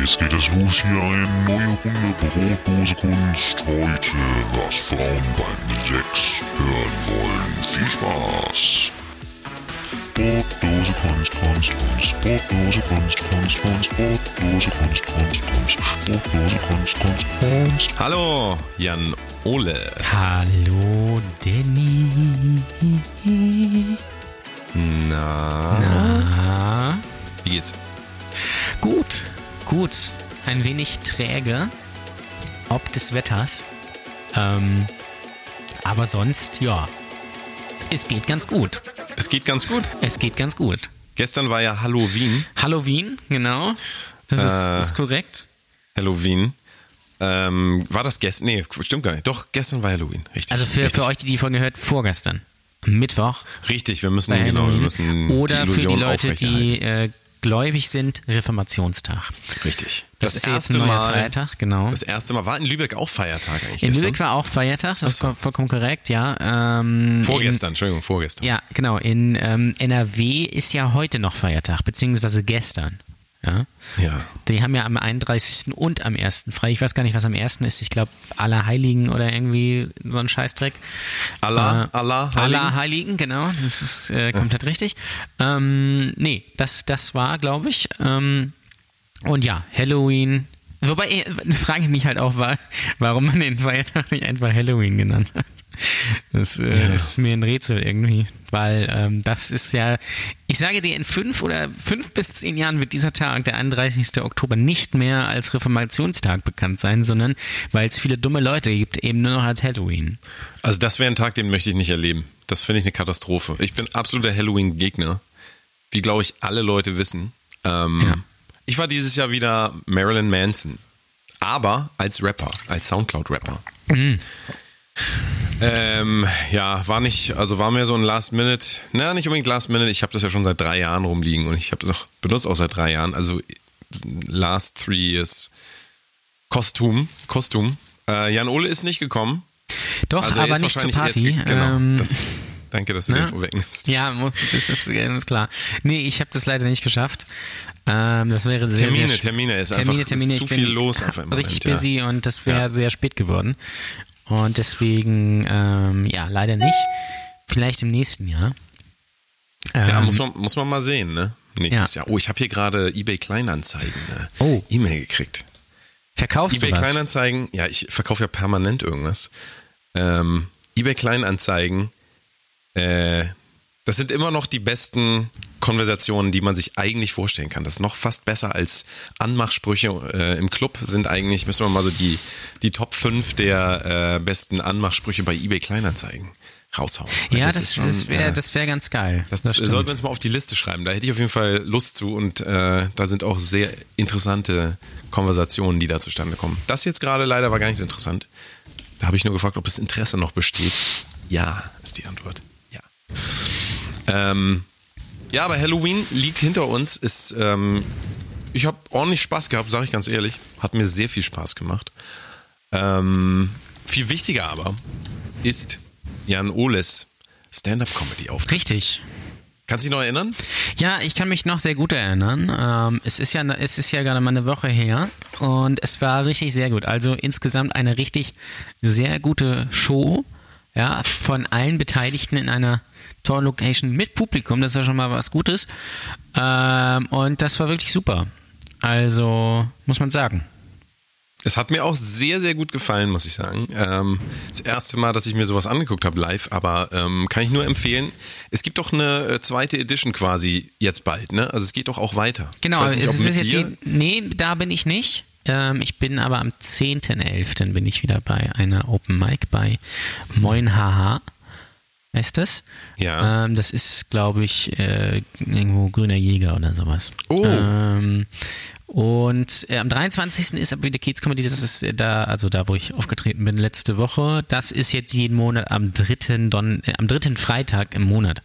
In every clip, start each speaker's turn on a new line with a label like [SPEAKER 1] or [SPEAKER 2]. [SPEAKER 1] jetzt geht es los hier. Eine neue Runde Brotdose Kunst. Heute, was Frauen beim Sex hören wollen. Viel Spaß! Brotdose Kunst, Kunst, Kunst. Brotdose Kunst, Kunst, Kunst. Brotdose Kunst, Kunst, Kunst. Brotdose Kunst, Kunst, Kunst.
[SPEAKER 2] Hallo, Jan Ole.
[SPEAKER 3] Hallo, Danny.
[SPEAKER 2] Na,
[SPEAKER 3] Na?
[SPEAKER 2] wie geht's?
[SPEAKER 3] Gut, gut. Ein wenig träge, ob des Wetters. Ähm, aber sonst, ja. Es geht ganz gut.
[SPEAKER 2] Es geht ganz gut.
[SPEAKER 3] Es geht ganz gut.
[SPEAKER 2] Gestern war ja Halloween.
[SPEAKER 3] Halloween, genau. Das ist,
[SPEAKER 2] Äh.
[SPEAKER 3] ist korrekt.
[SPEAKER 2] Halloween. Ähm, war das gestern? Nee, stimmt gar nicht. Doch, gestern war Halloween. Richtig.
[SPEAKER 3] Also für,
[SPEAKER 2] richtig.
[SPEAKER 3] für euch, die die Folge hört, vorgestern. Am Mittwoch.
[SPEAKER 2] Richtig, wir müssen,
[SPEAKER 3] bei
[SPEAKER 2] genau, wir
[SPEAKER 3] Halloween.
[SPEAKER 2] müssen
[SPEAKER 3] Oder
[SPEAKER 2] die
[SPEAKER 3] für die
[SPEAKER 2] Illusion
[SPEAKER 3] Leute,
[SPEAKER 2] aufrechterhalten.
[SPEAKER 3] die äh, gläubig sind, Reformationstag.
[SPEAKER 2] Richtig.
[SPEAKER 3] Das, ist ja jetzt ein neuer Freitag, genau.
[SPEAKER 2] Das erste Mal. War in Lübeck auch Feiertag eigentlich
[SPEAKER 3] In
[SPEAKER 2] gestern?
[SPEAKER 3] Lübeck war auch Feiertag, das ist
[SPEAKER 2] Ach so.
[SPEAKER 3] ko- vollkommen korrekt, ja. Ähm,
[SPEAKER 2] Vorgestern, Entschuldigung, vorgestern.
[SPEAKER 3] In, ja, genau. In ähm, NRW ist ja heute noch Feiertag, beziehungsweise gestern. Ja.
[SPEAKER 2] Ja.
[SPEAKER 3] Die haben ja am 31. und am 1. frei. Ich weiß gar nicht, was am 1. ist. Ich glaube, Allerheiligen oder irgendwie so ein Scheißdreck.
[SPEAKER 2] Allah,
[SPEAKER 3] Äh,
[SPEAKER 2] Allah, Heiligen.
[SPEAKER 3] Allerheiligen, genau. Das ist äh, komplett richtig. Ähm, nee, das, das war, glaube ich. Ähm, und ja, Halloween. Wobei, äh, frage ich mich halt auch, wa- warum man den Feiertag nicht einfach Halloween genannt hat. Das äh, ist mir ein Rätsel irgendwie, weil ähm, das ist ja, ich sage dir, in fünf oder fünf bis zehn Jahren wird dieser Tag, der 31. Oktober, nicht mehr als Reformationstag bekannt sein, sondern weil es viele dumme Leute gibt, eben nur noch als Halloween.
[SPEAKER 2] Also das wäre ein Tag, den möchte ich nicht erleben. Das finde ich eine Katastrophe. Ich bin absoluter Halloween-Gegner, wie glaube ich alle Leute wissen. Ähm,
[SPEAKER 3] Ja.
[SPEAKER 2] Ich war dieses Jahr wieder Marilyn Manson, aber als Rapper, als Soundcloud-Rapper. Ähm, ja, war nicht, also war mir so ein Last Minute, na nicht unbedingt Last Minute, ich habe das ja schon seit drei Jahren rumliegen und ich habe das auch benutzt auch seit drei Jahren, also Last Three Years Kostüm, Kostüm. Äh, Jan Ole ist nicht gekommen,
[SPEAKER 3] Doch,
[SPEAKER 2] also er
[SPEAKER 3] aber
[SPEAKER 2] ist
[SPEAKER 3] nicht zur
[SPEAKER 2] wahrscheinlich
[SPEAKER 3] Party.
[SPEAKER 2] Jetzt, ge- genau.
[SPEAKER 3] ähm,
[SPEAKER 2] das, danke, dass du
[SPEAKER 3] ne?
[SPEAKER 2] den vorwegnimmst.
[SPEAKER 3] ja, mu- das ist ganz klar. Nee, ich habe das leider nicht geschafft. Ähm, das wäre sehr,
[SPEAKER 2] Termine,
[SPEAKER 3] sehr sp-
[SPEAKER 2] Termine, ist
[SPEAKER 3] Termine,
[SPEAKER 2] einfach
[SPEAKER 3] Termine,
[SPEAKER 2] ist zu
[SPEAKER 3] ich bin
[SPEAKER 2] viel los auf einmal.
[SPEAKER 3] Richtig
[SPEAKER 2] ja.
[SPEAKER 3] busy und das wäre
[SPEAKER 2] Ja.
[SPEAKER 3] sehr spät geworden. Und deswegen, ähm, ja, leider nicht. Vielleicht im nächsten Jahr.
[SPEAKER 2] Ja,
[SPEAKER 3] Ähm,
[SPEAKER 2] muss man, muss man mal sehen, ne? Nächstes
[SPEAKER 3] Ja.
[SPEAKER 2] Jahr. Oh, ich habe hier gerade eBay Kleinanzeigen. Ne?
[SPEAKER 3] Oh.
[SPEAKER 2] E-Mail gekriegt.
[SPEAKER 3] Verkaufst
[SPEAKER 2] eBay
[SPEAKER 3] du was?
[SPEAKER 2] Kleinanzeigen, ja, ich verkaufe ja permanent irgendwas. Ähm, eBay Kleinanzeigen, äh, das sind immer noch die besten Konversationen, die man sich eigentlich vorstellen kann. Das ist noch fast besser als Anmachsprüche äh, im Club sind eigentlich, müssen wir mal so die, die Top 5 der äh, besten Anmachsprüche bei eBay Kleinanzeigen raushauen.
[SPEAKER 3] Ja, das,
[SPEAKER 2] ist schon,
[SPEAKER 3] das wäre
[SPEAKER 2] äh,
[SPEAKER 3] das wär ganz geil.
[SPEAKER 2] das, äh,
[SPEAKER 3] stimmt.
[SPEAKER 2] sollten wir uns mal auf die Liste schreiben. Da hätte ich auf jeden Fall Lust zu und äh, da sind auch sehr interessante Konversationen, die da zustande kommen. Das jetzt gerade leider war gar nicht so interessant. Da habe ich nur gefragt, ob das Interesse noch besteht. Ja, ist die Antwort. Ja. Ähm, ja, aber Halloween liegt hinter uns. Ist, ähm, ich habe ordentlich Spaß gehabt, sage ich ganz ehrlich. Hat mir sehr viel Spaß gemacht. Ähm, viel wichtiger aber ist Jan Oles Stand-up-Comedy-Auftritt.
[SPEAKER 3] Richtig.
[SPEAKER 2] Kannst du dich noch erinnern?
[SPEAKER 3] Ja, ich kann mich noch sehr gut erinnern. Ähm, es, ist ja, es ist ja gerade mal eine Woche her und es war richtig sehr gut. Also insgesamt eine richtig sehr gute Show. Ja, von allen Beteiligten in einer tollen Location mit Publikum. Das ist ja schon mal was Gutes. Ähm, und das war wirklich super. Also, muss man sagen.
[SPEAKER 2] Es hat mir auch sehr, sehr gut gefallen, muss ich sagen. Ähm, das erste Mal, dass ich mir sowas angeguckt habe live, aber ähm, kann ich nur empfehlen. Es gibt doch eine äh, zweite Edition quasi jetzt bald, ne? Also es geht doch auch weiter.
[SPEAKER 3] Genau,
[SPEAKER 2] ich weiß nicht,
[SPEAKER 3] es
[SPEAKER 2] ob
[SPEAKER 3] ist
[SPEAKER 2] mit
[SPEAKER 3] jetzt
[SPEAKER 2] dir,
[SPEAKER 3] die, Nee, da bin ich nicht. Ähm, ich bin aber am 10.11. bin ich wieder bei einer Open Mic bei Moin Haha. Heißt das?
[SPEAKER 2] Ja.
[SPEAKER 3] Ähm, das ist, glaube ich, äh, irgendwo Grüner Jäger oder sowas.
[SPEAKER 2] Oh.
[SPEAKER 3] Ähm, und äh, am 23. ist aber wieder Kids Comedy, das ist äh, da, also da, wo ich aufgetreten bin letzte Woche. Das ist jetzt jeden Monat am dritten, Don äh, am dritten Freitag im Monat.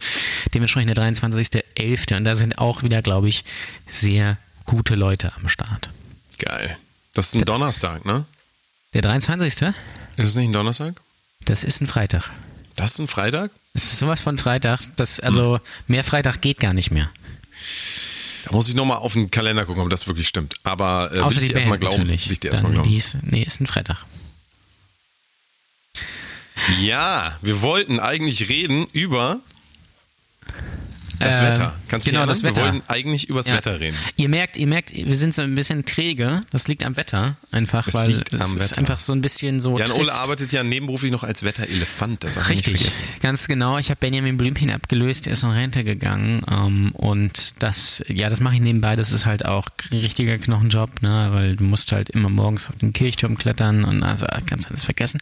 [SPEAKER 3] Dementsprechend der 23.11. Und da sind auch wieder, glaube ich, sehr gute Leute am Start.
[SPEAKER 2] Geil. Das ist ein Donnerstag, ne?
[SPEAKER 3] Der 23.
[SPEAKER 2] Ist es nicht ein Donnerstag?
[SPEAKER 3] Das ist ein Freitag.
[SPEAKER 2] Das ist ein Freitag?
[SPEAKER 3] Es ist sowas von Freitag, das, also mehr Freitag geht gar nicht mehr.
[SPEAKER 2] Da muss ich nochmal auf den Kalender gucken, ob das wirklich stimmt. Aber äh, will ich dir erstmal glauben. Will ich dir erstmal
[SPEAKER 3] Dann
[SPEAKER 2] glauben.
[SPEAKER 3] die ist, nee, ist ein Freitag.
[SPEAKER 2] Ja, wir wollten eigentlich reden über das
[SPEAKER 3] Ähm,
[SPEAKER 2] Wetter. Kannst du
[SPEAKER 3] genau,
[SPEAKER 2] dich
[SPEAKER 3] das
[SPEAKER 2] erinnern? Wir
[SPEAKER 3] Wetter.
[SPEAKER 2] wollten eigentlich über das
[SPEAKER 3] Ja.
[SPEAKER 2] Wetter reden.
[SPEAKER 3] Ihr merkt, ihr merkt, wir sind so ein bisschen träge. Das liegt am Wetter einfach,
[SPEAKER 2] Es
[SPEAKER 3] weil
[SPEAKER 2] liegt
[SPEAKER 3] es
[SPEAKER 2] am
[SPEAKER 3] ist
[SPEAKER 2] Wetter.
[SPEAKER 3] einfach so ein bisschen so
[SPEAKER 2] Jan Ole
[SPEAKER 3] trist.
[SPEAKER 2] arbeitet ja nebenberuflich noch als Wetterelefant. Das darf man nicht
[SPEAKER 3] Richtig,
[SPEAKER 2] vergessen.
[SPEAKER 3] ganz genau. Ich habe Benjamin Blümchen abgelöst, der ist in Rente gegangen. Ähm, und das, ja, das mache ich nebenbei. Das ist halt auch ein richtiger Knochenjob, ne? weil du musst halt immer morgens auf den Kirchturm klettern und also ganz alles vergessen.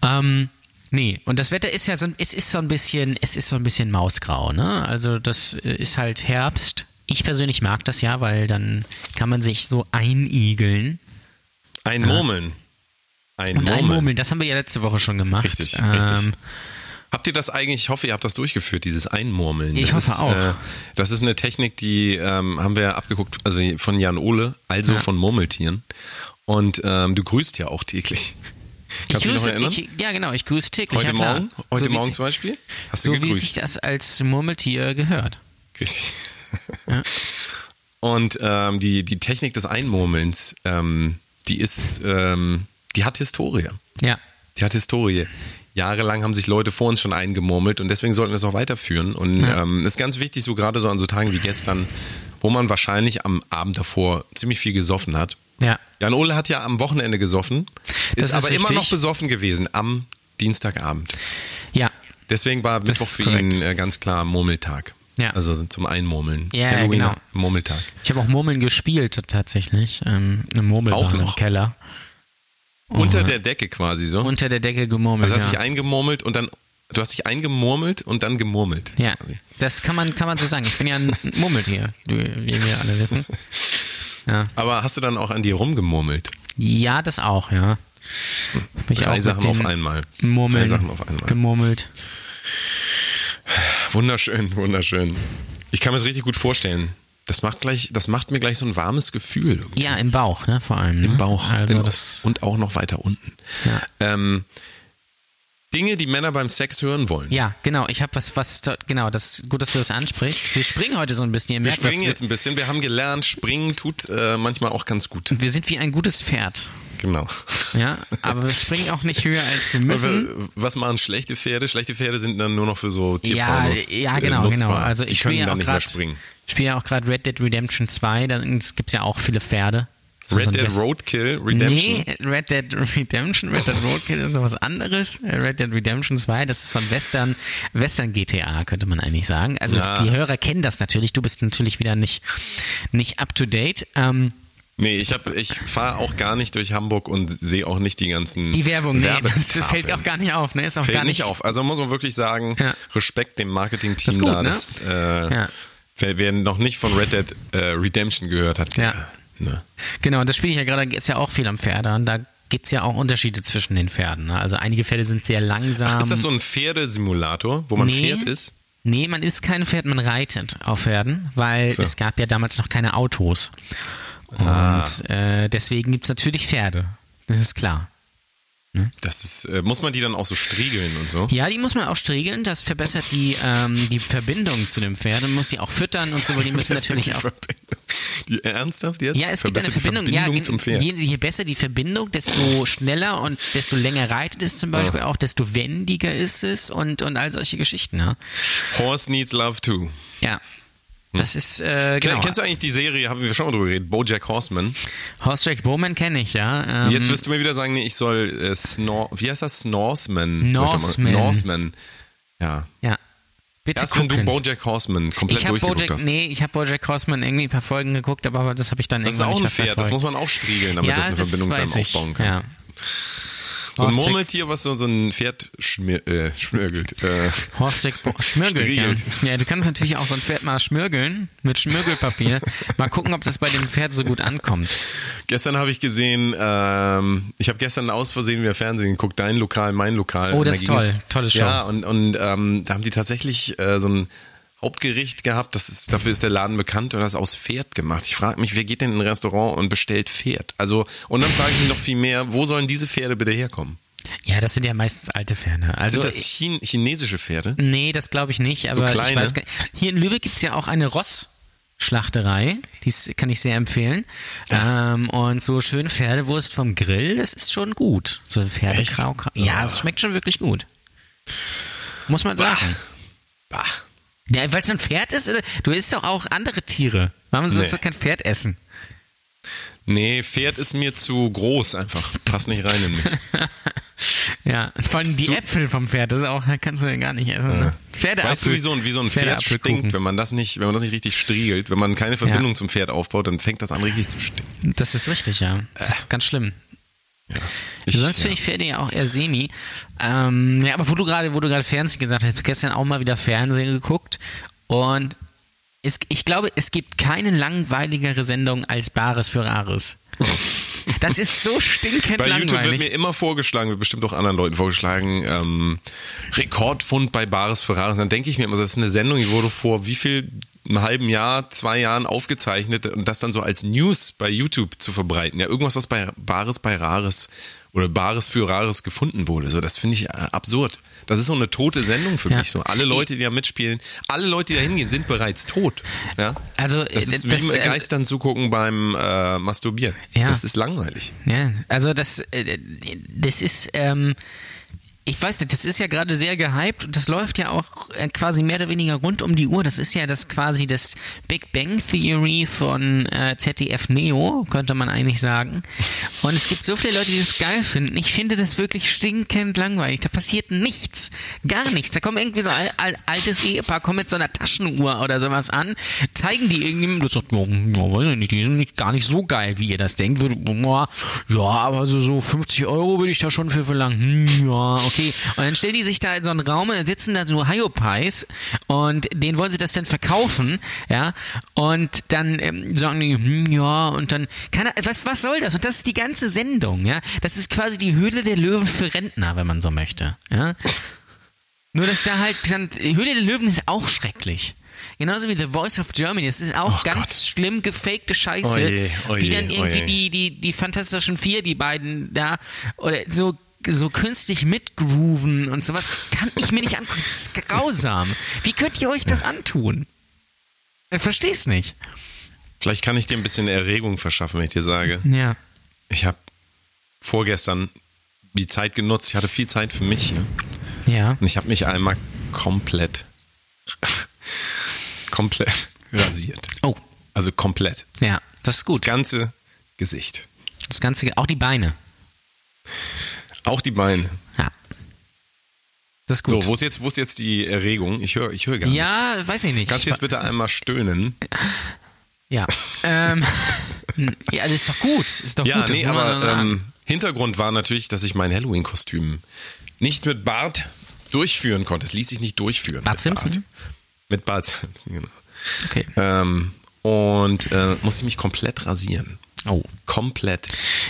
[SPEAKER 3] Ähm, nee, und das Wetter ist ja so, ein- es ist so ein bisschen, es ist so ein bisschen mausgrau, ne? Also das äh, ist halt Herbst. Ich persönlich mag das ja, weil dann kann man sich so einigeln.
[SPEAKER 2] Ein Murmeln. Ein
[SPEAKER 3] Und Ähm,
[SPEAKER 2] Murmeln.
[SPEAKER 3] einmurmeln, das haben wir ja letzte Woche schon gemacht.
[SPEAKER 2] Richtig, richtig. Habt ihr das eigentlich, ich hoffe, ihr habt das durchgeführt, dieses Einmurmeln.
[SPEAKER 3] Ich
[SPEAKER 2] das
[SPEAKER 3] hoffe
[SPEAKER 2] ist,
[SPEAKER 3] auch.
[SPEAKER 2] Äh, das ist eine Technik, die ähm, haben wir abgeguckt, also von Jan Ole, also
[SPEAKER 3] Ja.
[SPEAKER 2] von Murmeltieren. Und ähm, du grüßt ja auch täglich. Kannst du dich noch erinnern?
[SPEAKER 3] ich, ja, genau, ich grüße täglich.
[SPEAKER 2] heute
[SPEAKER 3] ja, klar.
[SPEAKER 2] Morgen, heute
[SPEAKER 3] so wie
[SPEAKER 2] Morgen
[SPEAKER 3] si-
[SPEAKER 2] zum Beispiel, hast
[SPEAKER 3] So
[SPEAKER 2] du
[SPEAKER 3] wie sich
[SPEAKER 2] gegrüßt.
[SPEAKER 3] das als Murmeltier gehört.
[SPEAKER 2] Richtig. Und ähm, die, die Technik des Einmurmelns, ähm, die ist, ähm, die hat Historie.
[SPEAKER 3] Ja.
[SPEAKER 2] Die hat Historie. Jahrelang haben sich Leute vor uns schon eingemurmelt und deswegen sollten wir es noch weiterführen. Und
[SPEAKER 3] Ja.
[SPEAKER 2] ähm, ist ganz wichtig, so gerade so an so Tagen wie gestern, wo man wahrscheinlich am Abend davor ziemlich viel gesoffen hat.
[SPEAKER 3] Ja.
[SPEAKER 2] Jan Ole hat ja am Wochenende gesoffen,
[SPEAKER 3] Das
[SPEAKER 2] ist,
[SPEAKER 3] ist
[SPEAKER 2] aber immer
[SPEAKER 3] richtig.
[SPEAKER 2] noch besoffen gewesen am Dienstagabend.
[SPEAKER 3] Ja.
[SPEAKER 2] Deswegen war Mittwoch
[SPEAKER 3] ist
[SPEAKER 2] für
[SPEAKER 3] korrekt.
[SPEAKER 2] ihn äh, ganz klar Murmeltag.
[SPEAKER 3] Ja.
[SPEAKER 2] Also zum Einmurmeln.
[SPEAKER 3] Ja,
[SPEAKER 2] Halloween
[SPEAKER 3] genau.
[SPEAKER 2] Murmeltag.
[SPEAKER 3] Ich habe auch Murmeln gespielt tatsächlich. Ähm, eine Murmel
[SPEAKER 2] Auch
[SPEAKER 3] war im
[SPEAKER 2] noch.
[SPEAKER 3] Keller.
[SPEAKER 2] Unter der Decke quasi so.
[SPEAKER 3] Unter der Decke gemurmelt.
[SPEAKER 2] also hast dich
[SPEAKER 3] Oh, ja.
[SPEAKER 2] eingemurmelt und dann, du hast dich eingemurmelt und dann gemurmelt.
[SPEAKER 3] ja.
[SPEAKER 2] quasi.
[SPEAKER 3] Das kann man, kann man so sagen. Ich bin ja ein Murmeltier, wie wie wir alle wissen. Ja.
[SPEAKER 2] Aber hast du dann auch an dir rumgemurmelt?
[SPEAKER 3] Ja, das auch, ja. Hab Ich
[SPEAKER 2] Drei
[SPEAKER 3] mit
[SPEAKER 2] Sachen auf
[SPEAKER 3] den
[SPEAKER 2] einmal.
[SPEAKER 3] Murmeln
[SPEAKER 2] Drei Sachen auf einmal.
[SPEAKER 3] Gemurmelt.
[SPEAKER 2] Wunderschön, wunderschön. Ich kann mir das richtig gut vorstellen. Das macht, gleich, das macht mir gleich so ein warmes Gefühl. irgendwie.
[SPEAKER 3] Ja, im Bauch, ne? Vor allem.
[SPEAKER 2] Im
[SPEAKER 3] ne?
[SPEAKER 2] Bauch
[SPEAKER 3] Also
[SPEAKER 2] im,
[SPEAKER 3] das.
[SPEAKER 2] und auch noch weiter unten.
[SPEAKER 3] Ja.
[SPEAKER 2] Ähm, Dinge, die Männer beim Sex hören wollen.
[SPEAKER 3] Ja, genau. Ich habe was, was dort, genau, das gut, dass du das ansprichst. Wir springen heute so ein bisschen. Ihr
[SPEAKER 2] Wir
[SPEAKER 3] merkt, was
[SPEAKER 2] springen jetzt ein bisschen. Wir haben gelernt, springen tut äh, manchmal auch ganz gut.
[SPEAKER 3] wir, wir sind wie ein gutes Pferd.
[SPEAKER 2] Genau.
[SPEAKER 3] Ja, aber wir springen auch nicht höher als wir
[SPEAKER 2] Aber äh,
[SPEAKER 3] müssen.
[SPEAKER 2] was machen schlechte Pferde? Schlechte Pferde sind dann nur noch für so
[SPEAKER 3] Ja,
[SPEAKER 2] Tierpornos
[SPEAKER 3] ja,
[SPEAKER 2] äh,
[SPEAKER 3] genau, genau.
[SPEAKER 2] nutzbar.
[SPEAKER 3] Also
[SPEAKER 2] Die
[SPEAKER 3] ich
[SPEAKER 2] können
[SPEAKER 3] spiele ja
[SPEAKER 2] dann
[SPEAKER 3] auch
[SPEAKER 2] nicht mehr
[SPEAKER 3] gerade
[SPEAKER 2] springen.
[SPEAKER 3] spiele ja auch gerade Red Dead Redemption 2, dann gibt's ja auch viele Pferde. Das ist so
[SPEAKER 2] Red
[SPEAKER 3] ein
[SPEAKER 2] Dead
[SPEAKER 3] West-
[SPEAKER 2] Roadkill Redemption.
[SPEAKER 3] Nee, Red Dead Redemption, Red Dead Roadkill ist noch was anderes. Red Dead Redemption 2, das ist so ein Western, Western GTA, könnte man eigentlich sagen. Also
[SPEAKER 2] Ja.
[SPEAKER 3] die Hörer kennen das natürlich, du bist natürlich wieder nicht, nicht up to date. Ähm,
[SPEAKER 2] Nee, ich, hab- ich fahre auch gar nicht durch Hamburg und sehe auch nicht die ganzen.
[SPEAKER 3] Die Werbung, nee, das
[SPEAKER 2] Werbetafeln.
[SPEAKER 3] fällt auch gar nicht auf, ne? Ist auch
[SPEAKER 2] Fällt
[SPEAKER 3] gar nicht,
[SPEAKER 2] auf. Also muss man wirklich sagen,
[SPEAKER 3] Ja.
[SPEAKER 2] Respekt dem Marketing-Team
[SPEAKER 3] Das ist gut,
[SPEAKER 2] da.
[SPEAKER 3] ne?
[SPEAKER 2] Das, äh,
[SPEAKER 3] Ja.
[SPEAKER 2] wer, wer noch nicht von Red Dead äh, Redemption gehört hat, der,
[SPEAKER 3] Ja.
[SPEAKER 2] ne.
[SPEAKER 3] Genau, und das spiele ich ja gerade, ist ja auch viel am Pferde und da gibt es ja auch Unterschiede zwischen den Pferden. Ne? Also einige Pferde sind sehr langsam.
[SPEAKER 2] Ist das so ein Pferdesimulator, wo man Pferd ist?
[SPEAKER 3] Nee, man ist kein Pferd, man reitet auf Pferden, weil
[SPEAKER 2] So. Ah.
[SPEAKER 3] es gab ja damals noch keine Autos. Und äh, deswegen gibt es natürlich Pferde. Das ist klar.
[SPEAKER 2] Das ist, äh, muss man die dann auch so striegeln und so?
[SPEAKER 3] Ja, die muss man auch striegeln. Das verbessert die, ähm, die Verbindung zu dem Pferd. Man muss die auch füttern und so, weil die müssen
[SPEAKER 2] Das ist
[SPEAKER 3] natürlich
[SPEAKER 2] die
[SPEAKER 3] auch
[SPEAKER 2] Verbindung. Die, ernsthaft jetzt?
[SPEAKER 3] Ja, es gibt eine
[SPEAKER 2] Verbessert die
[SPEAKER 3] Verbindung.
[SPEAKER 2] Verbindung
[SPEAKER 3] ja,
[SPEAKER 2] zum Pferd.
[SPEAKER 3] Je, je besser die Verbindung, desto schneller und desto länger reitet es
[SPEAKER 2] Ah.
[SPEAKER 3] zum Beispiel auch, desto wendiger ist es und, und all solche Geschichten. Ja,
[SPEAKER 2] Horse needs love too.
[SPEAKER 3] ja. das ist äh, genau.
[SPEAKER 2] Hm. Kennst du eigentlich die Serie, haben wir schon mal drüber geredet, BoJack Horseman?
[SPEAKER 3] Horst Jack Bowman kenne ich, ja. Ähm,
[SPEAKER 2] Jetzt wirst du mir wieder sagen, nee, ich soll äh, Snor wie heißt das? Norseman. Soll ich da mal-
[SPEAKER 3] Norseman.
[SPEAKER 2] Norseman. Ja.
[SPEAKER 3] ja. Bitte
[SPEAKER 2] Erst wenn du
[SPEAKER 3] gucken.
[SPEAKER 2] BoJack Horseman komplett
[SPEAKER 3] ich habe
[SPEAKER 2] durchgeguckt
[SPEAKER 3] Bojack,
[SPEAKER 2] hast.
[SPEAKER 3] nee, ich habe Bojack Horseman irgendwie ein paar Folgen geguckt, aber das habe ich dann
[SPEAKER 2] das ist
[SPEAKER 3] irgendwann
[SPEAKER 2] auch ein
[SPEAKER 3] nicht mehr
[SPEAKER 2] Pferd, das muss
[SPEAKER 3] verfolgt.
[SPEAKER 2] man auch striegeln, damit
[SPEAKER 3] ja,
[SPEAKER 2] das eine Verbindung zu einem
[SPEAKER 3] weiß ich.
[SPEAKER 2] aufbauen kann.
[SPEAKER 3] Ja.
[SPEAKER 2] So ein
[SPEAKER 3] Horst Jack-
[SPEAKER 2] Murmeltier, was so, so ein Pferd schmir äh, schmirgelt. Äh,
[SPEAKER 3] Horst Jack Bo- schmirgelt, ja.
[SPEAKER 2] Striegelt.
[SPEAKER 3] ja. Du kannst natürlich auch so ein Pferd mal schmirgeln mit Schmirgelpapier. Mal gucken, ob das bei dem Pferd so gut ankommt.
[SPEAKER 2] gestern habe ich gesehen, ähm, ich habe gestern aus Versehen wieder Fernsehen geguckt, dein Lokal, mein Lokal.
[SPEAKER 3] Oh,
[SPEAKER 2] Und
[SPEAKER 3] das
[SPEAKER 2] da
[SPEAKER 3] ist
[SPEAKER 2] ging
[SPEAKER 3] toll.
[SPEAKER 2] es-
[SPEAKER 3] Tolle Show.
[SPEAKER 2] Ja, und, und ähm, da haben die tatsächlich äh, so ein Hauptgericht gehabt, das ist, dafür ist der Laden bekannt und das ist aus Pferd gemacht. Ich frage mich, wer geht denn in ein Restaurant und bestellt Pferd? Also, und dann frage ich mich noch viel mehr, wo sollen diese Pferde bitte herkommen?
[SPEAKER 3] Ja, das sind ja meistens alte Pferde. Also
[SPEAKER 2] Sind das Chin chinesische Pferde?
[SPEAKER 3] nee, das glaube ich nicht, aber ich
[SPEAKER 2] kleine?
[SPEAKER 3] weiß gar Hier in Lübeck gibt es ja auch eine Ross. Schlachterei. Dies kann ich sehr empfehlen. Ähm, und so schön Pferdewurst vom Grill, das ist schon gut. So ein Pferdekrauk. Ja, es schmeckt schon wirklich gut. Muss man sagen.
[SPEAKER 2] Bah.
[SPEAKER 3] Ja, weil es ein Pferd ist, oder? Du isst doch auch andere Tiere. Warum sollst
[SPEAKER 2] Nee.
[SPEAKER 3] du kein Pferd essen?
[SPEAKER 2] Nee, Pferd ist mir zu groß einfach. Passt nicht rein in mich.
[SPEAKER 3] Ja, vor allem die
[SPEAKER 2] Zu-
[SPEAKER 3] Äpfel vom Pferd, das ist auch, kannst du ja gar nicht essen. Ne? Pferdeapfel.
[SPEAKER 2] Weißt du, wie so ein, wie so ein Pferd
[SPEAKER 3] Pferdeapfelkuchen.
[SPEAKER 2] stinkt, wenn man das nicht, wenn man das nicht richtig striegelt, wenn man keine Verbindung zum Pferd aufbaut, dann fängt das an richtig zu stinken.
[SPEAKER 3] Das ist richtig, ja. Das
[SPEAKER 2] Äh.
[SPEAKER 3] ist ganz schlimm.
[SPEAKER 2] Ich-
[SPEAKER 3] Sonst
[SPEAKER 2] ja.
[SPEAKER 3] finde ich Pferde ja auch eher semi. Ähm, ja, aber wo du gerade, wo du gerade Fernsehen gesagt hast, ich habe gestern auch mal wieder Fernsehen geguckt und es, ich glaube, es gibt keine langweiligere Sendung als Bares für Rares. Das ist so stinkend
[SPEAKER 2] Bei YouTube wird
[SPEAKER 3] langweilig.
[SPEAKER 2] mir immer vorgeschlagen, wird bestimmt auch anderen Leuten vorgeschlagen, ähm, Rekordfund bei Bares Ferraris. Dann denke ich mir immer, das ist eine Sendung, die wurde vor wie viel, einem halben Jahr, zwei Jahren aufgezeichnet und das dann so als News bei YouTube zu verbreiten. Ja, irgendwas, was bei Bares bei Rares oder Bares für Rares gefunden wurde. So, das finde ich äh, absurd. Das ist so eine tote Sendung für
[SPEAKER 3] Ja.
[SPEAKER 2] mich. So. Alle Leute, die da mitspielen, alle Leute, die da hingehen, sind bereits tot. Ja?
[SPEAKER 3] Also,
[SPEAKER 2] das ist
[SPEAKER 3] äh, das,
[SPEAKER 2] wie
[SPEAKER 3] äh,
[SPEAKER 2] Geistern zugucken beim äh, Masturbieren.
[SPEAKER 3] Ja.
[SPEAKER 2] Das ist langweilig.
[SPEAKER 3] Ja, also das, äh, das ist, ähm, ich weiß nicht, das ist ja gerade sehr gehypt und das läuft ja auch äh, quasi mehr oder weniger rund um die Uhr. Das ist ja das quasi das Big Bang Theory von äh, ZDF Neo, könnte man eigentlich sagen. Und es gibt so viele Leute, die das geil finden. Ich finde das wirklich stinkend langweilig. Da passiert nichts. Gar nichts. Da kommt irgendwie so ein al altes Ehepaar, kommt mit so einer Taschenuhr oder sowas an, zeigen die irgendjemandem, das sagt, ja, ja, weiß ich nicht, die sind nicht, gar nicht so geil, wie ihr das denkt. Würde, boah, ja, aber so, so 50 Euro würde ich da schon für verlangen. Hm, ja, okay. Und dann stellen die sich da in so einen Raum und dann sitzen da so Hyopies und denen wollen sie das dann verkaufen, ja. Und dann ähm, sagen die, hm, ja, und dann, keine, Ah- was, was soll das? Und das ist die ganze Sendung, ja. Das ist quasi die Höhle der Löwen für Rentner, wenn man so möchte, ja. Nur, dass da halt dann, Höhle der Löwen ist auch schrecklich. Genauso wie The Voice of Germany. Es ist auch
[SPEAKER 2] Oh
[SPEAKER 3] ganz
[SPEAKER 2] Gott.
[SPEAKER 3] schlimm gefakte Scheiße.
[SPEAKER 2] Oje, oje,
[SPEAKER 3] wie dann irgendwie
[SPEAKER 2] oje.
[SPEAKER 3] die, die, die Fantastischen Vier, die beiden da, oder so, so künstlich mitgrooven und sowas, kann ich mir nicht angucken. Das ist grausam. Wie könnt ihr euch das antun? Ich versteh's nicht.
[SPEAKER 2] Vielleicht kann ich dir ein bisschen Erregung verschaffen, wenn ich dir sage.
[SPEAKER 3] Ja.
[SPEAKER 2] Ich habe vorgestern die Zeit genutzt. Ich hatte viel Zeit für mich. Ja?
[SPEAKER 3] Ja.
[SPEAKER 2] Und ich habe mich einmal komplett, komplett rasiert.
[SPEAKER 3] Oh,
[SPEAKER 2] Also komplett.
[SPEAKER 3] ja. Das ist
[SPEAKER 2] Das
[SPEAKER 3] gut.
[SPEAKER 2] ganze Gesicht.
[SPEAKER 3] Das Ganze, auch die Beine.
[SPEAKER 2] Auch die Beine.
[SPEAKER 3] Ja. Das ist gut.
[SPEAKER 2] So, wo ist jetzt, wo ist jetzt die Erregung? Ich höre ich hör gar nichts.
[SPEAKER 3] ja, weiß ich nicht.
[SPEAKER 2] Kannst du
[SPEAKER 3] Ich-
[SPEAKER 2] jetzt bitte einmal stöhnen?
[SPEAKER 3] Ja. ähm, n- ja, das ist doch gut. Ist doch
[SPEAKER 2] Ja,
[SPEAKER 3] gut. das
[SPEAKER 2] nee,
[SPEAKER 3] muss man
[SPEAKER 2] aber
[SPEAKER 3] dann sagen.
[SPEAKER 2] ähm, Hintergrund war natürlich, dass ich mein Halloween-Kostüm nicht mit Bart durchführen konnte. Es ließ sich nicht durchführen.
[SPEAKER 3] Bart
[SPEAKER 2] mit
[SPEAKER 3] Simpson?
[SPEAKER 2] Bart. Mit Bart Simpson, genau.
[SPEAKER 3] okay.
[SPEAKER 2] Ähm, und äh, musste ich mich komplett rasieren.
[SPEAKER 3] Oh.
[SPEAKER 2] Komplett.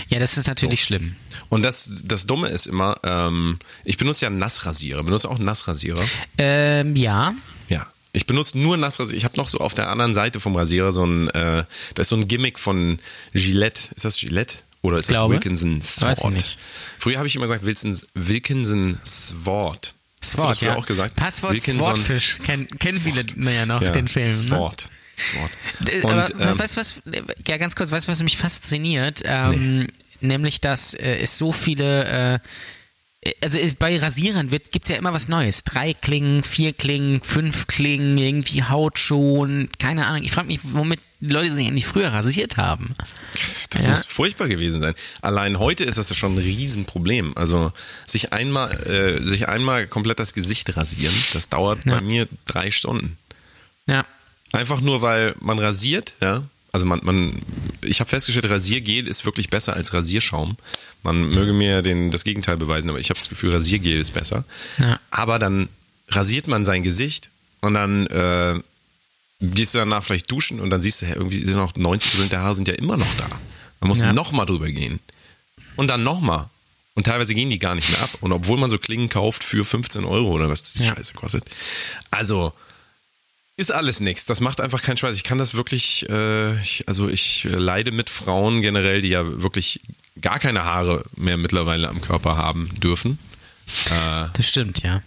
[SPEAKER 3] Ja, das ist natürlich schlimm.
[SPEAKER 2] Und das, das Dumme ist immer, ähm, ich benutze ja Nassrasierer. Benutze auch einen Nassrasierer.
[SPEAKER 3] Ähm, ja.
[SPEAKER 2] Ja. Ich benutze nur Nassrasierer. Ich habe noch so auf der anderen Seite vom Rasierer so ein, äh, da ist so ein Gimmick von Gillette. Ist das Gillette? Oder ist
[SPEAKER 3] Glaube.
[SPEAKER 2] das Wilkinson Sword?
[SPEAKER 3] Weiß ich nicht.
[SPEAKER 2] Früher habe ich immer gesagt Wilson, Wilkinson Sword. Hast du das früher
[SPEAKER 3] ja.
[SPEAKER 2] auch gesagt?
[SPEAKER 3] Passwort
[SPEAKER 2] Wilkinson
[SPEAKER 3] Swordfish. Kennen kennen viele ja noch den Film. Ne?
[SPEAKER 2] Sword. Sword.
[SPEAKER 3] D-
[SPEAKER 2] Und,
[SPEAKER 3] Äh, aber
[SPEAKER 2] ähm,
[SPEAKER 3] weißt du was, ja ganz kurz, weißt du, was mich fasziniert? Ähm, Nämlich, dass äh, es so viele, äh, also äh, bei Rasierern gibt es ja immer was Neues. Drei Klingen, vier Klingen, fünf Klingen, irgendwie Haut schon, keine Ahnung. Ich frage mich, womit die Leute sich eigentlich früher rasiert haben.
[SPEAKER 2] Das
[SPEAKER 3] Ja.
[SPEAKER 2] muss furchtbar gewesen sein. Allein heute ist das ja schon ein Riesenproblem. Also sich einmal, äh, sich einmal komplett das Gesicht rasieren, das dauert bei mir drei Stunden.
[SPEAKER 3] Ja.
[SPEAKER 2] Einfach nur, weil man rasiert, ja. Also man, man ich habe festgestellt, Rasiergel ist wirklich besser als Rasierschaum. Man möge mir den, das Gegenteil beweisen, aber ich habe das Gefühl, Rasiergel ist besser.
[SPEAKER 3] Ja.
[SPEAKER 2] Aber dann rasiert man sein Gesicht und dann äh, gehst du danach vielleicht duschen und dann siehst du, hä, irgendwie sind noch 90% der Haare sind ja immer noch da. Man muss
[SPEAKER 3] Ja.
[SPEAKER 2] noch nochmal drüber gehen. Und dann nochmal. Und teilweise gehen die gar nicht mehr ab. Und obwohl man so Klingen kauft für 15 Euro oder was die
[SPEAKER 3] Ja.
[SPEAKER 2] Scheiße kostet. Also, ist alles nichts. Das macht einfach keinen Spaß. Ich kann das wirklich, äh, ich, also ich äh, leide mit Frauen generell, die ja wirklich gar keine Haare mehr mittlerweile am Körper haben dürfen.
[SPEAKER 3] Das stimmt, ja.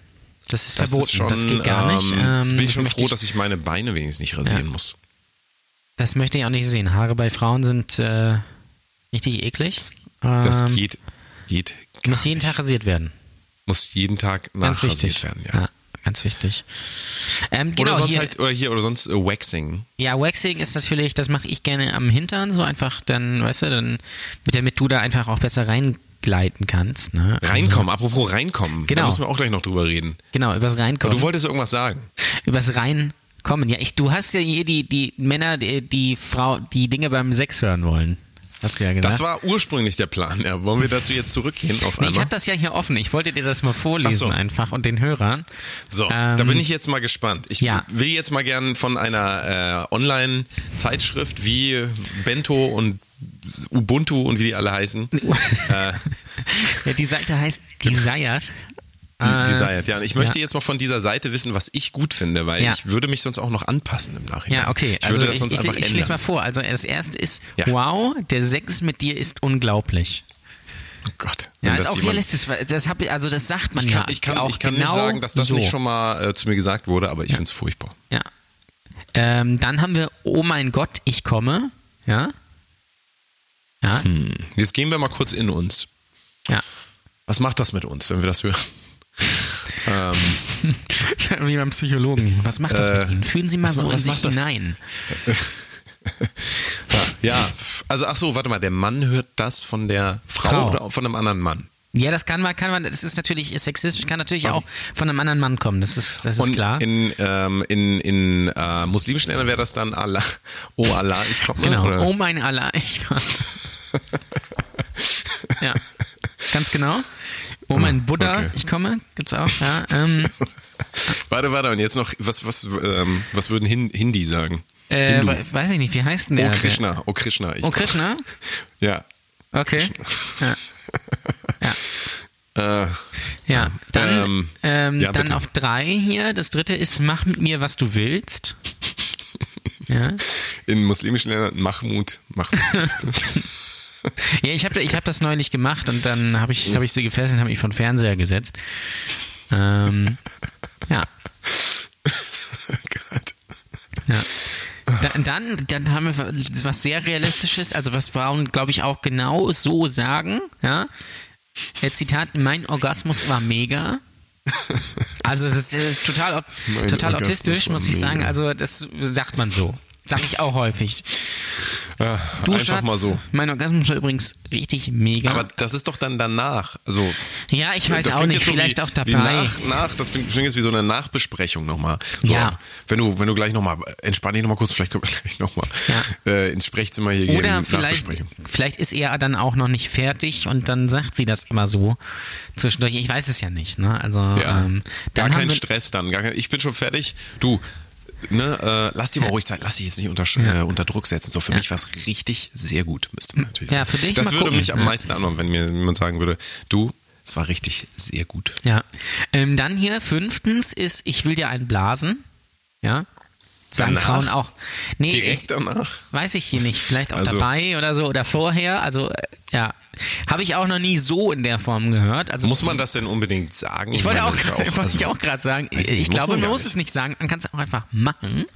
[SPEAKER 3] Das ist
[SPEAKER 2] Das
[SPEAKER 3] verboten,
[SPEAKER 2] ist schon,
[SPEAKER 3] das geht gar nicht.
[SPEAKER 2] Ähm,
[SPEAKER 3] Ähm,
[SPEAKER 2] bin ich
[SPEAKER 3] das
[SPEAKER 2] schon
[SPEAKER 3] möchte
[SPEAKER 2] froh, dass ich meine Beine wenigstens nicht rasieren muss.
[SPEAKER 3] Das möchte ich auch nicht sehen. Haare bei Frauen sind äh, richtig eklig.
[SPEAKER 2] Das
[SPEAKER 3] Ähm,
[SPEAKER 2] geht, geht. gar
[SPEAKER 3] Muss jeden
[SPEAKER 2] nicht.
[SPEAKER 3] Tag rasiert werden.
[SPEAKER 2] muss jeden Tag
[SPEAKER 3] Ganz
[SPEAKER 2] nachrasiert
[SPEAKER 3] wichtig.
[SPEAKER 2] werden. Ja.
[SPEAKER 3] ganz wichtig. Ähm,
[SPEAKER 2] Oder
[SPEAKER 3] genau,
[SPEAKER 2] sonst
[SPEAKER 3] hier,
[SPEAKER 2] halt oder hier oder sonst äh, Waxing.
[SPEAKER 3] Ja, Waxing ist natürlich, das mache ich gerne am Hintern, so einfach dann, weißt du, dann, damit du da einfach auch besser reingleiten kannst. Ne? Also-
[SPEAKER 2] Reinkommen, apropos reinkommen. Da
[SPEAKER 3] Genau.
[SPEAKER 2] müssen wir auch gleich noch drüber reden.
[SPEAKER 3] Genau, übers
[SPEAKER 2] Aber
[SPEAKER 3] Reinkommen.
[SPEAKER 2] du wolltest irgendwas sagen.
[SPEAKER 3] übers Reinkommen. Ja, ich, du hast ja hier die, die Männer, die, die Frau, die Dinge beim Sex hören wollen. Hast du ja gesagt.
[SPEAKER 2] Das war ursprünglich der Plan. Ja, wollen wir dazu jetzt zurückgehen auf
[SPEAKER 3] nee, ich
[SPEAKER 2] einmal?
[SPEAKER 3] habe das ja hier offen. Ich wollte dir das mal vorlesen
[SPEAKER 2] Ach so.
[SPEAKER 3] einfach und den Hörern.
[SPEAKER 2] so, da
[SPEAKER 3] ähm,
[SPEAKER 2] bin ich jetzt mal gespannt. Ich
[SPEAKER 3] ja.
[SPEAKER 2] will jetzt mal gern von einer äh, Online-Zeitschrift wie Bento und Ubuntu und wie die alle heißen. äh,
[SPEAKER 3] Ja, die Seite heißt Desired.
[SPEAKER 2] Die, desired, ja. Und ich möchte
[SPEAKER 3] ja.
[SPEAKER 2] jetzt mal von dieser Seite wissen, was ich gut finde, weil
[SPEAKER 3] Ja.
[SPEAKER 2] ich würde mich sonst auch noch anpassen im Nachhinein.
[SPEAKER 3] Ja, okay.
[SPEAKER 2] Genau.
[SPEAKER 3] Also
[SPEAKER 2] Ich würde das
[SPEAKER 3] ich-
[SPEAKER 2] sonst
[SPEAKER 3] ich,
[SPEAKER 2] einfach
[SPEAKER 3] ich, ich lese mal
[SPEAKER 2] ändern.
[SPEAKER 3] vor. Also das erste ist,
[SPEAKER 2] Ja.
[SPEAKER 3] wow, der Sex mit dir ist unglaublich.
[SPEAKER 2] oh Gott.
[SPEAKER 3] Ja,
[SPEAKER 2] Wenn
[SPEAKER 3] ist
[SPEAKER 2] das
[SPEAKER 3] auch
[SPEAKER 2] jemand-
[SPEAKER 3] realistisch. weil Das hab, ich- also das sagt man
[SPEAKER 2] Ich
[SPEAKER 3] ja
[SPEAKER 2] kann, ich kann,
[SPEAKER 3] auch
[SPEAKER 2] ich kann
[SPEAKER 3] genau
[SPEAKER 2] nicht sagen, dass das
[SPEAKER 3] so.
[SPEAKER 2] nicht schon mal äh, zu mir gesagt wurde, aber ich find's furchtbar.
[SPEAKER 3] Ja. Ähm, dann haben wir Oh mein Gott, ich komme. Ja. Ja.
[SPEAKER 2] Hm. Jetzt gehen wir mal kurz in uns.
[SPEAKER 3] ja.
[SPEAKER 2] Was macht das mit uns, wenn wir das hören? ähm,
[SPEAKER 3] Wie beim Psychologen. Hm, was macht das mit
[SPEAKER 2] äh,
[SPEAKER 3] Ihnen? Fühlen Sie mal
[SPEAKER 2] was-
[SPEAKER 3] so in
[SPEAKER 2] was
[SPEAKER 3] sich
[SPEAKER 2] macht das?
[SPEAKER 3] hinein.
[SPEAKER 2] ja, also ach so, warte mal, der Mann hört das von der Frau,
[SPEAKER 3] Frau.
[SPEAKER 2] oder von einem anderen Mann.
[SPEAKER 3] Ja, das kann man, kann man, das ist natürlich sexistisch, kann natürlich auch von einem anderen Mann kommen, das ist, das ist
[SPEAKER 2] Und
[SPEAKER 3] klar.
[SPEAKER 2] in, ähm, in, in äh, muslimischen Ländern wäre das dann Allah. Oh Allah, ich komme.
[SPEAKER 3] Genau.
[SPEAKER 2] Oder?
[SPEAKER 3] Oh mein Allah. Ich- ja, ganz genau. Oh mein Buddha,
[SPEAKER 2] Ah, okay.
[SPEAKER 3] ich komme, gibt's auch. Ja, ähm,
[SPEAKER 2] Warte, warte, und jetzt noch, was, was, ähm, was würden Hin Hindi sagen?
[SPEAKER 3] äh,
[SPEAKER 2] Hindu.
[SPEAKER 3] we- weiß ich nicht, wie heißt denn
[SPEAKER 2] Oh
[SPEAKER 3] der?
[SPEAKER 2] Krishna, oh Krishna. Ich,
[SPEAKER 3] Oh Krishna?
[SPEAKER 2] Ja.
[SPEAKER 3] Okay.
[SPEAKER 2] Äh,
[SPEAKER 3] Ja, dann, ähm,
[SPEAKER 2] Ähm, ja,
[SPEAKER 3] dann
[SPEAKER 2] bitte.
[SPEAKER 3] auf drei hier. Das dritte ist, mach mit mir, was du willst. Ja,
[SPEAKER 2] in muslimischen Ländern Mahmoud. Mahmoud heißt das.
[SPEAKER 3] ja ich habe ich hab das neulich gemacht und dann habe ich, hab ich sie gefesselt und habe mich von Fernseher gesetzt. Ähm, ja,
[SPEAKER 2] Gott.
[SPEAKER 3] Ja. Da, dann, dann haben wir was sehr Realistisches, also was Frauen, glaube ich, auch genau so sagen. Ja? Äh, Zitat: Mein Orgasmus war mega. Also, das ist äh, total, au-
[SPEAKER 2] Mein
[SPEAKER 3] total
[SPEAKER 2] Orgasmus
[SPEAKER 3] autistisch,
[SPEAKER 2] war
[SPEAKER 3] muss ich sagen.
[SPEAKER 2] mega.
[SPEAKER 3] Also, das sagt man so. Sag ich auch häufig.
[SPEAKER 2] Ah,
[SPEAKER 3] Du
[SPEAKER 2] Einfach
[SPEAKER 3] Schatz,
[SPEAKER 2] mal so.
[SPEAKER 3] mein Orgasmus war übrigens richtig mega.
[SPEAKER 2] Aber das ist doch dann danach. Also,
[SPEAKER 3] ja, ich weiß
[SPEAKER 2] das
[SPEAKER 3] auch
[SPEAKER 2] klingt
[SPEAKER 3] nicht,
[SPEAKER 2] jetzt so
[SPEAKER 3] vielleicht
[SPEAKER 2] wie,
[SPEAKER 3] auch
[SPEAKER 2] Wie
[SPEAKER 3] dabei.
[SPEAKER 2] nach, nach, das klingt klingt jetzt wie so eine Nachbesprechung nochmal. So,
[SPEAKER 3] Ja.
[SPEAKER 2] Wenn du, wenn du gleich nochmal, entspann dich nochmal kurz, vielleicht können wir gleich nochmal
[SPEAKER 3] Ja.
[SPEAKER 2] äh, ins Sprechzimmer hier gehen.
[SPEAKER 3] Oder vielleicht,
[SPEAKER 2] Nachbesprechung.
[SPEAKER 3] vielleicht ist er dann auch noch nicht fertig und dann sagt sie das immer so zwischendurch. Ich weiß es ja nicht. Ne? Also
[SPEAKER 2] Ja.
[SPEAKER 3] ähm,
[SPEAKER 2] gar
[SPEAKER 3] dann haben
[SPEAKER 2] keinen
[SPEAKER 3] wir,
[SPEAKER 2] Stress dann. Gar kein, ich bin schon fertig. Du, ne, äh, lass dir mal ruhig Zeit. Lass dich jetzt nicht unter, äh, unter Druck setzen. So, für mich war es richtig sehr gut. Müsste man natürlich.
[SPEAKER 3] Ja, für dich
[SPEAKER 2] Das
[SPEAKER 3] mal
[SPEAKER 2] würde
[SPEAKER 3] gucken,
[SPEAKER 2] mich am
[SPEAKER 3] ne?
[SPEAKER 2] meisten anhören, wenn mir jemand sagen würde, du, es war richtig sehr gut.
[SPEAKER 3] Ja. Ähm, dann hier fünftens ist, ich will dir einen blasen. Ja. Sagen
[SPEAKER 2] Danach?
[SPEAKER 3] Frauen auch. Nee, ich,
[SPEAKER 2] Direkt danach.
[SPEAKER 3] weiß ich hier nicht. Vielleicht auch
[SPEAKER 2] Also-
[SPEAKER 3] dabei oder so oder vorher. Also äh, ja, habe ich auch noch nie so in der Form gehört. Also
[SPEAKER 2] Muss man das denn unbedingt sagen?
[SPEAKER 3] Ich wollte
[SPEAKER 2] meine,
[SPEAKER 3] auch,
[SPEAKER 2] das ist
[SPEAKER 3] grad- wollte
[SPEAKER 2] also-
[SPEAKER 3] ich auch gerade sagen,
[SPEAKER 2] weiß
[SPEAKER 3] ich,
[SPEAKER 2] nicht, muss
[SPEAKER 3] glaube,
[SPEAKER 2] man
[SPEAKER 3] man
[SPEAKER 2] gar
[SPEAKER 3] muss es nicht sagen, man kann es auch einfach machen.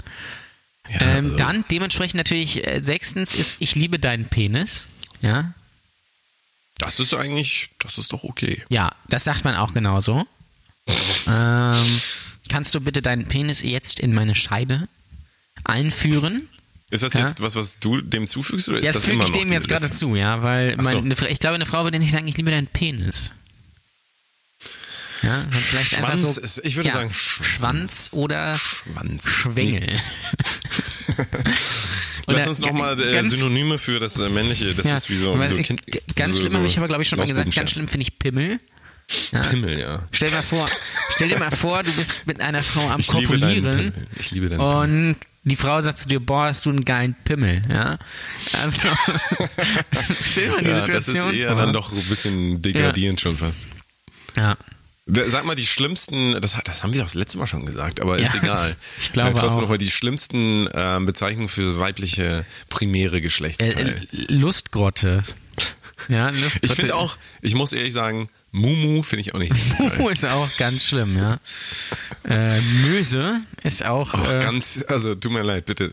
[SPEAKER 2] Ja,
[SPEAKER 3] ähm,
[SPEAKER 2] also-
[SPEAKER 3] Dann dementsprechend natürlich äh, sechstens ist, ich liebe deinen Penis. Ja,
[SPEAKER 2] Das ist eigentlich, das ist doch okay.
[SPEAKER 3] ja das sagt man auch genauso. ähm, kannst du bitte deinen Penis jetzt in meine Scheide einführen?
[SPEAKER 2] Ist das
[SPEAKER 3] Ja.
[SPEAKER 2] jetzt was, was du dem zufügst oder ist
[SPEAKER 3] Ja, das
[SPEAKER 2] das
[SPEAKER 3] füge
[SPEAKER 2] immer
[SPEAKER 3] ich
[SPEAKER 2] noch
[SPEAKER 3] dem
[SPEAKER 2] diese
[SPEAKER 3] jetzt gerade
[SPEAKER 2] Liste?
[SPEAKER 3] zu, ja, weil
[SPEAKER 2] Ach so.
[SPEAKER 3] meine- ich glaube, eine Frau würde nicht sagen, ich liebe deinen Penis. Ja, sondern vielleicht einfach
[SPEAKER 2] Schwanz
[SPEAKER 3] so,
[SPEAKER 2] ist- ich würde sagen Schwanz.
[SPEAKER 3] Schwanz oder
[SPEAKER 2] Schwanz.
[SPEAKER 3] Schwengel.
[SPEAKER 2] Lass
[SPEAKER 3] Oder
[SPEAKER 2] uns nochmal äh,
[SPEAKER 3] ganz-
[SPEAKER 2] Synonyme für das äh, männliche, das
[SPEAKER 3] ja,
[SPEAKER 2] ist wie so, wie
[SPEAKER 3] weil
[SPEAKER 2] so
[SPEAKER 3] ich-
[SPEAKER 2] Kind.
[SPEAKER 3] g- Ganz
[SPEAKER 2] so,
[SPEAKER 3] schlimm
[SPEAKER 2] so
[SPEAKER 3] habe ich aber, glaube ich, schon mal gesagt. Ganz
[SPEAKER 2] Lausbubenscherz.
[SPEAKER 3] schlimm finde ich Pimmel.
[SPEAKER 2] Pimmel, ja.
[SPEAKER 3] Stell dir mal vor, stell dir mal vor, du bist mit einer Frau am
[SPEAKER 2] Ich liebe deinen
[SPEAKER 3] Kopulieren Oh,
[SPEAKER 2] Pimmel. Ich liebe deinen Pimmel.
[SPEAKER 3] und die Frau sagt zu dir, boah, hast du einen geilen Pimmel, ja. Also, stell dir mal die
[SPEAKER 2] Ja, das ist
[SPEAKER 3] Situation Oh.
[SPEAKER 2] eher
[SPEAKER 3] vor.
[SPEAKER 2] dann doch ein bisschen degradierend schon fast.
[SPEAKER 3] Ja.
[SPEAKER 2] Da- Sag mal, die schlimmsten, das, hat- das haben wir doch das letzte Mal schon gesagt, aber ist
[SPEAKER 3] Ja,
[SPEAKER 2] egal. Äh,
[SPEAKER 3] ich glaube
[SPEAKER 2] trotzdem
[SPEAKER 3] auch.
[SPEAKER 2] nochmal die schlimmsten ähm, Bezeichnungen für weibliche primäre
[SPEAKER 3] Äh,
[SPEAKER 2] Geschlechtsteile.
[SPEAKER 3] äh, Lustgrotte. Ja, Lustgrotte.
[SPEAKER 2] ich finde auch, ich muss ehrlich sagen, Mumu finde ich auch nicht so geil.
[SPEAKER 3] Puh, ist auch ganz schlimm, ja. Äh, Möse ist auch.
[SPEAKER 2] Ach,
[SPEAKER 3] äh,
[SPEAKER 2] ganz, also tut mir leid, bitte,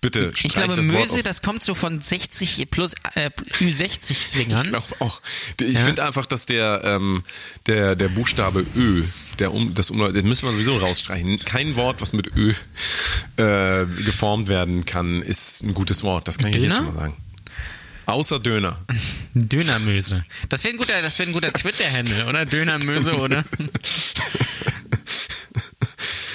[SPEAKER 2] bitte streich
[SPEAKER 3] ich glaube,
[SPEAKER 2] das Wort
[SPEAKER 3] Möse,
[SPEAKER 2] aus.
[SPEAKER 3] das kommt so von 60 plus äh, Ü60-Swingern.
[SPEAKER 2] Ich glaube auch. Ich finde einfach, dass der, ähm, der, der Buchstabe Ö, der um, das Umlaut, den müssen wir sowieso rausstreichen. Kein Wort, was mit Ö äh, geformt werden kann, ist ein gutes Wort. Das kann ich euch jetzt
[SPEAKER 3] Döner?
[SPEAKER 2] schon mal sagen. Außer Döner.
[SPEAKER 3] Dönermöse. Das wäre ein guter, das wäre ein guter Twitter-Handle, oder? Dönermöse, oder?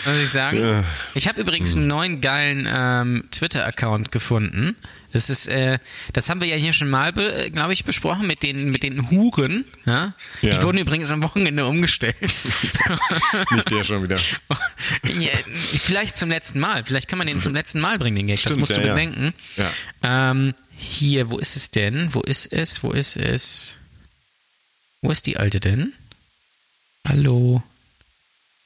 [SPEAKER 3] Muss ich sagen.
[SPEAKER 2] Ja. Hm.
[SPEAKER 3] Ich habe übrigens einen neuen geilen ähm, Twitter-Account gefunden. Das ist, äh, das haben wir ja hier schon mal, be- glaube ich, besprochen mit den, mit den Huren. Ja? Die
[SPEAKER 2] Ja.
[SPEAKER 3] wurden übrigens am Wochenende umgestellt.
[SPEAKER 2] Nicht der schon wieder.
[SPEAKER 3] ja, vielleicht zum letzten Mal. Vielleicht kann man den zum letzten Mal bringen, den Gag. das
[SPEAKER 2] Stimmt,
[SPEAKER 3] musst du
[SPEAKER 2] ja, ja.
[SPEAKER 3] bedenken.
[SPEAKER 2] Ja.
[SPEAKER 3] Ähm, hier, wo ist es denn? Wo ist es? Wo ist es? Wo ist die alte denn? Hallo?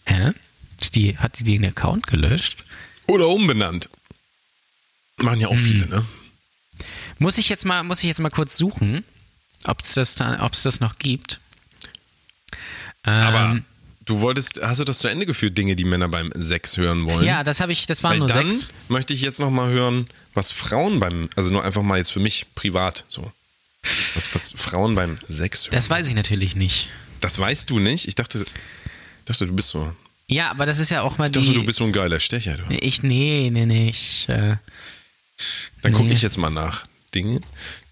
[SPEAKER 3] Hä? Ist die, hat sie den Account gelöscht?
[SPEAKER 2] Oder umbenannt. Machen
[SPEAKER 3] Hm.
[SPEAKER 2] ja auch viele, ne?
[SPEAKER 3] Muss ich jetzt mal, muss ich jetzt mal kurz suchen, ob es das, da, ob's das noch gibt. Ähm,
[SPEAKER 2] Aber du wolltest, hast du das zu Ende geführt, Dinge, die Männer beim Sex hören wollen?
[SPEAKER 3] ja, das habe ich, das waren
[SPEAKER 2] Weil
[SPEAKER 3] nur
[SPEAKER 2] dann
[SPEAKER 3] sechs.
[SPEAKER 2] möchte ich jetzt nochmal hören, was Frauen beim, also nur einfach mal jetzt für mich privat so. Was, was Frauen beim Sex hören.
[SPEAKER 3] Das weiß ich natürlich nicht.
[SPEAKER 2] Das weißt du nicht. Ich dachte, dachte du bist so.
[SPEAKER 3] Ja, aber das ist ja auch mal
[SPEAKER 2] Ich dachte,
[SPEAKER 3] die.
[SPEAKER 2] du bist so ein geiler Stecher. Du.
[SPEAKER 3] ich, nee, nee, nee. Ich, äh,
[SPEAKER 2] Dann gucke
[SPEAKER 3] nee.
[SPEAKER 2] ich jetzt mal nach. Dinge,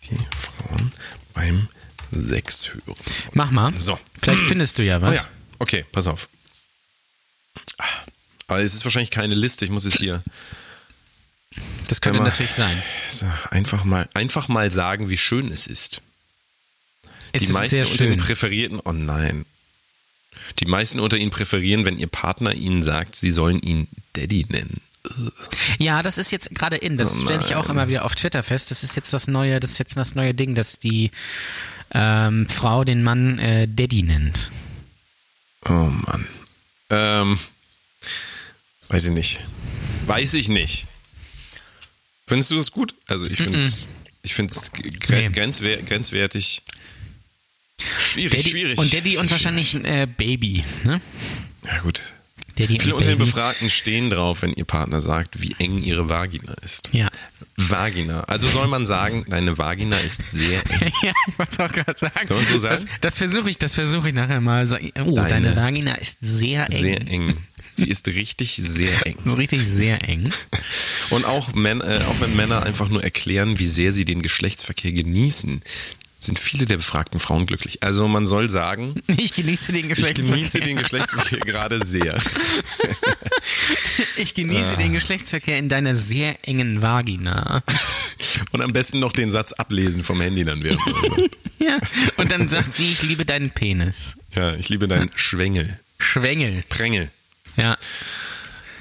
[SPEAKER 2] die Frauen beim Sex hören.
[SPEAKER 3] Mach mal.
[SPEAKER 2] So.
[SPEAKER 3] Vielleicht findest du ja
[SPEAKER 2] Ah
[SPEAKER 3] was.
[SPEAKER 2] ja, okay, pass auf. Ah, Aber es ist wahrscheinlich keine Liste. Ich muss es hier
[SPEAKER 3] Das könnte
[SPEAKER 2] Einmal.
[SPEAKER 3] natürlich sein.
[SPEAKER 2] so, einfach, mal, einfach mal sagen, wie schön es ist.
[SPEAKER 3] Es
[SPEAKER 2] Die
[SPEAKER 3] ist
[SPEAKER 2] meisten
[SPEAKER 3] sehr
[SPEAKER 2] unter den
[SPEAKER 3] schön.
[SPEAKER 2] präferierten, oh nein. Die meisten unter ihnen präferieren, wenn ihr Partner ihnen sagt, sie sollen ihn Daddy nennen.
[SPEAKER 3] Ja, das ist jetzt gerade in. Das
[SPEAKER 2] Oh
[SPEAKER 3] stelle ich auch
[SPEAKER 2] nein.
[SPEAKER 3] immer wieder auf Twitter fest. Das ist jetzt das neue, das ist jetzt das neue Ding, dass die ähm, Frau den Mann äh, Daddy nennt.
[SPEAKER 2] Oh Mann. Ähm, weiß ich nicht. Weiß ich nicht. Findest du das gut? Also ich finde es ich find's gre
[SPEAKER 3] Nee.
[SPEAKER 2] grenzwer grenzwertig. Schwierig,
[SPEAKER 3] Daddy,
[SPEAKER 2] schwierig.
[SPEAKER 3] Und Daddy und wahrscheinlich äh, Baby. Ne?
[SPEAKER 2] Ja gut.
[SPEAKER 3] Daddy
[SPEAKER 2] Viele
[SPEAKER 3] und
[SPEAKER 2] unter den
[SPEAKER 3] Baby.
[SPEAKER 2] Befragten stehen drauf, wenn ihr Partner sagt, wie eng ihre Vagina ist.
[SPEAKER 3] Ja.
[SPEAKER 2] Vagina. Also soll man sagen, deine Vagina ist sehr eng.
[SPEAKER 3] ja, ich wollte es auch gerade sagen.
[SPEAKER 2] Soll man so sagen?
[SPEAKER 3] Das, das versuche ich, das versuche ich nachher mal. Sag- Oh, deine,
[SPEAKER 2] Deine-
[SPEAKER 3] Vagina ist sehr eng.
[SPEAKER 2] Sehr eng. Sie ist richtig sehr eng.
[SPEAKER 3] Das ist richtig sehr eng.
[SPEAKER 2] Und auch, Män äh, auch wenn Männer einfach nur erklären, wie sehr sie den Geschlechtsverkehr genießen, sind viele der befragten Frauen glücklich. Also man soll sagen,
[SPEAKER 3] Ich genieße den
[SPEAKER 2] ich
[SPEAKER 3] Geschlechtsverkehr.
[SPEAKER 2] genieße den Geschlechtsverkehr gerade sehr.
[SPEAKER 3] Ich
[SPEAKER 2] Ah.
[SPEAKER 3] genieße den Geschlechtsverkehr in deiner sehr engen Vagina.
[SPEAKER 2] Und am besten noch den Satz ablesen vom Handy dann während.
[SPEAKER 3] Ja. Und dann sagt sie, ich liebe deinen Penis.
[SPEAKER 2] Ja, ich liebe deinen Schwengel.
[SPEAKER 3] Schwengel.
[SPEAKER 2] Prängel.
[SPEAKER 3] Ja.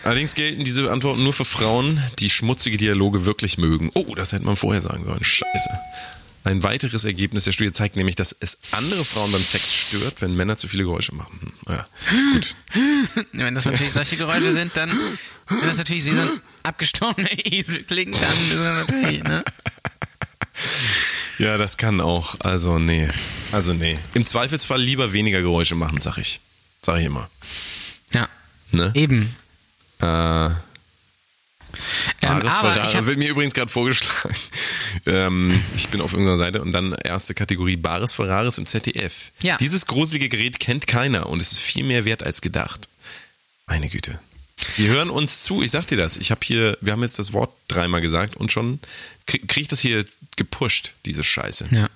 [SPEAKER 2] Allerdings gelten diese Antworten nur für Frauen, die schmutzige Dialoge wirklich mögen. Oh, das hätte man vorher sagen sollen. Scheiße. Ein weiteres Ergebnis der Studie zeigt nämlich, dass es andere Frauen beim Sex stört, wenn Männer zu viele Geräusche machen. Hm, Ja, gut.
[SPEAKER 3] Wenn das natürlich solche Geräusche sind, dann wenn das natürlich wie so ein abgestorbener Esel klingt, dann ist das natürlich, ne?
[SPEAKER 2] Ja, das kann auch. Also, nee. Also, nee. Im Zweifelsfall lieber weniger Geräusche machen, sag ich. Sag ich immer.
[SPEAKER 3] Ja.
[SPEAKER 2] Ne?
[SPEAKER 3] Eben.
[SPEAKER 2] Äh,
[SPEAKER 3] Ähm,
[SPEAKER 2] Ares
[SPEAKER 3] aber ich
[SPEAKER 2] Ferrari
[SPEAKER 3] hab,
[SPEAKER 2] wird mir übrigens gerade vorgeschlagen. ähm, ich bin auf irgendeiner Seite und dann erste Kategorie Bares Ferraris im ZDF.
[SPEAKER 3] Ja.
[SPEAKER 2] Dieses gruselige Gerät kennt keiner und es ist viel mehr wert als gedacht. Meine Güte. Die hören uns zu, ich sag dir das. Ich habe hier, wir haben jetzt das Wort dreimal gesagt und schon kriege krieg ich das hier gepusht, diese Scheiße.
[SPEAKER 3] ja.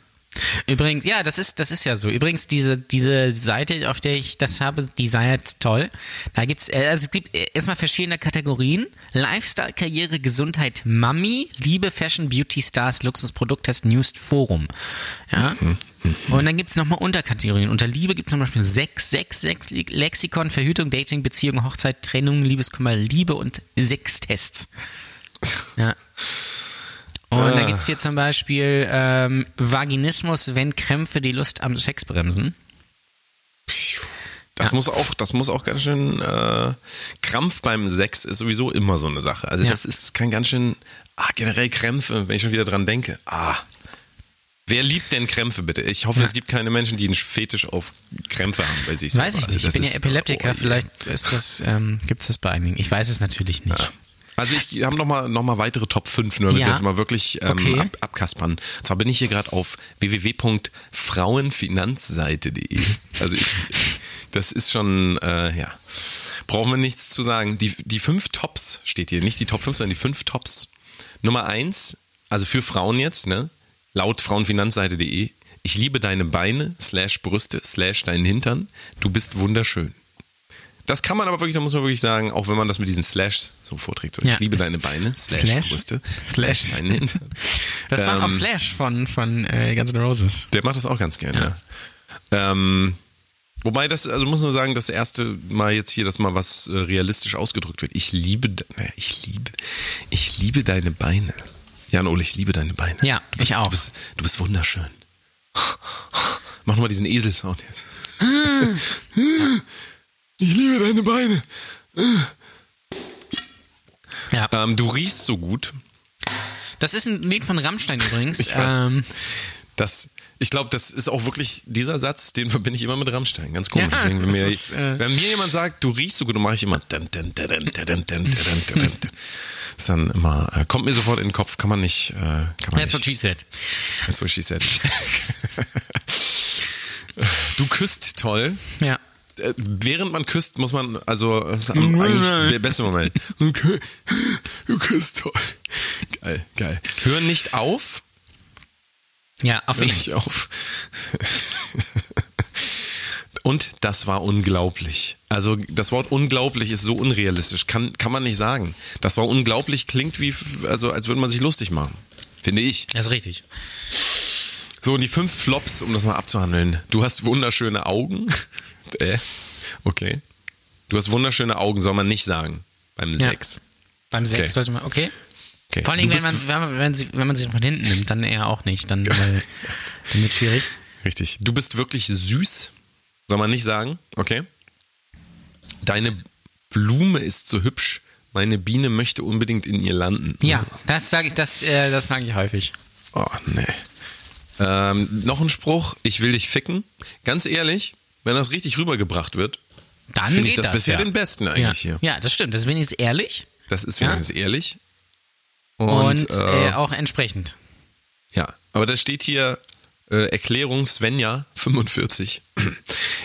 [SPEAKER 3] Übrigens, ja, das ist, das ist ja so. Übrigens, diese, diese Seite, auf der ich das habe, die sei jetzt toll. Da gibt's, äh, also es gibt äh, erstmal verschiedene Kategorien. Lifestyle, Karriere, Gesundheit, Mami, Liebe, Fashion, Beauty, Stars, Luxus, Produkttest, News, Forum. Ja. Und dann gibt's nochmal Unterkategorien. Unter Liebe gibt's zum Beispiel 6, 6, 6, Lexikon, Verhütung, Dating, Beziehung, Hochzeit, Trennung, Liebeskummer, Liebe und sechs Tests. Ja. Und
[SPEAKER 2] Ah.
[SPEAKER 3] da gibt es hier zum Beispiel ähm, Vaginismus, wenn Krämpfe die Lust am Sex bremsen.
[SPEAKER 2] Das muss auch, das muss auch ganz schön äh, Krampf beim Sex ist sowieso immer so eine Sache. Also
[SPEAKER 3] Ja.
[SPEAKER 2] das ist kein ganz schön ah, generell Krämpfe, wenn ich schon wieder dran denke. Ah, Wer liebt denn Krämpfe bitte? Ich hoffe,
[SPEAKER 3] Ja.
[SPEAKER 2] es gibt keine Menschen, die einen Fetisch auf Krämpfe haben bei sich.
[SPEAKER 3] Weiß
[SPEAKER 2] selber. Also
[SPEAKER 3] ich nicht.
[SPEAKER 2] das
[SPEAKER 3] ich bin ja
[SPEAKER 2] ist-
[SPEAKER 3] Epileptiker.
[SPEAKER 2] oh,
[SPEAKER 3] Vielleicht ist das, ähm, gibt es das bei einigen. Ich weiß es natürlich nicht.
[SPEAKER 2] Also ich habe nochmal noch mal weitere Top 5, nur damit
[SPEAKER 3] Ja.
[SPEAKER 2] wir das mal wirklich ähm,
[SPEAKER 3] Okay.
[SPEAKER 2] ab, abkaspern. Und zwar bin ich hier gerade auf www.frauenfinanzseite.de. Also ich, das ist schon, äh, ja, brauchen wir nichts zu sagen. Die, die fünf Tops steht hier, nicht die Top 5, sondern die fünf Tops. Nummer eins, also für Frauen jetzt, ne? laut frauenfinanzseite.de, ich liebe deine Beine, slash Brüste, slash deinen Hintern, du bist wunderschön. Das kann man aber wirklich, da muss man wirklich sagen, auch wenn man das mit diesen Slash so vorträgt. So,
[SPEAKER 3] Ja.
[SPEAKER 2] Ich liebe deine Beine, Slash,
[SPEAKER 3] Slash?
[SPEAKER 2] Brüste,
[SPEAKER 3] Slash.
[SPEAKER 2] Slash deinen Hintern.
[SPEAKER 3] Das war auch
[SPEAKER 2] Ähm,
[SPEAKER 3] Slash von, von äh, Guns N' Roses.
[SPEAKER 2] Der macht das auch ganz gerne. Ja. Ähm, wobei das, also muss nur sagen, das erste Mal jetzt hier, dass mal was äh, realistisch ausgedrückt wird. Ich liebe, de- naja, ich liebe, ich liebe deine Beine. Jan Ole, ich liebe deine Beine.
[SPEAKER 3] Ja,
[SPEAKER 2] Du bist,
[SPEAKER 3] ich auch.
[SPEAKER 2] Du bist, du bist wunderschön. Mach nochmal diesen Eselsound jetzt.
[SPEAKER 3] Ah.
[SPEAKER 2] Ich liebe deine Beine.
[SPEAKER 3] Ja.
[SPEAKER 2] Ähm, du riechst so gut.
[SPEAKER 3] Das ist ein Lied von Rammstein übrigens.
[SPEAKER 2] Ich weiß.
[SPEAKER 3] ähm,
[SPEAKER 2] Das, ich glaube, das ist auch wirklich dieser Satz, den verbinde ich immer mit Rammstein. Ganz komisch.
[SPEAKER 3] Ja,
[SPEAKER 2] Deswegen, wenn, mir,
[SPEAKER 3] das ist, äh,
[SPEAKER 2] wenn mir jemand sagt, du riechst so gut, dann mache ich immer. dun, dun, dun, dun, dun, dun, dun, dun, dun, dun. Das ist dann immer, äh, kommt mir sofort in den Kopf, kann man nicht. Äh, kann man
[SPEAKER 3] that's what
[SPEAKER 2] nicht.
[SPEAKER 3] she said.
[SPEAKER 2] That's what she said. du küsst toll.
[SPEAKER 3] Ja.
[SPEAKER 2] Äh, während man küsst, muss man, also, das ist am, eigentlich der beste Moment. Du kü- du küsst toll. Geil, geil. Hör nicht auf,
[SPEAKER 3] Ja, auf
[SPEAKER 2] Hör
[SPEAKER 3] jeden
[SPEAKER 2] nicht auf. Und das war unglaublich. Also das Wort unglaublich ist so unrealistisch, kann, kann man nicht sagen. Das war unglaublich klingt wie, f- also als würde man sich lustig machen. Finde ich.
[SPEAKER 3] Das ist richtig.
[SPEAKER 2] So, und die fünf Flops, um das mal abzuhandeln. Du hast wunderschöne Augen. äh, okay. Du hast wunderschöne Augen, soll man nicht sagen. Beim
[SPEAKER 3] Ja.
[SPEAKER 2] Sex.
[SPEAKER 3] Beim Sex
[SPEAKER 2] Okay.
[SPEAKER 3] sollte man. Okay.
[SPEAKER 2] Okay.
[SPEAKER 3] Vor allen Dingen,
[SPEAKER 2] Du
[SPEAKER 3] wenn
[SPEAKER 2] bist-
[SPEAKER 3] man, wenn, man, wenn, sie, wenn man sie von hinten nimmt, dann eher auch nicht. Dann, weil, dann wird schwierig.
[SPEAKER 2] Richtig. Du bist wirklich süß, soll man nicht sagen, okay? Deine Blume ist so hübsch. Meine Biene möchte unbedingt in ihr landen.
[SPEAKER 3] Ja, das sage ich, das, äh, das sage ich häufig.
[SPEAKER 2] Oh, nee. Ähm, noch ein Spruch, ich will dich ficken. Ganz ehrlich, wenn das richtig rübergebracht wird,
[SPEAKER 3] Dann
[SPEAKER 2] finde
[SPEAKER 3] geht
[SPEAKER 2] ich das,
[SPEAKER 3] das
[SPEAKER 2] bisher
[SPEAKER 3] ja.
[SPEAKER 2] den besten
[SPEAKER 3] ja.
[SPEAKER 2] eigentlich hier.
[SPEAKER 3] ja, das stimmt. Das bin ich ehrlich
[SPEAKER 2] Das ist
[SPEAKER 3] Ja.
[SPEAKER 2] wenigstens ehrlich.
[SPEAKER 3] und,
[SPEAKER 2] äh,
[SPEAKER 3] äh, auch entsprechend.
[SPEAKER 2] Ja, aber da steht hier äh, Erklärung Svenja 45.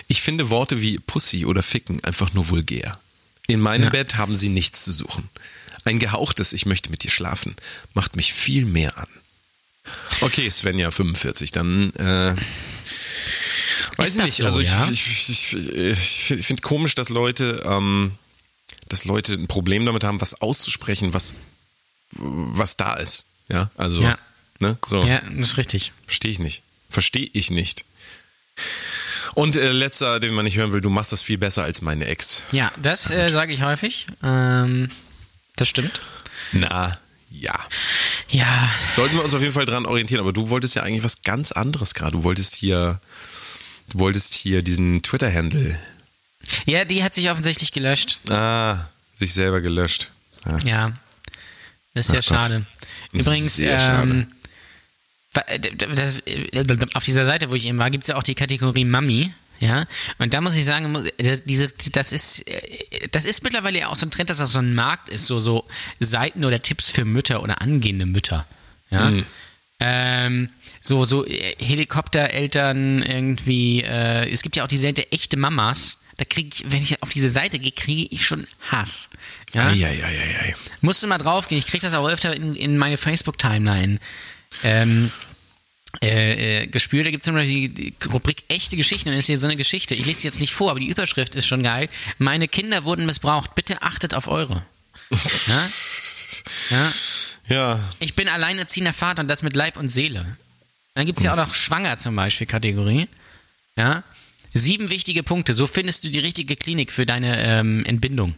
[SPEAKER 2] Ich finde Worte wie Pussy oder Ficken einfach nur vulgär. In meinem
[SPEAKER 3] Ja.
[SPEAKER 2] Bett haben sie nichts zu suchen. Ein gehauchtes Ich möchte mit dir schlafen macht mich viel mehr an. Okay, Svenja 45, dann äh, weiß
[SPEAKER 3] Ist
[SPEAKER 2] ich
[SPEAKER 3] das
[SPEAKER 2] nicht.
[SPEAKER 3] so,
[SPEAKER 2] also ich,
[SPEAKER 3] ja?
[SPEAKER 2] ich, ich, ich, ich finde komisch, dass Leute, ähm, dass Leute ein Problem damit haben, was auszusprechen, was was da ist. Ja, also.
[SPEAKER 3] Ja.
[SPEAKER 2] Ne? So,
[SPEAKER 3] Ja, das ist richtig.
[SPEAKER 2] verstehe ich nicht. Verstehe ich nicht. Und äh, letzter, den man nicht hören will, du machst das viel besser als meine Ex.
[SPEAKER 3] Ja, das äh, sage ich häufig. Ähm, das stimmt.
[SPEAKER 2] Na, ja.
[SPEAKER 3] Ja,
[SPEAKER 2] Sollten wir uns auf jeden Fall dran orientieren, aber du wolltest ja eigentlich was ganz anderes gerade. Du wolltest hier, du wolltest hier diesen Twitter-Handle.
[SPEAKER 3] ja, die hat sich offensichtlich gelöscht.
[SPEAKER 2] Ah, sich selber gelöscht. Ja.
[SPEAKER 3] Ja. Das ist sehr
[SPEAKER 2] Ach Gott.
[SPEAKER 3] schade. Übrigens,
[SPEAKER 2] Sehr
[SPEAKER 3] ähm, wa- äh, das, äh, auf dieser Seite, wo ich eben war, gibt es ja auch die Kategorie Mami. Ja, und da muss ich sagen, mu- äh, diese, das ist, äh, das ist mittlerweile ja auch so ein Trend, dass das so ein Markt ist, so, so Seiten oder Tipps für Mütter oder angehende Mütter. Ja.
[SPEAKER 2] Mhm.
[SPEAKER 3] Ähm, so, so äh, Helikoptereltern irgendwie, äh, es gibt ja auch die Seite echte Mamas. Da kriege ich, wenn ich auf diese Seite gehe, kriege ich schon Hass.
[SPEAKER 2] Ah
[SPEAKER 3] Ja?
[SPEAKER 2] Eieieiei.
[SPEAKER 3] Musst du mal draufgehen. Ich krieg das auch öfter in, in meine Facebook-Timeline ähm, äh, äh, gespült. Da gibt es zum Beispiel die die Rubrik echte Geschichten und das ist hier so eine Geschichte. Ich lese sie jetzt nicht vor, aber die Überschrift ist schon geil. Meine Kinder wurden missbraucht. Bitte achtet auf eure. ja? Ja?
[SPEAKER 2] Ja,
[SPEAKER 3] Ich bin alleinerziehender Vater und das mit Leib und Seele. Dann gibt es ja auch noch Schwanger zum Beispiel Kategorie. Ja? Sieben wichtige Punkte. So findest du die richtige Klinik für deine ähm, Entbindung.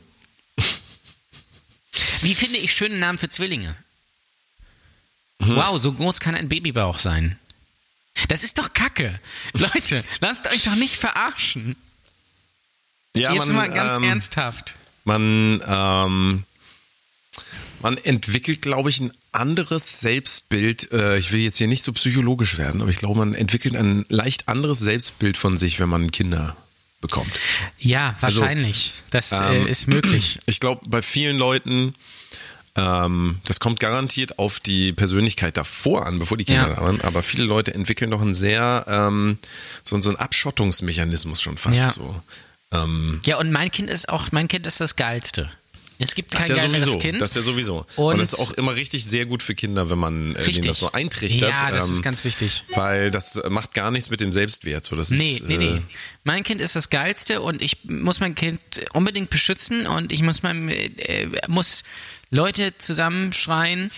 [SPEAKER 3] Wie finde ich schöne Namen für Zwillinge?
[SPEAKER 2] Mhm.
[SPEAKER 3] Wow, so groß kann ein Babybauch sein. Das ist doch Kacke. Leute, lasst euch doch nicht verarschen.
[SPEAKER 2] ja
[SPEAKER 3] Jetzt
[SPEAKER 2] man,
[SPEAKER 3] mal ganz
[SPEAKER 2] ähm,
[SPEAKER 3] ernsthaft.
[SPEAKER 2] Man, ähm, man entwickelt, glaube ich, einen anderes Selbstbild. Äh, ich will jetzt hier nicht so psychologisch werden, aber ich glaube, man entwickelt ein leicht anderes Selbstbild von sich, wenn man Kinder bekommt.
[SPEAKER 3] Ja,
[SPEAKER 2] Also,
[SPEAKER 3] wahrscheinlich. das
[SPEAKER 2] ähm,
[SPEAKER 3] äh, ist möglich.
[SPEAKER 2] Ich glaube, bei vielen Leuten, ähm, das kommt garantiert auf die Persönlichkeit davor an, bevor die Kinder
[SPEAKER 3] Ja.
[SPEAKER 2] da waren, aber viele Leute entwickeln doch einen sehr, ähm, so, so einen Abschottungsmechanismus schon fast
[SPEAKER 3] Ja.
[SPEAKER 2] so. Ähm,
[SPEAKER 3] Ja, und mein Kind ist auch, mein Kind ist das Geilste. Es gibt
[SPEAKER 2] das
[SPEAKER 3] kein
[SPEAKER 2] ist ja
[SPEAKER 3] geileres
[SPEAKER 2] sowieso.
[SPEAKER 3] Kind.
[SPEAKER 2] Das ist ja sowieso. Und,
[SPEAKER 3] Und-
[SPEAKER 2] das ist auch immer richtig sehr gut für Kinder, wenn man äh, denen
[SPEAKER 3] Richtig.
[SPEAKER 2] das so eintrichtert.
[SPEAKER 3] Ja, das
[SPEAKER 2] ähm,
[SPEAKER 3] ist ganz wichtig.
[SPEAKER 2] Weil das macht gar nichts mit dem Selbstwert. So, das
[SPEAKER 3] Nee,
[SPEAKER 2] ist,
[SPEAKER 3] nee,
[SPEAKER 2] äh,
[SPEAKER 3] nee. Mein Kind ist das Geilste und ich muss mein Kind unbedingt beschützen und ich muss, mein, äh, muss Leute zusammenschreien,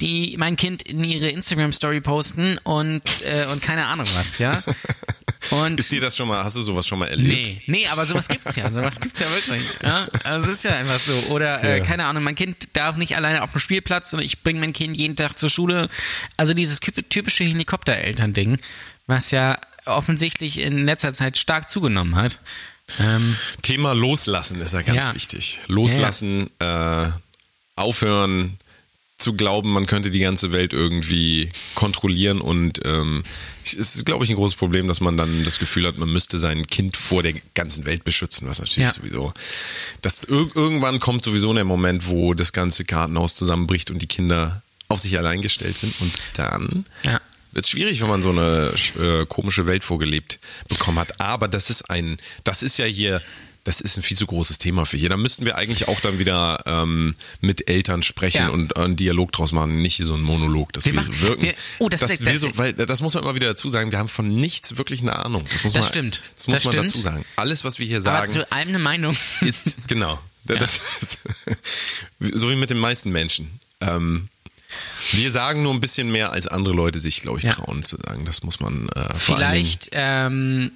[SPEAKER 3] die mein Kind in ihre Instagram-Story posten und, äh, und keine Ahnung was, ja? Und
[SPEAKER 2] Ist dir das schon mal, hast du sowas schon mal erlebt?
[SPEAKER 3] Nee, nee, aber sowas gibt's ja. Sowas gibt's ja wirklich. Ja? Also es ist ja einfach so. Oder äh,
[SPEAKER 2] Ja.
[SPEAKER 3] keine Ahnung, mein Kind darf nicht alleine auf dem Spielplatz und ich bringe mein Kind jeden Tag zur Schule. Also dieses kyp- typische Helikoptereltern-Ding, was ja offensichtlich in letzter Zeit stark zugenommen hat. Ähm,
[SPEAKER 2] Thema Loslassen ist ja ganz
[SPEAKER 3] Ja.
[SPEAKER 2] wichtig. Loslassen, Äh, aufhören zu glauben, man könnte die ganze Welt irgendwie kontrollieren und ähm, es ist, glaube ich, ein großes Problem, dass man dann das Gefühl hat, man müsste sein Kind vor der ganzen Welt beschützen, was natürlich
[SPEAKER 3] Ja.
[SPEAKER 2] sowieso. Das ir irgendwann kommt sowieso der Moment, wo das ganze Kartenhaus zusammenbricht und die Kinder auf sich allein gestellt sind und dann
[SPEAKER 3] Ja.
[SPEAKER 2] wird es schwierig, wenn man so eine sch- äh, komische Welt vorgelebt bekommen hat. Aber das ist ein, das ist ja hier, das ist ein viel zu großes Thema für hier. Da müssten wir eigentlich auch dann wieder ähm, mit Eltern sprechen
[SPEAKER 3] Ja.
[SPEAKER 2] und einen Dialog draus machen, nicht so einen Monolog, dass wir,
[SPEAKER 3] Wir machen-
[SPEAKER 2] so wirken.
[SPEAKER 3] wir- oh, das-
[SPEAKER 2] dass
[SPEAKER 3] das-
[SPEAKER 2] wir so, weil, das muss man immer wieder dazu sagen, wir haben von nichts wirklich eine Ahnung. Das, muss
[SPEAKER 3] Das
[SPEAKER 2] man,
[SPEAKER 3] stimmt.
[SPEAKER 2] Das muss
[SPEAKER 3] Das
[SPEAKER 2] man
[SPEAKER 3] stimmt.
[SPEAKER 2] dazu sagen. Alles, was wir hier
[SPEAKER 3] aber
[SPEAKER 2] sagen,
[SPEAKER 3] zu allem eine Meinung.
[SPEAKER 2] ist, genau. Das ist, so wie mit den meisten Menschen. Ähm, wir sagen nur ein bisschen mehr, als andere Leute sich, glaube ich,
[SPEAKER 3] Ja.
[SPEAKER 2] trauen zu sagen. Das muss man äh, vor allen Dingen-
[SPEAKER 3] Vielleicht ähm,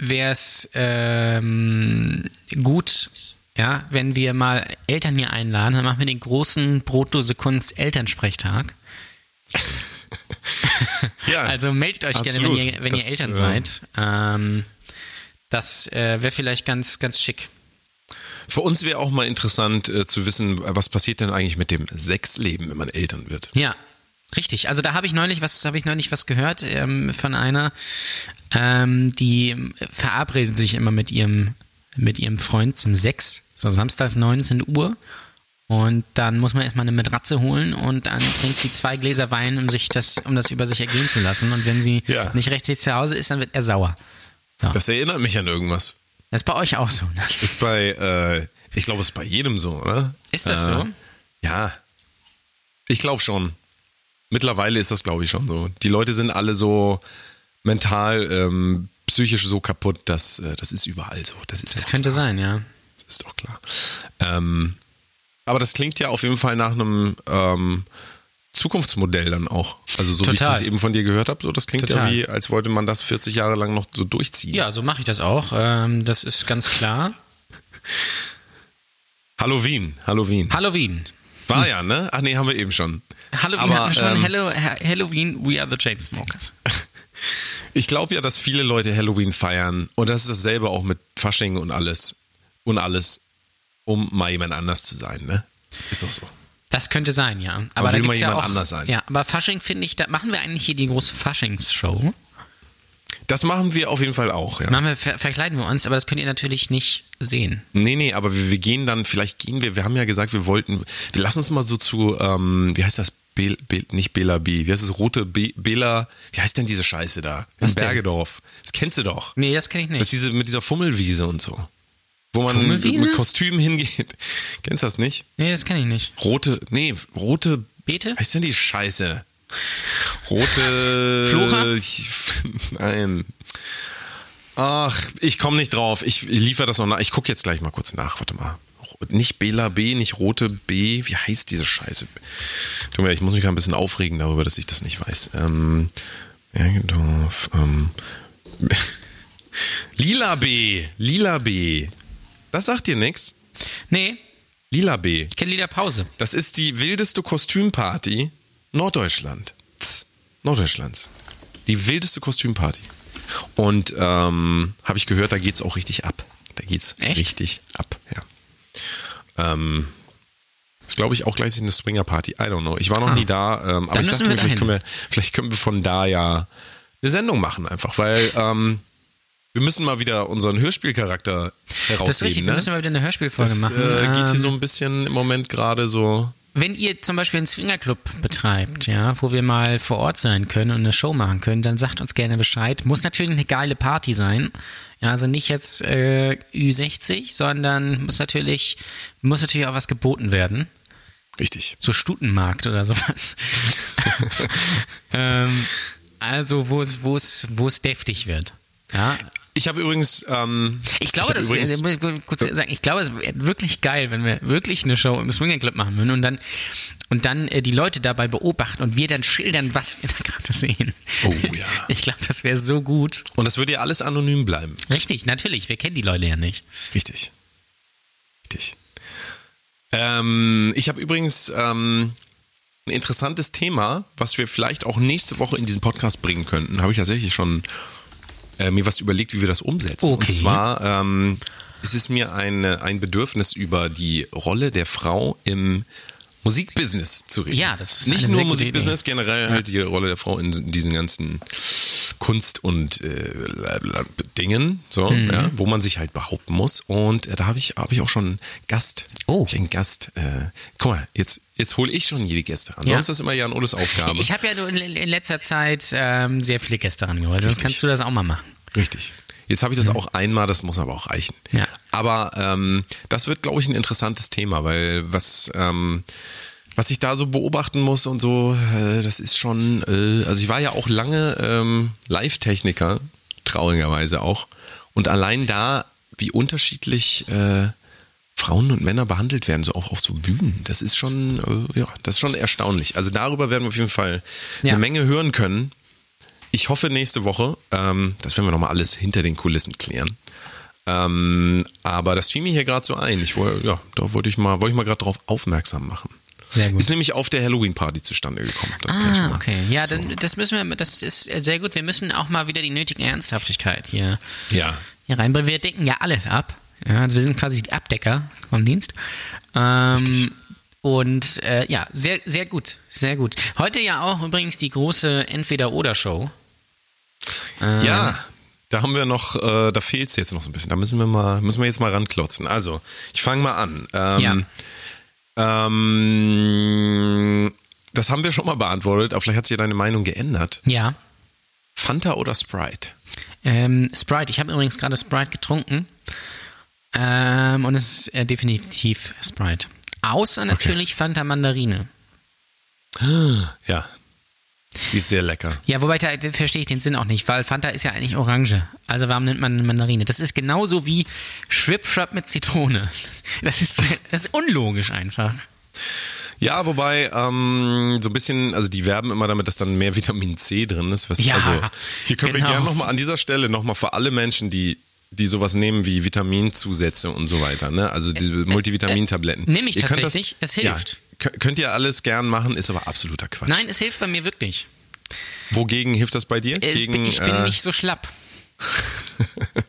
[SPEAKER 3] wäre es ähm, gut, ja, wenn wir mal Eltern hier einladen, dann machen wir den großen Brotdose Kunst Elternsprechtag.
[SPEAKER 2] Ja,
[SPEAKER 3] Also meldet euch
[SPEAKER 2] Ah, absolut.
[SPEAKER 3] gerne, wenn ihr, wenn
[SPEAKER 2] Das,
[SPEAKER 3] ihr Eltern
[SPEAKER 2] äh,
[SPEAKER 3] seid. Ähm, das äh, wäre vielleicht ganz, ganz schick.
[SPEAKER 2] Für uns wäre auch mal interessant äh, zu wissen, äh, was passiert denn eigentlich mit dem Sexleben, wenn man Eltern wird.
[SPEAKER 3] Ja, richtig. Also da habe ich neulich was, habe ich neulich was gehört ähm, von einer, ähm, die verabredet sich immer mit ihrem, mit ihrem Freund zum Sex, so samstags 19 Uhr. Und dann muss man erstmal eine Matratze holen und dann trinkt sie zwei Gläser Wein, um sich das, um das über sich ergehen zu lassen. Und wenn sie
[SPEAKER 2] Ja.
[SPEAKER 3] nicht rechtzeitig zu Hause ist, dann wird er sauer.
[SPEAKER 2] Das erinnert mich an irgendwas.
[SPEAKER 3] Das ist bei euch auch so. Ne?
[SPEAKER 2] Ist bei, äh, ich glaube, ist bei jedem so, oder?
[SPEAKER 3] Ist das
[SPEAKER 2] äh,
[SPEAKER 3] so?
[SPEAKER 2] Ja. Ich glaube schon. Mittlerweile ist das, glaube ich, schon so. Die Leute sind alle so mental, ähm, psychisch so kaputt, dass äh, das ist überall so. Das ist,
[SPEAKER 3] Das
[SPEAKER 2] doch,
[SPEAKER 3] könnte sein, ja.
[SPEAKER 2] das ist doch klar. Ähm, aber das klingt ja auf jeden Fall nach einem ähm, Zukunftsmodell dann auch. Also so wie ich
[SPEAKER 3] Total.
[SPEAKER 2] das eben von dir gehört habe, so das klingt
[SPEAKER 3] Total.
[SPEAKER 2] ja wie, als wollte man das 40 Jahre lang noch so durchziehen.
[SPEAKER 3] Ja, so mache ich das auch. Ähm, das ist ganz klar.
[SPEAKER 2] Halloween, Halloween.
[SPEAKER 3] Halloween.
[SPEAKER 2] War ja, ne? Ach nee, haben wir eben schon.
[SPEAKER 3] Halloween
[SPEAKER 2] Aber,
[SPEAKER 3] hatten wir schon.
[SPEAKER 2] ähm,
[SPEAKER 3] Hallo, Ha- Halloween, we are the Chainsmokers.
[SPEAKER 2] Ich glaube ja, dass viele Leute Halloween feiern und das ist dasselbe auch mit Fasching und alles und alles, um mal jemand anders zu sein, ne? Ist doch so.
[SPEAKER 3] Das könnte sein, ja.
[SPEAKER 2] Aber
[SPEAKER 3] Aber, da
[SPEAKER 2] will mal
[SPEAKER 3] gibt's ja
[SPEAKER 2] jemand
[SPEAKER 3] auch,
[SPEAKER 2] anders sein.
[SPEAKER 3] Ja, aber Fasching finde ich, da machen wir eigentlich hier die große Faschingsshow.
[SPEAKER 2] Das machen wir auf jeden Fall auch, ja.
[SPEAKER 3] Machen wir, ver verkleiden wir uns, aber das könnt ihr natürlich nicht sehen.
[SPEAKER 2] Nee, nee, aber wir, wir gehen dann, vielleicht gehen wir, wir haben ja gesagt, wir wollten, wir lassen uns mal so zu, ähm, wie heißt das? Be, Be, nicht Bela B, wie heißt das? Rote Be, Bela, wie heißt denn diese Scheiße da? In
[SPEAKER 3] Was denn?
[SPEAKER 2] Bergedorf. Das kennst du doch.
[SPEAKER 3] Nee, das kenne ich
[SPEAKER 2] Das ist
[SPEAKER 3] nicht.
[SPEAKER 2] diese, mit dieser Fummelwiese und so. Wo man
[SPEAKER 3] Fummelwiese?
[SPEAKER 2] mit Kostümen hingeht. Kennst du das nicht?
[SPEAKER 3] Nee, das kenne ich nicht.
[SPEAKER 2] Rote, nee, rote.
[SPEAKER 3] Beete?
[SPEAKER 2] Was ist denn die Scheiße? Rote.
[SPEAKER 3] Flora?
[SPEAKER 2] Ich, nein. Ach, ich komme nicht drauf. Ich liefere das noch nach. Ich gucke jetzt gleich mal kurz nach. Warte mal. Ro- Nicht Bela B, nicht Rote B. Wie heißt diese Scheiße? Tut mir leid, ich muss mich gerade ein bisschen aufregen darüber, dass ich das nicht weiß. Ähm, Bergedorf, ähm, Lila B. Lila B. Das sagt dir nichts.
[SPEAKER 3] Nee,
[SPEAKER 2] Lila B.
[SPEAKER 3] ich kenne Lieder Pause.
[SPEAKER 2] Das ist die wildeste Kostümparty Norddeutschland. Tz, Norddeutschlands. Die wildeste Kostümparty. Und ähm, habe ich gehört, da geht's auch richtig ab. Da geht's
[SPEAKER 3] Echt?
[SPEAKER 2] richtig ab, ja. Ähm, Ist, glaube ich, auch gleichzeitig eine Springer-Party. I don't know. Ich war noch
[SPEAKER 3] Ah.
[SPEAKER 2] nie da, ähm, aber
[SPEAKER 3] Dann
[SPEAKER 2] ich
[SPEAKER 3] müssen
[SPEAKER 2] dachte mir,
[SPEAKER 3] wir dahin.
[SPEAKER 2] vielleicht können wir, vielleicht können wir von da ja eine Sendung machen, einfach, weil ähm, wir müssen mal wieder unseren Hörspielcharakter herausheben.
[SPEAKER 3] Das ist richtig, wir
[SPEAKER 2] ne?
[SPEAKER 3] müssen mal wieder eine Hörspielfolge
[SPEAKER 2] das
[SPEAKER 3] machen.
[SPEAKER 2] äh, geht hier
[SPEAKER 3] Ähm,
[SPEAKER 2] so ein bisschen im Moment gerade so.
[SPEAKER 3] Wenn ihr zum Beispiel einen Swingerclub betreibt, ja, wo wir mal vor Ort sein können und eine Show machen können, dann sagt uns gerne Bescheid. Muss natürlich eine geile Party sein. Ja, also nicht jetzt äh, Ü60, sondern muss natürlich, muss natürlich auch was geboten werden.
[SPEAKER 2] Richtig.
[SPEAKER 3] So Stutenmarkt oder sowas. ähm, also, wo es, wo es, wo es deftig wird. Ja,
[SPEAKER 2] Ich habe übrigens. Ähm,
[SPEAKER 3] ich glaube,
[SPEAKER 2] hab
[SPEAKER 3] das
[SPEAKER 2] übrigens-
[SPEAKER 3] äh, muss ich kurz sagen, ich glaube, es wäre wirklich geil, wenn wir wirklich eine Show im Swinger Club machen würden und dann und dann äh, die Leute dabei beobachten und wir dann schildern, was wir da gerade sehen.
[SPEAKER 2] Oh, ja.
[SPEAKER 3] Ich glaube, das wäre so gut.
[SPEAKER 2] Und das würde ja alles anonym bleiben.
[SPEAKER 3] Richtig, natürlich, wir kennen die Leute ja nicht.
[SPEAKER 2] Richtig. Richtig. Ähm, ich habe übrigens ähm, ein interessantes Thema, was wir vielleicht auch nächste Woche in diesen Podcast bringen könnten. Habe ich tatsächlich schon äh, mir was überlegt, wie wir das umsetzen.
[SPEAKER 3] Okay.
[SPEAKER 2] Und zwar ähm, ist es mir eine, ein Bedürfnis, über die Rolle der Frau im Musikbusiness zu reden.
[SPEAKER 3] Ja, das ist
[SPEAKER 2] Nicht nur
[SPEAKER 3] eine sehr gute
[SPEAKER 2] Musikbusiness, generell halt die Rolle der Frau in diesen ganzen Kunst und äh, bla- bla- Dingen, so,
[SPEAKER 3] Mhm.
[SPEAKER 2] ja, wo man sich halt behaupten muss. Und äh, da habe ich, habe ich auch schon einen Gast.
[SPEAKER 3] Oh.
[SPEAKER 2] Hab Ich einen Gast. Äh, guck mal, jetzt, jetzt hole ich schon jede Gäste ran.
[SPEAKER 3] Ja.
[SPEAKER 2] Sonst ist immer Jan Oles Aufgabe.
[SPEAKER 3] Ich habe ja nur in, in letzter Zeit ähm, sehr viele Gäste rangeholt. Sonst
[SPEAKER 2] Richtig.
[SPEAKER 3] kannst du das auch mal machen.
[SPEAKER 2] Richtig. Jetzt habe ich das auch einmal, das muss aber auch reichen.
[SPEAKER 3] Mhm. Ja.
[SPEAKER 2] Aber ähm, das wird, glaube ich, ein interessantes Thema, weil was, ähm, was ich da so beobachten muss und so, äh, das ist schon, äh, also ich war ja auch lange ähm, Live-Techniker, traurigerweise auch. Und allein da, wie unterschiedlich äh, Frauen und Männer behandelt werden, so auch auf so Bühnen, das ist schon, äh, ja, das ist schon erstaunlich. Also darüber werden wir auf jeden Fall
[SPEAKER 3] Ja.
[SPEAKER 2] eine Menge hören können. Ich hoffe nächste Woche, ähm, das werden wir nochmal alles hinter den Kulissen klären. Ähm, aber das fiel mir hier gerade so ein. Ich woll, ja, da wollte ich mal, wollte ich mal gerade drauf aufmerksam machen.
[SPEAKER 3] Sehr gut.
[SPEAKER 2] Ist nämlich auf der Halloween-Party zustande gekommen. Das kann ich schon
[SPEAKER 3] Ah,
[SPEAKER 2] mal.
[SPEAKER 3] okay. Ja, dann, das müssen wir, das ist äh, sehr gut. Wir müssen auch mal wieder die nötige Ernsthaftigkeit hier
[SPEAKER 2] Ja.
[SPEAKER 3] hier reinbringen. Wir decken ja alles ab. Ja, also wir sind quasi die Abdecker vom Dienst. Ähm, und äh, ja, sehr, sehr gut, sehr gut. Heute ja auch übrigens die große Entweder-Oder-Show. Ah.
[SPEAKER 2] Ja, da haben wir noch, äh, da fehlt es jetzt noch so ein bisschen. Da müssen wir mal, müssen wir jetzt mal ranklotzen. Also, ich fange mal an. Ähm, ähm, das haben wir schon mal beantwortet, aber vielleicht hat sich ja deine Meinung geändert.
[SPEAKER 3] Ja.
[SPEAKER 2] Fanta oder Sprite?
[SPEAKER 3] Ähm, Sprite, ich habe übrigens gerade Sprite getrunken. Ähm, und es ist äh, definitiv Sprite. Außer natürlich Fanta Mandarine.
[SPEAKER 2] Ja. Die ist sehr lecker.
[SPEAKER 3] Ja, wobei da verstehe ich den Sinn auch nicht, weil Fanta ist ja eigentlich Orange. Also warum nennt man eine Mandarine? Das ist genauso wie Schwipschwap mit Zitrone. Das ist, das ist unlogisch einfach.
[SPEAKER 2] Ja, wobei, ähm, so ein bisschen, also die werben immer damit, dass dann mehr Vitamin C drin ist. Was,
[SPEAKER 3] Ja,
[SPEAKER 2] also hier können
[SPEAKER 3] genau.
[SPEAKER 2] wir gerne nochmal an dieser Stelle nochmal für alle Menschen, die die sowas nehmen wie Vitaminzusätze und so weiter, ne? Also die Multivitamintabletten.
[SPEAKER 3] äh, nehme ich
[SPEAKER 2] Ihr könnt
[SPEAKER 3] tatsächlich, das hilft.
[SPEAKER 2] Ja, kö- könnt ihr alles gern machen, ist aber absoluter Quatsch.
[SPEAKER 3] Nein, es hilft bei mir wirklich.
[SPEAKER 2] Wogegen hilft das bei dir?
[SPEAKER 3] Es,
[SPEAKER 2] Gegen,
[SPEAKER 3] ich bin
[SPEAKER 2] äh,
[SPEAKER 3] nicht so schlapp.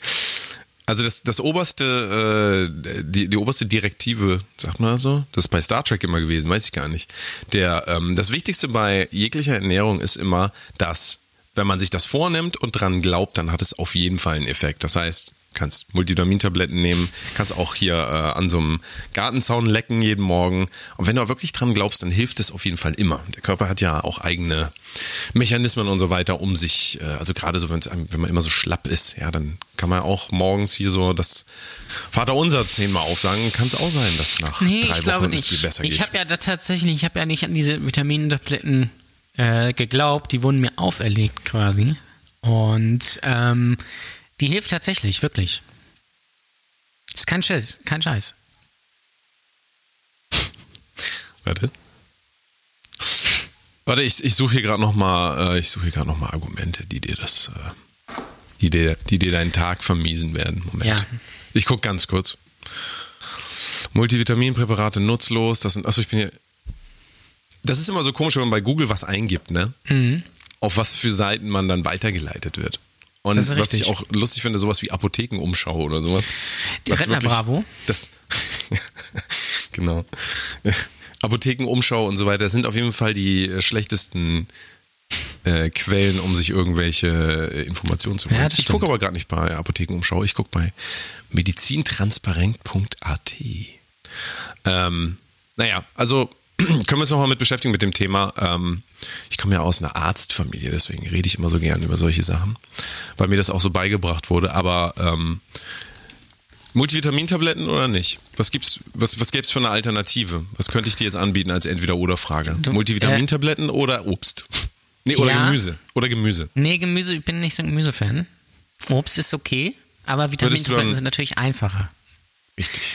[SPEAKER 2] Also das, das oberste, äh, die, die oberste Direktive, sagt man das so, das ist bei Star Trek immer gewesen, weiß ich gar nicht. Der, ähm, das Wichtigste bei jeglicher Ernährung ist immer, dass wenn man sich das vornimmt und dran glaubt, dann hat es auf jeden Fall einen Effekt. Das heißt, kannst Multivitamintabletten nehmen, kannst auch hier äh, an so einem Gartenzaun lecken jeden Morgen. Und wenn du auch wirklich dran glaubst, dann hilft es auf jeden Fall immer. Der Körper hat ja auch eigene Mechanismen und so weiter, um sich, äh, also gerade so, wenn's einem, wenn man immer so schlapp ist, ja, dann kann man auch morgens hier so das Vaterunser zehnmal aufsagen. Kann es auch sein, dass nach
[SPEAKER 3] Nee,
[SPEAKER 2] drei
[SPEAKER 3] ich glaube
[SPEAKER 2] Wochen es
[SPEAKER 3] nicht.
[SPEAKER 2] dir besser
[SPEAKER 3] ich
[SPEAKER 2] geht.
[SPEAKER 3] habe ja da tatsächlich, ich habe ja nicht an diese Vitamintabletten äh, geglaubt. Die wurden mir auferlegt quasi. Und ähm, die hilft tatsächlich, wirklich. Ist kein Scheiß, kein Scheiß.
[SPEAKER 2] Warte. Warte, ich, ich suche hier gerade nochmal, äh, ich suche hier gerade nochmal Argumente, die dir das, äh, die dir, die dir deinen Tag vermiesen werden. Moment.
[SPEAKER 3] Ja.
[SPEAKER 2] Ich gucke ganz kurz. Multivitaminpräparate nutzlos, das sind, achso, ich bin hier. Das ist immer so komisch, wenn man bei Google was eingibt, ne?
[SPEAKER 3] Mhm.
[SPEAKER 2] Auf was für Seiten man dann weitergeleitet wird. Und
[SPEAKER 3] Das ist
[SPEAKER 2] was ich
[SPEAKER 3] richtig.
[SPEAKER 2] auch lustig finde, sowas wie Apothekenumschau oder sowas.
[SPEAKER 3] Die
[SPEAKER 2] Was
[SPEAKER 3] Renner Bravo.
[SPEAKER 2] Das, genau. Apothekenumschau und so weiter, das sind auf jeden Fall die äh, schlechtesten äh, Quellen, um sich irgendwelche äh, Informationen zu holen.
[SPEAKER 3] Ja, das
[SPEAKER 2] ich
[SPEAKER 3] stimmt.
[SPEAKER 2] gucke aber gerade nicht bei Apothekenumschau, ich gucke bei medizintransparent.at. Ähm, naja, also können wir uns nochmal mit beschäftigen mit dem Thema. Ähm, ich komme ja aus einer Arztfamilie, deswegen rede ich immer so gern über solche Sachen, weil mir das auch so beigebracht wurde. Aber ähm, Multivitamintabletten oder nicht? Was gibt's, was, was gäb's für eine Alternative? Was könnte ich dir jetzt anbieten als Entweder-Oder-Frage? Multivitamintabletten oder Obst? Nee, oder
[SPEAKER 3] Ja.
[SPEAKER 2] Gemüse. Oder Gemüse.
[SPEAKER 3] Nee, Gemüse, ich bin nicht so ein Gemüsefan. Obst ist okay, aber Vitamintabletten
[SPEAKER 2] dann-
[SPEAKER 3] sind natürlich einfacher.
[SPEAKER 2] Richtig.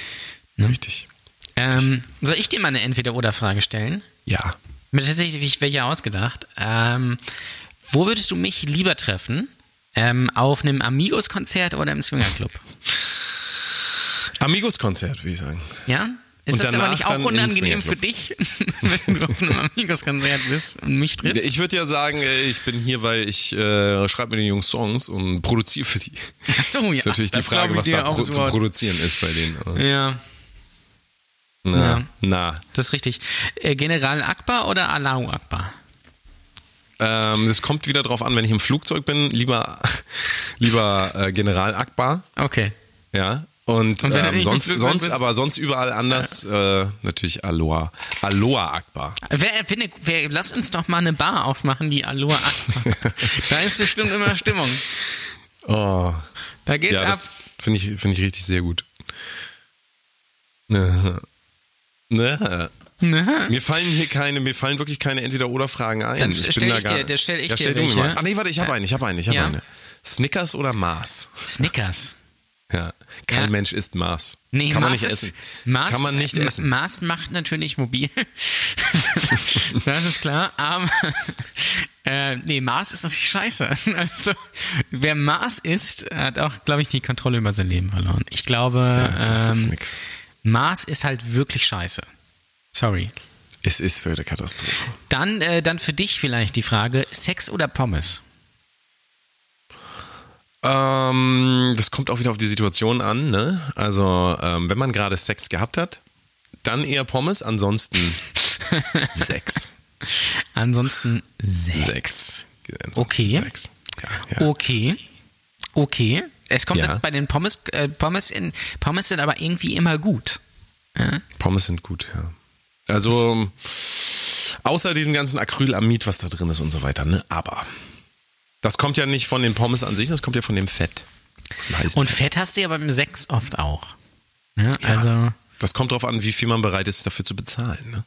[SPEAKER 2] Richtig.
[SPEAKER 3] Ähm, soll ich dir mal eine Entweder-Oder-Frage stellen?
[SPEAKER 2] Ja.
[SPEAKER 3] Mir hat tatsächlich welche ausgedacht. Ähm, wo würdest du mich lieber treffen? Ähm, auf einem Amigos-Konzert oder im Swingerclub?
[SPEAKER 2] Amigos-Konzert, würde ich sagen.
[SPEAKER 3] Ja? Ist
[SPEAKER 2] Und
[SPEAKER 3] das aber
[SPEAKER 2] danach
[SPEAKER 3] nicht auch
[SPEAKER 2] dann im
[SPEAKER 3] unangenehm für
[SPEAKER 2] Swingerclub.
[SPEAKER 3] dich, wenn du auf einem Amigos-Konzert bist und mich triffst?
[SPEAKER 2] Ich würde ja sagen, äh, ich bin hier, weil ich äh, schreibe mir den Jungs Songs und produziere für die.
[SPEAKER 3] Ach so, Oh ja.
[SPEAKER 2] ist natürlich die
[SPEAKER 3] das glaub
[SPEAKER 2] Frage,
[SPEAKER 3] ich
[SPEAKER 2] was
[SPEAKER 3] dir
[SPEAKER 2] da
[SPEAKER 3] auch
[SPEAKER 2] pro, zu
[SPEAKER 3] sofort.
[SPEAKER 2] produzieren ist bei denen. aber-
[SPEAKER 3] Ja,
[SPEAKER 2] Na,
[SPEAKER 3] Ja.
[SPEAKER 2] na.
[SPEAKER 3] das ist richtig. Äh, General Akbar oder Alau Akbar?
[SPEAKER 2] Ähm, das kommt wieder drauf an, wenn ich im Flugzeug bin, lieber, lieber äh, General Akbar.
[SPEAKER 3] Okay.
[SPEAKER 2] Ja. Und,
[SPEAKER 3] Und wenn du
[SPEAKER 2] ähm,
[SPEAKER 3] nicht im
[SPEAKER 2] sonst,
[SPEAKER 3] Flugzeug
[SPEAKER 2] sonst
[SPEAKER 3] bist?
[SPEAKER 2] aber sonst überall anders äh, natürlich Aloha. Aloha Akbar.
[SPEAKER 3] Wer, erfindet- wer, lass uns doch mal eine Bar aufmachen, die Aloha Akbar. da ist bestimmt immer Stimmung.
[SPEAKER 2] Oh,
[SPEAKER 3] Da geht's
[SPEAKER 2] ja,
[SPEAKER 3] ab.
[SPEAKER 2] das finde ich, finde ich richtig sehr gut. Ne. Ne.
[SPEAKER 3] Na?
[SPEAKER 2] Mir fallen hier keine, mir fallen wirklich keine Entweder-Oder-Fragen ein.
[SPEAKER 3] Dann
[SPEAKER 2] ich
[SPEAKER 3] stell
[SPEAKER 2] bin da
[SPEAKER 3] ich
[SPEAKER 2] gar,
[SPEAKER 3] dir- dann stell ich
[SPEAKER 2] ja,
[SPEAKER 3] dir
[SPEAKER 2] stell du mir
[SPEAKER 3] welche.
[SPEAKER 2] mal. Ah, nee, warte, ich habe eine, ich habe eine, ich habe
[SPEAKER 3] Ja.
[SPEAKER 2] eine. Snickers oder Mars?
[SPEAKER 3] Snickers.
[SPEAKER 2] Ja. Kein
[SPEAKER 3] Ja.
[SPEAKER 2] Mensch isst Mars.
[SPEAKER 3] Nee,
[SPEAKER 2] Kann man
[SPEAKER 3] Mars
[SPEAKER 2] nicht
[SPEAKER 3] ist-
[SPEAKER 2] essen.
[SPEAKER 3] Mars,
[SPEAKER 2] Kann man nicht
[SPEAKER 3] äh,
[SPEAKER 2] essen.
[SPEAKER 3] Mars macht natürlich mobil. das ist klar. Aber äh, nee, Mars ist natürlich scheiße. Also, wer Mars ist, hat auch, glaube ich, die Kontrolle über sein Leben verloren. Ich glaube,
[SPEAKER 2] das ist
[SPEAKER 3] ähm,
[SPEAKER 2] nix.
[SPEAKER 3] Mars ist halt wirklich scheiße. Sorry.
[SPEAKER 2] Es ist für eine Katastrophe.
[SPEAKER 3] Dann, äh, dann für dich vielleicht die Frage: Sex oder Pommes?
[SPEAKER 2] Ähm, das kommt auch wieder auf die Situation an, ne? Also, ähm, wenn man gerade Sex gehabt hat, dann eher Pommes, ansonsten Sex.
[SPEAKER 3] Ansonsten Sex.
[SPEAKER 2] Sex. Ansonsten
[SPEAKER 3] Okay.
[SPEAKER 2] Sex. Ja, ja.
[SPEAKER 3] Okay. Okay. Es kommt
[SPEAKER 2] Ja.
[SPEAKER 3] dann bei den Pommes, äh, Pommes in Pommes sind aber irgendwie immer gut.
[SPEAKER 2] Pommes sind gut, ja. Also, außer diesem ganzen Acrylamid, was da drin ist und so weiter, ne? Aber das kommt ja nicht von den Pommes an sich, das kommt ja von dem Fett. Von dem heißen
[SPEAKER 3] Und Fett hast du ja beim Sex oft auch. Ja,
[SPEAKER 2] Ja.
[SPEAKER 3] Also.
[SPEAKER 2] Das kommt drauf an, wie viel man bereit ist, dafür zu bezahlen, ne?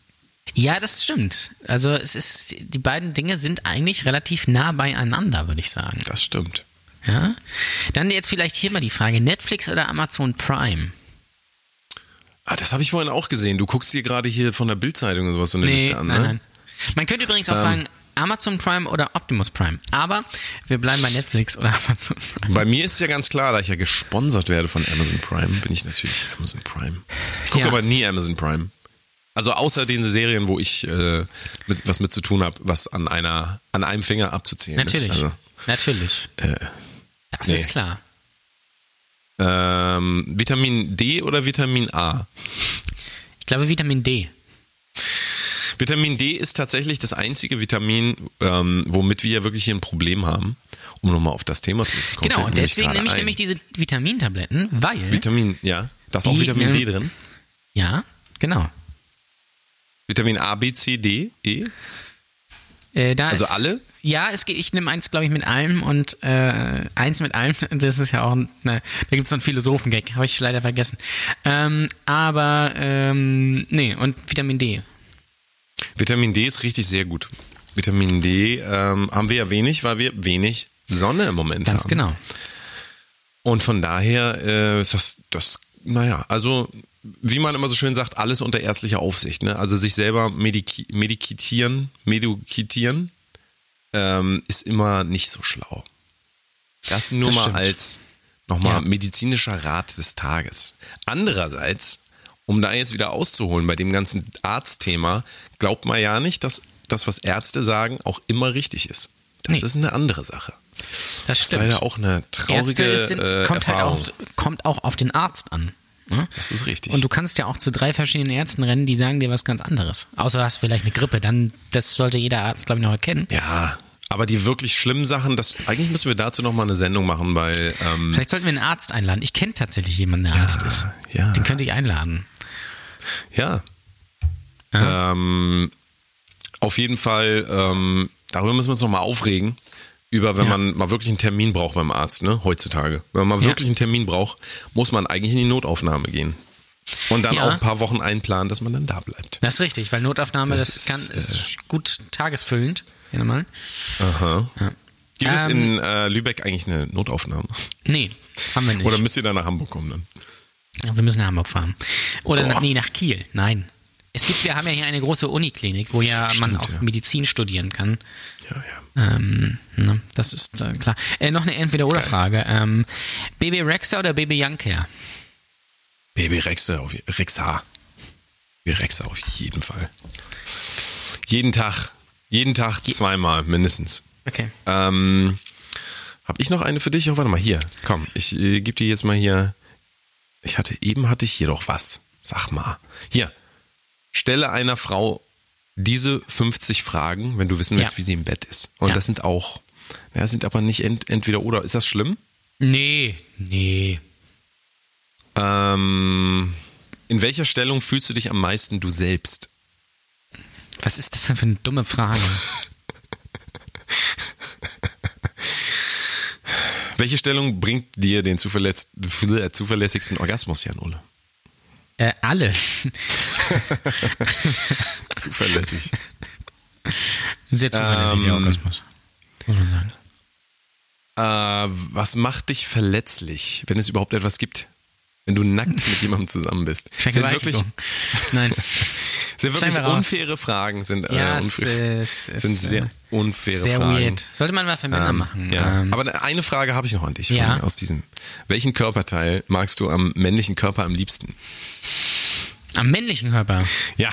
[SPEAKER 3] Ja, das stimmt. Also es ist, die beiden Dinge sind eigentlich relativ nah beieinander, würde ich sagen.
[SPEAKER 2] Das stimmt.
[SPEAKER 3] Ja? Dann jetzt vielleicht hier mal die Frage: Netflix oder Amazon Prime?
[SPEAKER 2] Ah, das habe ich vorhin auch gesehen. Du guckst dir gerade hier von der Bildzeitung und sowas so eine Liste an,
[SPEAKER 3] nein,
[SPEAKER 2] ne? Ähm.
[SPEAKER 3] nein. Man könnte übrigens auch fragen, Amazon Prime oder Optimus Prime. Aber wir bleiben bei Netflix oder Amazon Prime.
[SPEAKER 2] Bei mir ist ja ganz klar, da ich ja gesponsert werde von Amazon Prime, bin ich natürlich Amazon Prime. Ich gucke
[SPEAKER 3] Ja.
[SPEAKER 2] aber nie Amazon Prime. Also außer den Serien, wo ich äh, mit, was mit zu tun habe, was an einer an einem Finger abzuzählen
[SPEAKER 3] Natürlich.
[SPEAKER 2] ist.
[SPEAKER 3] Natürlich.
[SPEAKER 2] Also, äh,
[SPEAKER 3] Das
[SPEAKER 2] nee.
[SPEAKER 3] ist klar.
[SPEAKER 2] ähm, Vitamin D oder Vitamin A?
[SPEAKER 3] Ich glaube Vitamin D.
[SPEAKER 2] Vitamin D ist tatsächlich das einzige Vitamin, ähm, womit wir ja wirklich hier ein Problem haben, um nochmal auf das Thema zurückzukommen.
[SPEAKER 3] Genau,
[SPEAKER 2] fällt mir
[SPEAKER 3] und
[SPEAKER 2] nämlich
[SPEAKER 3] deswegen
[SPEAKER 2] gerade
[SPEAKER 3] nehme ich
[SPEAKER 2] ein.
[SPEAKER 3] nämlich diese Vitamintabletten, weil.
[SPEAKER 2] Vitamin, ja. Da ist auch
[SPEAKER 3] Die,
[SPEAKER 2] Vitamin D
[SPEAKER 3] ähm,
[SPEAKER 2] drin.
[SPEAKER 3] ja, genau.
[SPEAKER 2] Vitamin A, B, C, D, E.
[SPEAKER 3] Äh, da
[SPEAKER 2] Also
[SPEAKER 3] ist,
[SPEAKER 2] alle?
[SPEAKER 3] Ja, es geht, ich nehme eins, glaube ich, mit allem und äh, eins mit allem, das ist ja auch, ein- ne, da gibt es so einen Philosophen-Gag, habe ich leider vergessen. Ähm, aber, ähm, nee, und Vitamin D.
[SPEAKER 2] Vitamin D ist richtig sehr gut. Vitamin D ähm, haben wir ja wenig, weil wir wenig Sonne im Moment
[SPEAKER 3] Ganz
[SPEAKER 2] haben.
[SPEAKER 3] genau.
[SPEAKER 2] Und von daher äh, ist das, das, naja, also wie man immer so schön sagt, alles unter ärztlicher Aufsicht. Ne? Also sich selber mediki medikitieren, medukitieren, ähm, ist immer nicht so schlau. Das nur
[SPEAKER 3] Das
[SPEAKER 2] mal
[SPEAKER 3] stimmt.
[SPEAKER 2] als nochmal
[SPEAKER 3] Ja.
[SPEAKER 2] medizinischer Rat des Tages. Andererseits, um da jetzt wieder auszuholen bei dem ganzen Arztthema, glaubt man ja nicht, dass das, was Ärzte sagen, auch immer richtig ist. Das
[SPEAKER 3] Nee.
[SPEAKER 2] ist eine andere Sache.
[SPEAKER 3] Das
[SPEAKER 2] Das ist
[SPEAKER 3] stimmt.
[SPEAKER 2] leider auch eine traurige
[SPEAKER 3] Ärzte sind,
[SPEAKER 2] äh,
[SPEAKER 3] kommt, halt
[SPEAKER 2] Erfahrung.
[SPEAKER 3] auch, kommt auch auf den Arzt an. Ne?
[SPEAKER 2] Das ist richtig.
[SPEAKER 3] Und du kannst ja auch zu drei verschiedenen Ärzten rennen, die sagen dir was ganz anderes. Außer du hast vielleicht eine Grippe, dann das sollte jeder Arzt, glaube ich, noch erkennen.
[SPEAKER 2] ja, aber die wirklich schlimmen Sachen, das eigentlich müssen wir dazu nochmal eine Sendung machen, weil ähm,
[SPEAKER 3] Vielleicht sollten wir einen Arzt einladen. Ich kenne tatsächlich jemanden, der Arzt ist.
[SPEAKER 2] ja.
[SPEAKER 3] Den könnte ich einladen.
[SPEAKER 2] ja. Ähm, auf jeden Fall, ähm, darüber müssen wir uns nochmal aufregen, über wenn
[SPEAKER 3] Ja.
[SPEAKER 2] man mal wirklich einen Termin braucht beim Arzt, ne? Heutzutage. Wenn man mal
[SPEAKER 3] Ja.
[SPEAKER 2] wirklich einen Termin braucht, muss man eigentlich in die Notaufnahme gehen. Und dann
[SPEAKER 3] Ja.
[SPEAKER 2] auch ein paar Wochen einplanen, dass man dann da bleibt.
[SPEAKER 3] Das ist richtig, weil Notaufnahme,
[SPEAKER 2] Das
[SPEAKER 3] das, kann,
[SPEAKER 2] ist, äh,
[SPEAKER 3] ist, gut tagesfüllend. Gerne mal.
[SPEAKER 2] Aha. Gibt es
[SPEAKER 3] Ähm,
[SPEAKER 2] in äh, Lübeck eigentlich eine Notaufnahme?
[SPEAKER 3] Nee, haben wir nicht.
[SPEAKER 2] Oder müsst ihr dann nach Hamburg kommen dann?
[SPEAKER 3] Ja, wir müssen nach Hamburg fahren. Oder
[SPEAKER 2] Boah.
[SPEAKER 3] nach, nee, nach Kiel. Nein. Es gibt, wir haben ja hier eine große Uniklinik, wo ja man
[SPEAKER 2] Stimmt,
[SPEAKER 3] auch
[SPEAKER 2] ja.
[SPEAKER 3] Medizin studieren kann.
[SPEAKER 2] Ja, ja.
[SPEAKER 3] Ähm, ne, das ist äh, klar. Äh, noch eine Entweder-Oder-Frage. Ähm, BB Rexer oder BB Youngcare?
[SPEAKER 2] Baby Rexe auf Rexa. Baby Rexa auf jeden Fall. Jeden Tag. Jeden Tag zweimal mindestens.
[SPEAKER 3] Okay.
[SPEAKER 2] Ähm, hab ich noch eine für dich? Oh, warte mal, hier. Komm, ich äh, gebe dir jetzt mal hier. Ich hatte, eben hatte ich hier doch was. Sag mal. Hier. Stelle einer Frau diese 50 Fragen, wenn du wissen willst,
[SPEAKER 3] Ja.
[SPEAKER 2] wie sie im Bett ist. Und
[SPEAKER 3] Ja.
[SPEAKER 2] das sind auch, ja, das sind aber nicht ent, entweder oder. Ist das schlimm?
[SPEAKER 3] Nee, nee.
[SPEAKER 2] Ähm, in welcher Stellung fühlst du dich am meisten du selbst?
[SPEAKER 3] Was ist das denn für eine dumme Frage?
[SPEAKER 2] Welche Stellung bringt dir den zuverläss äh, zuverlässigsten Orgasmus, Jan Ole?
[SPEAKER 3] äh, alle.
[SPEAKER 2] Zuverlässig.
[SPEAKER 3] Sehr zuverlässig, der
[SPEAKER 2] Ähm.
[SPEAKER 3] Orgasmus. Muss man
[SPEAKER 2] äh,
[SPEAKER 3] sagen.
[SPEAKER 2] was macht dich verletzlich, wenn es überhaupt etwas gibt? Wenn du nackt mit jemandem zusammen bist. Sind wirklich,
[SPEAKER 3] Vergewaltigung. um. Nein.
[SPEAKER 2] sind wirklich
[SPEAKER 3] Schneiden wir raus.
[SPEAKER 2] unfaire Fragen. Sind, äh,
[SPEAKER 3] Ja, es,
[SPEAKER 2] unfaire,
[SPEAKER 3] es, es
[SPEAKER 2] sind
[SPEAKER 3] äh,
[SPEAKER 2] sehr unfaire
[SPEAKER 3] sehr
[SPEAKER 2] Fragen.
[SPEAKER 3] weird. Sollte man mal für Männer
[SPEAKER 2] Ähm,
[SPEAKER 3] machen.
[SPEAKER 2] Ja.
[SPEAKER 3] Ähm,
[SPEAKER 2] Aber eine Frage habe ich noch an dich. von-
[SPEAKER 3] Ja.
[SPEAKER 2] Aus diesem. Welchen Körperteil magst du am männlichen Körper am liebsten?
[SPEAKER 3] am männlichen Körper.
[SPEAKER 2] Ja.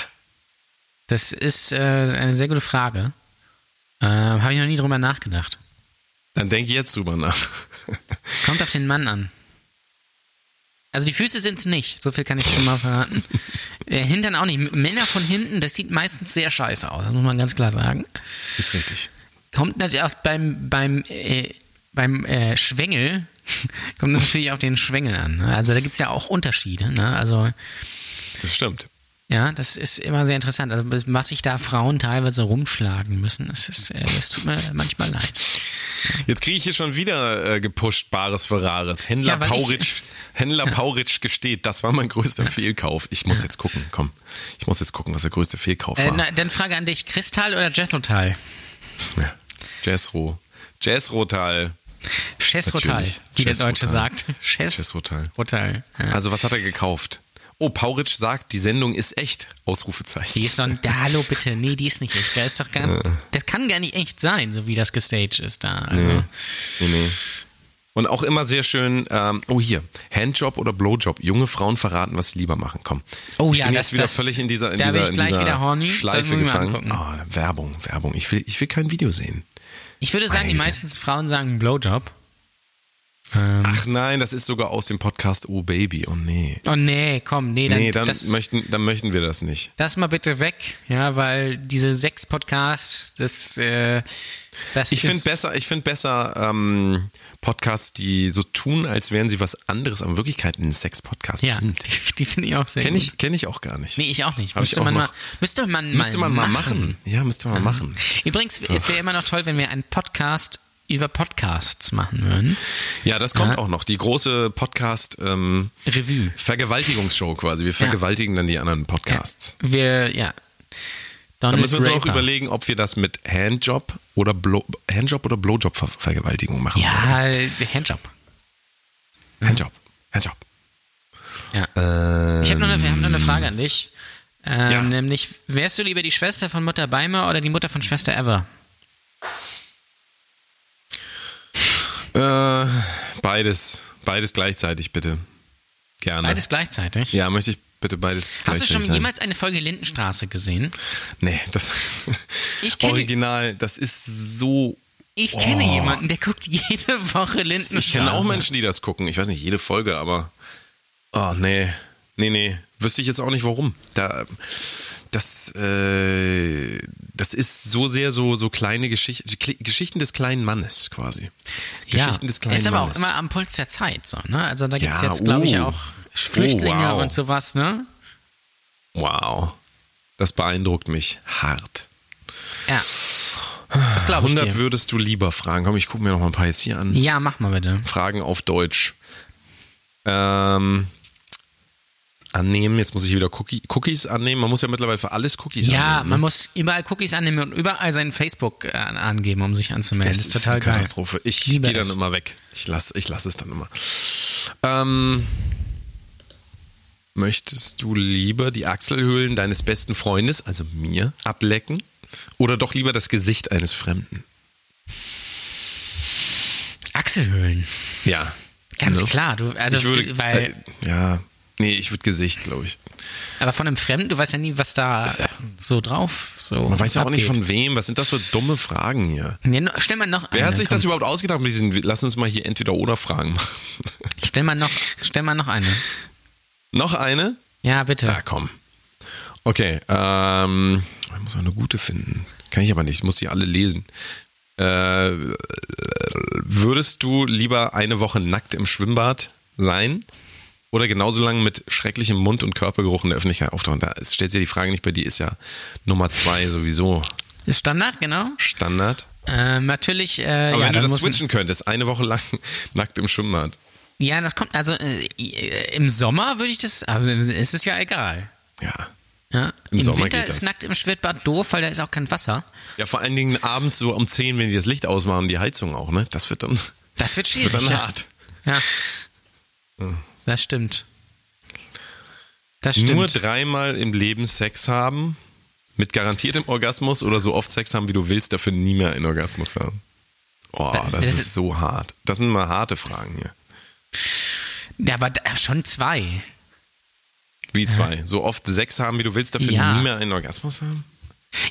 [SPEAKER 3] Das ist äh, eine sehr gute Frage. Äh, Habe ich noch nie drüber nachgedacht.
[SPEAKER 2] Dann denke jetzt drüber nach.
[SPEAKER 3] Kommt auf den Mann an. Also die Füße sind es nicht. So viel kann ich schon mal verraten. äh, Hintern auch nicht. M- Männer von hinten, das sieht meistens sehr scheiße aus. Das muss man ganz klar sagen.
[SPEAKER 2] Ist richtig.
[SPEAKER 3] Kommt natürlich auch beim, beim, äh, beim äh, Schwengel, kommt natürlich auch den Schwengel an. Ne? Also da gibt es ja auch Unterschiede. Ne? Also
[SPEAKER 2] Das stimmt.
[SPEAKER 3] Ja, das ist immer sehr interessant. Also, bis- was sich da Frauen teilweise rumschlagen müssen, das, ist, äh, das tut mir manchmal leid.
[SPEAKER 2] Jetzt kriege ich hier schon wieder äh, gepusht, Bares für Rares. Händler
[SPEAKER 3] Ja, weil ich-
[SPEAKER 2] Pauritsch, Händler Pauritsch gesteht, das war mein größter Fehlkauf. Ich muss jetzt gucken, komm. Ich muss jetzt gucken, was der größte Fehlkauf
[SPEAKER 3] Äh,
[SPEAKER 2] war.
[SPEAKER 3] na, dann Frage an dich: Kristall oder Jethrotal?
[SPEAKER 2] Ja. Jazzro. Jazzrotal.
[SPEAKER 3] Chesrotal,
[SPEAKER 2] Natürlich,
[SPEAKER 3] wie der
[SPEAKER 2] Chesrotal.
[SPEAKER 3] Deutsche sagt. Ah, Chess-
[SPEAKER 2] Chesrotal.
[SPEAKER 3] Rotal. Ja.
[SPEAKER 2] Also, was hat er gekauft? Oh, Pauritsch sagt, die Sendung ist echt. Ausrufezeichen.
[SPEAKER 3] Die ist doch. Da, hallo bitte. Nee, die ist nicht echt. Da ist doch gar, Das kann gar nicht echt sein, so wie das gestaged ist da. Also,
[SPEAKER 2] Nee, nee. Und auch immer sehr schön, ähm, oh hier, Handjob oder Blowjob. Junge Frauen verraten, was sie lieber machen. Komm.
[SPEAKER 3] Oh
[SPEAKER 2] ich
[SPEAKER 3] ja,
[SPEAKER 2] bin
[SPEAKER 3] das-
[SPEAKER 2] jetzt wieder
[SPEAKER 3] das-
[SPEAKER 2] völlig in dieser, in
[SPEAKER 3] da bin
[SPEAKER 2] dieser,
[SPEAKER 3] ich
[SPEAKER 2] in
[SPEAKER 3] gleich
[SPEAKER 2] dieser
[SPEAKER 3] wieder horny. Das
[SPEAKER 2] Schleife
[SPEAKER 3] muss ich mir
[SPEAKER 2] gefangen.
[SPEAKER 3] angucken.
[SPEAKER 2] Oh, Werbung, Werbung. Ich will, ich will kein Video sehen.
[SPEAKER 3] Ich würde sagen, die
[SPEAKER 2] Meine Güte.
[SPEAKER 3] meisten Frauen sagen Blowjob. Ähm,
[SPEAKER 2] Ach nein, das ist sogar aus dem Podcast Oh Baby. Oh nee.
[SPEAKER 3] oh nee, komm, nee, dann,
[SPEAKER 2] Nee, dann,
[SPEAKER 3] das,
[SPEAKER 2] möchten, dann möchten wir das nicht.
[SPEAKER 3] das mal bitte weg, ja, weil diese sechs Podcasts, das, äh, das
[SPEAKER 2] Ich finde
[SPEAKER 3] ist-
[SPEAKER 2] besser, ich find besser ähm, Podcasts, die so tun, als wären sie was anderes, aber in Wirklichkeit ein Sex-Podcast
[SPEAKER 3] Ja, die,
[SPEAKER 2] sind.
[SPEAKER 3] die finde ich auch sehr
[SPEAKER 2] Kenne
[SPEAKER 3] gut.
[SPEAKER 2] ich, kenn ich auch gar nicht.
[SPEAKER 3] Nee, ich auch nicht.
[SPEAKER 2] Hab ich
[SPEAKER 3] Müsste
[SPEAKER 2] auch
[SPEAKER 3] man,
[SPEAKER 2] noch.
[SPEAKER 3] mal, müsste man mal
[SPEAKER 2] Müsste man mal
[SPEAKER 3] machen.
[SPEAKER 2] machen. Ja, müsste man machen.
[SPEAKER 3] Übrigens, es wäre immer noch toll, wenn wir einen Podcast über Podcasts machen würden.
[SPEAKER 2] Ja, das kommt
[SPEAKER 3] Ja.
[SPEAKER 2] auch noch. Die große Podcast ähm,
[SPEAKER 3] Revue.
[SPEAKER 2] Vergewaltigungsshow quasi. Wir vergewaltigen dann die anderen Podcasts.
[SPEAKER 3] Ja, Äh, wir, ja.
[SPEAKER 2] Da
[SPEAKER 3] Donald
[SPEAKER 2] müssen wir uns auch
[SPEAKER 3] Draper.
[SPEAKER 2] überlegen, ob wir das mit Handjob oder Blow, Handjob oder Blowjob Ver Vergewaltigung machen.
[SPEAKER 3] Ja, Mhm. der Handjob.
[SPEAKER 2] wollen. Handjob. Handjob.
[SPEAKER 3] Ja.
[SPEAKER 2] Ähm,
[SPEAKER 3] Ich habe noch, eine- wir haben noch eine Frage an dich. Ähm,
[SPEAKER 2] Ja.
[SPEAKER 3] Nämlich, wärst du lieber die Schwester von Mutter Beimer oder die Mutter von Schwester Ever?
[SPEAKER 2] äh, beides. Beides gleichzeitig, bitte. Gerne.
[SPEAKER 3] Beides gleichzeitig.
[SPEAKER 2] Ja, möchte ich bitte beides
[SPEAKER 3] Hast du
[SPEAKER 2] gleichzeitig
[SPEAKER 3] schon
[SPEAKER 2] sein.
[SPEAKER 3] jemals eine Folge Lindenstraße gesehen?
[SPEAKER 2] Nee, das
[SPEAKER 3] Ich kenn-
[SPEAKER 2] Original, das ist so
[SPEAKER 3] Ich kenne
[SPEAKER 2] Oh.
[SPEAKER 3] jemanden, der guckt jede Woche Lindenstraße.
[SPEAKER 2] Ich kenne auch Menschen, die das gucken. Ich weiß nicht, jede Folge, aber Oh, nee. Nee, nee. Wüsste ich jetzt auch nicht warum. Da, das, äh, das ist so sehr so, so kleine Geschichten, Geschichten des kleinen Mannes quasi. Geschichten des kleinen
[SPEAKER 3] ist aber
[SPEAKER 2] Mannes.
[SPEAKER 3] auch immer am Puls der Zeit so, ne? Also da gibt es
[SPEAKER 2] Ja,
[SPEAKER 3] jetzt, glaube ich,
[SPEAKER 2] oh.
[SPEAKER 3] auch Flüchtlinge
[SPEAKER 2] wow.
[SPEAKER 3] und sowas, ne?
[SPEAKER 2] wow. Das beeindruckt mich hart.
[SPEAKER 3] Ja. Das glaube ich
[SPEAKER 2] 100
[SPEAKER 3] dir.
[SPEAKER 2] würdest du lieber fragen. Komm, ich gucke mir noch mal ein paar jetzt hier an.
[SPEAKER 3] Ja, mach mal bitte.
[SPEAKER 2] Fragen auf Deutsch. Ähm, annehmen, jetzt muss ich wieder Cookie, Cookies annehmen. Man muss ja mittlerweile für alles Cookies
[SPEAKER 3] Ja,
[SPEAKER 2] annehmen.
[SPEAKER 3] man
[SPEAKER 2] ne?
[SPEAKER 3] muss überall Cookies annehmen und überall seinen Facebook äh, angeben, um sich anzumelden.
[SPEAKER 2] Es
[SPEAKER 3] Das ist total
[SPEAKER 2] eine
[SPEAKER 3] geil.
[SPEAKER 2] Katastrophe. Ich
[SPEAKER 3] Liebe
[SPEAKER 2] gehe dann
[SPEAKER 3] es.
[SPEAKER 2] immer weg. Ich lasse ich lass es dann immer. Ähm, möchtest du lieber die Achselhöhlen deines besten Freundes, also mir, ablecken? Oder doch lieber das Gesicht eines Fremden?
[SPEAKER 3] Achselhöhlen.
[SPEAKER 2] Ja.
[SPEAKER 3] Ganz
[SPEAKER 2] Ne?
[SPEAKER 3] klar. Du, also,
[SPEAKER 2] ich würde,
[SPEAKER 3] du, weil,
[SPEAKER 2] äh, ja. Nee, ich würde Gesicht, glaube ich.
[SPEAKER 3] aber von einem Fremden, du weißt ja nie, was da so drauf so
[SPEAKER 2] Man weiß ja auch nicht
[SPEAKER 3] abgeht.
[SPEAKER 2] von wem. Was sind das für dumme Fragen hier?
[SPEAKER 3] Ja, no, stell mal noch
[SPEAKER 2] Wer
[SPEAKER 3] eine.
[SPEAKER 2] hat sich
[SPEAKER 3] komm.
[SPEAKER 2] das überhaupt ausgedacht mit diesen, lass uns mal hier entweder oder Fragen machen.
[SPEAKER 3] stell, mal noch, stell mal noch eine.
[SPEAKER 2] Noch eine?
[SPEAKER 3] Ja, bitte.
[SPEAKER 2] Ja, Ah, komm. Okay, ähm, ich muss mal eine gute finden. Kann ich aber nicht, ich muss die alle lesen. Äh, würdest du lieber eine Woche nackt im Schwimmbad sein oder genauso lange mit schrecklichem Mund- und Körpergeruch in der Öffentlichkeit auftauchen? Da ist- stellt sich ja die Frage nicht bei dir, ist ja Nummer zwei sowieso
[SPEAKER 3] Ist Standard, genau.
[SPEAKER 2] Standard.
[SPEAKER 3] Ähm, natürlich, äh,
[SPEAKER 2] Aber
[SPEAKER 3] ja,
[SPEAKER 2] wenn du
[SPEAKER 3] dann
[SPEAKER 2] das
[SPEAKER 3] muss ein-
[SPEAKER 2] switchen könntest, eine Woche lang nackt im Schwimmbad.
[SPEAKER 3] ja, das kommt, also äh, im Sommer würde ich das, aber ist es ja egal.
[SPEAKER 2] Ja.
[SPEAKER 3] Ja.
[SPEAKER 2] Im
[SPEAKER 3] Im,
[SPEAKER 2] Sommer
[SPEAKER 3] Winter
[SPEAKER 2] geht das.
[SPEAKER 3] ist nackt im Schwimmbad doof, weil da ist auch kein Wasser.
[SPEAKER 2] Ja, vor allen Dingen abends so um 10, wenn die das Licht ausmachen, die Heizung auch, ne? Das wird dann,
[SPEAKER 3] Das wird schwierig.
[SPEAKER 2] wird dann
[SPEAKER 3] ja.
[SPEAKER 2] hart.
[SPEAKER 3] Ja.
[SPEAKER 2] Hm.
[SPEAKER 3] Das stimmt. Das stimmt.
[SPEAKER 2] Nur dreimal im Leben Sex haben, mit garantiertem Orgasmus oder so oft Sex haben, wie du willst, dafür nie mehr einen Orgasmus haben. Oh, das,
[SPEAKER 3] Äh, Das
[SPEAKER 2] ist,
[SPEAKER 3] ist-
[SPEAKER 2] so hart. Das sind mal harte Fragen hier.
[SPEAKER 3] ja, aber da- schon zwei.
[SPEAKER 2] Wie zwei. So oft Sex haben, wie du willst, dafür
[SPEAKER 3] Ja.
[SPEAKER 2] nie mehr einen Orgasmus haben?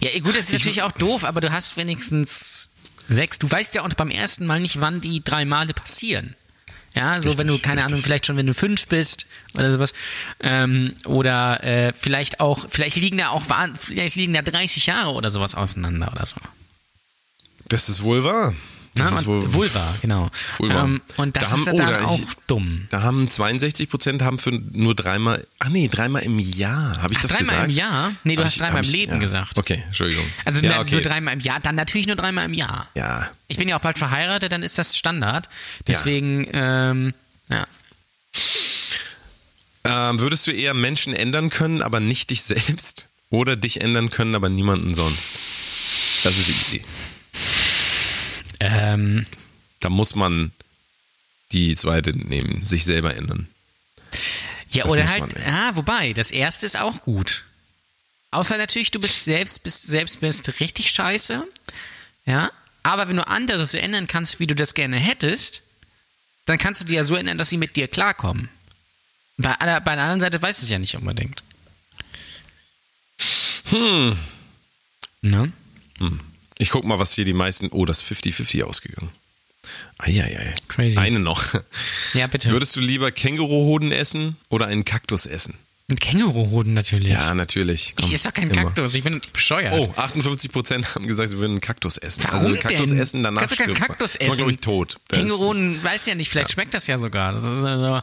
[SPEAKER 3] Ja, gut, das ist natürlich auch doof, aber du hast wenigstens sechs. Du weißt ja auch beim ersten Mal nicht, wann die drei Male passieren. Ja, so
[SPEAKER 2] Richtig,
[SPEAKER 3] wenn du, keine
[SPEAKER 2] richtig.
[SPEAKER 3] Ahnung, vielleicht schon, wenn du fünf bist oder sowas. Ähm, oder äh, vielleicht auch, vielleicht liegen da auch, wahn- vielleicht liegen da 30 Jahre oder sowas auseinander oder so.
[SPEAKER 2] Das ist wohl wahr. Das
[SPEAKER 3] Na,
[SPEAKER 2] ist
[SPEAKER 3] und-
[SPEAKER 2] wohl,
[SPEAKER 3] Vulva, genau.
[SPEAKER 2] Vulva.
[SPEAKER 3] Ähm, und das
[SPEAKER 2] Da haben-
[SPEAKER 3] ist ja
[SPEAKER 2] oh,
[SPEAKER 3] dann
[SPEAKER 2] da ich-
[SPEAKER 3] auch dumm.
[SPEAKER 2] Da haben 62 Prozent haben für nur dreimal, ah nee, dreimal im Jahr. Habe ich
[SPEAKER 3] Ach,
[SPEAKER 2] das
[SPEAKER 3] dreimal
[SPEAKER 2] gesagt?
[SPEAKER 3] im Jahr? Nee, du
[SPEAKER 2] Hab
[SPEAKER 3] hast dreimal
[SPEAKER 2] hab
[SPEAKER 3] im Leben gesagt.
[SPEAKER 2] Okay, Entschuldigung.
[SPEAKER 3] Also
[SPEAKER 2] ja,
[SPEAKER 3] na-
[SPEAKER 2] okay.
[SPEAKER 3] nur dreimal im Jahr, dann natürlich nur dreimal im Jahr.
[SPEAKER 2] Ja,
[SPEAKER 3] Ich bin ja auch bald verheiratet, dann ist das Standard. Deswegen, ja. ähm, ja.
[SPEAKER 2] Ähm, würdest du eher Menschen ändern können, aber nicht dich selbst? Oder dich ändern können, aber niemanden sonst? Das ist easy.
[SPEAKER 3] Ähm,
[SPEAKER 2] Da muss man die zweite nehmen, sich selber ändern.
[SPEAKER 3] ja,
[SPEAKER 2] Das
[SPEAKER 3] oder
[SPEAKER 2] muss
[SPEAKER 3] halt,
[SPEAKER 2] man,
[SPEAKER 3] ah, wobei, das erste ist auch gut. Außer natürlich, du bist selbst, bist selbst bist richtig scheiße. Ja. Aber wenn du andere so ändern kannst, wie du das gerne hättest, dann kannst du die ja so ändern, dass sie mit dir klarkommen. Bei, aller- bei der anderen Seite weiß es ja nicht unbedingt. Hm. Ne?
[SPEAKER 2] Ich guck mal, was hier die meisten. Oh, das ist 50-50 ausgegangen. Eieiei.
[SPEAKER 3] Crazy.
[SPEAKER 2] Eine noch.
[SPEAKER 3] Ja, bitte.
[SPEAKER 2] Würdest du lieber Känguruhoden essen oder einen Kaktus essen?
[SPEAKER 3] Ein Känguruhoden natürlich.
[SPEAKER 2] Ja, natürlich.
[SPEAKER 3] Ich esse doch keinen
[SPEAKER 2] immer.
[SPEAKER 3] Kaktus, ich bin bescheuert.
[SPEAKER 2] Oh, 58% haben gesagt, sie würden einen Kaktus essen.
[SPEAKER 3] Warum
[SPEAKER 2] also einen Kaktus
[SPEAKER 3] denn?
[SPEAKER 2] essen, danach
[SPEAKER 3] Kannst du keinen
[SPEAKER 2] stirbt man.
[SPEAKER 3] Kaktus
[SPEAKER 2] Ist man, glaube ich,
[SPEAKER 3] essen?
[SPEAKER 2] tot. Da ist-
[SPEAKER 3] Känguruen, weiß ja nicht, vielleicht schmeckt das ja sogar. Das ist, also,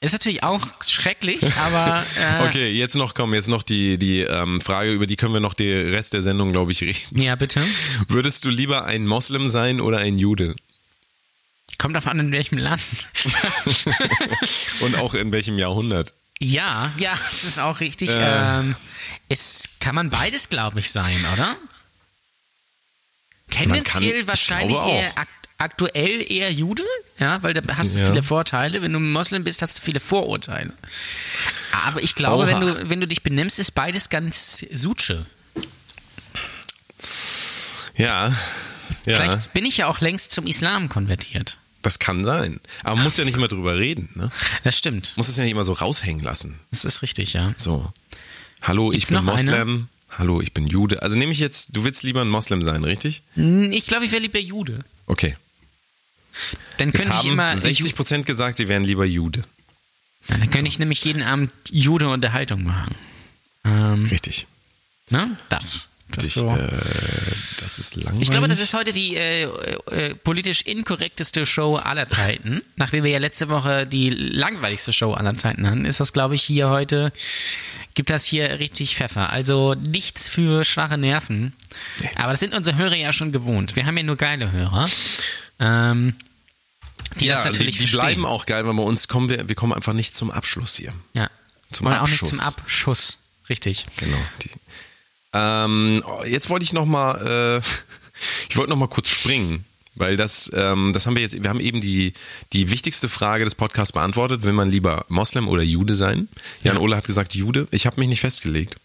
[SPEAKER 3] ist natürlich auch schrecklich, aber äh,
[SPEAKER 2] Okay, jetzt noch kommen, jetzt noch die, die ähm, Frage, über die können wir noch den Rest der Sendung, glaube ich, reden.
[SPEAKER 3] ja, bitte.
[SPEAKER 2] Würdest du lieber ein Moslem sein oder ein Jude?
[SPEAKER 3] Kommt davon an, in welchem Land.
[SPEAKER 2] Und auch in welchem Jahrhundert?
[SPEAKER 3] ja, ja, das ist auch richtig.
[SPEAKER 2] Äh.
[SPEAKER 3] Ähm, es kann man beides, glaube ich, sein, oder? Tendenziell
[SPEAKER 2] ich
[SPEAKER 3] wahrscheinlich
[SPEAKER 2] glaube auch.
[SPEAKER 3] eher ak aktuell eher Jude, ja, weil da hast du
[SPEAKER 2] Ja.
[SPEAKER 3] viele Vorteile. Wenn du Moslem bist, hast du viele Vorurteile. Aber ich glaube,
[SPEAKER 2] Oha.
[SPEAKER 3] wenn du, wenn du dich benimmst, ist beides ganz Suche.
[SPEAKER 2] Ja. Ja,
[SPEAKER 3] Vielleicht bin ich ja auch längst zum Islam konvertiert.
[SPEAKER 2] das kann sein. Aber man muss ja nicht immer drüber reden, ne?
[SPEAKER 3] Das stimmt.
[SPEAKER 2] Muss es ja nicht immer so raushängen lassen.
[SPEAKER 3] Das ist richtig, ja.
[SPEAKER 2] So. Hallo,
[SPEAKER 3] Gibt's
[SPEAKER 2] ich bin
[SPEAKER 3] noch eine?
[SPEAKER 2] Moslem. Hallo, ich bin Jude. Also nehme ich jetzt, du willst lieber ein Moslem sein, richtig?
[SPEAKER 3] Hm, Ich glaube, ich wäre lieber Jude.
[SPEAKER 2] Okay.
[SPEAKER 3] Dann
[SPEAKER 2] Es
[SPEAKER 3] könnte ich
[SPEAKER 2] haben
[SPEAKER 3] immer.
[SPEAKER 2] 60% gesagt, sie wären lieber Jude.
[SPEAKER 3] Ja, dann könnte ich nämlich jeden Abend jude Unterhaltung machen. Ähm,
[SPEAKER 2] Richtig.
[SPEAKER 3] ne? Das. Das,
[SPEAKER 2] Richtig,
[SPEAKER 3] so.
[SPEAKER 2] äh, das ist langweilig.
[SPEAKER 3] Ich glaube, das ist heute die äh, äh, politisch inkorrekteste Show aller Zeiten. Nachdem wir ja letzte Woche die langweiligste Show aller Zeiten hatten, ist das, glaube ich, hier heute, gibt das hier richtig Pfeffer. Also nichts für schwache Nerven. Aber das sind unsere Hörer ja schon gewohnt. Wir haben ja nur geile Hörer. Ähm, die das natürlich
[SPEAKER 2] die, die
[SPEAKER 3] verstehen.
[SPEAKER 2] bleiben auch geil, weil bei uns kommen wir, wir kommen einfach nicht zum Abschluss hier.
[SPEAKER 3] ja.
[SPEAKER 2] zum
[SPEAKER 3] Oder auch
[SPEAKER 2] Abschuss.
[SPEAKER 3] nicht zum Abschuss. Richtig.
[SPEAKER 2] Genau. Die. Ähm, oh, jetzt wollte ich noch mal, äh, ich wollte noch mal kurz springen, weil das, ähm, das haben wir jetzt, wir haben eben die, die wichtigste Frage des Podcasts beantwortet. Will man lieber Moslem oder Jude sein? Jan Ole hat gesagt Jude. Ich habe mich nicht festgelegt.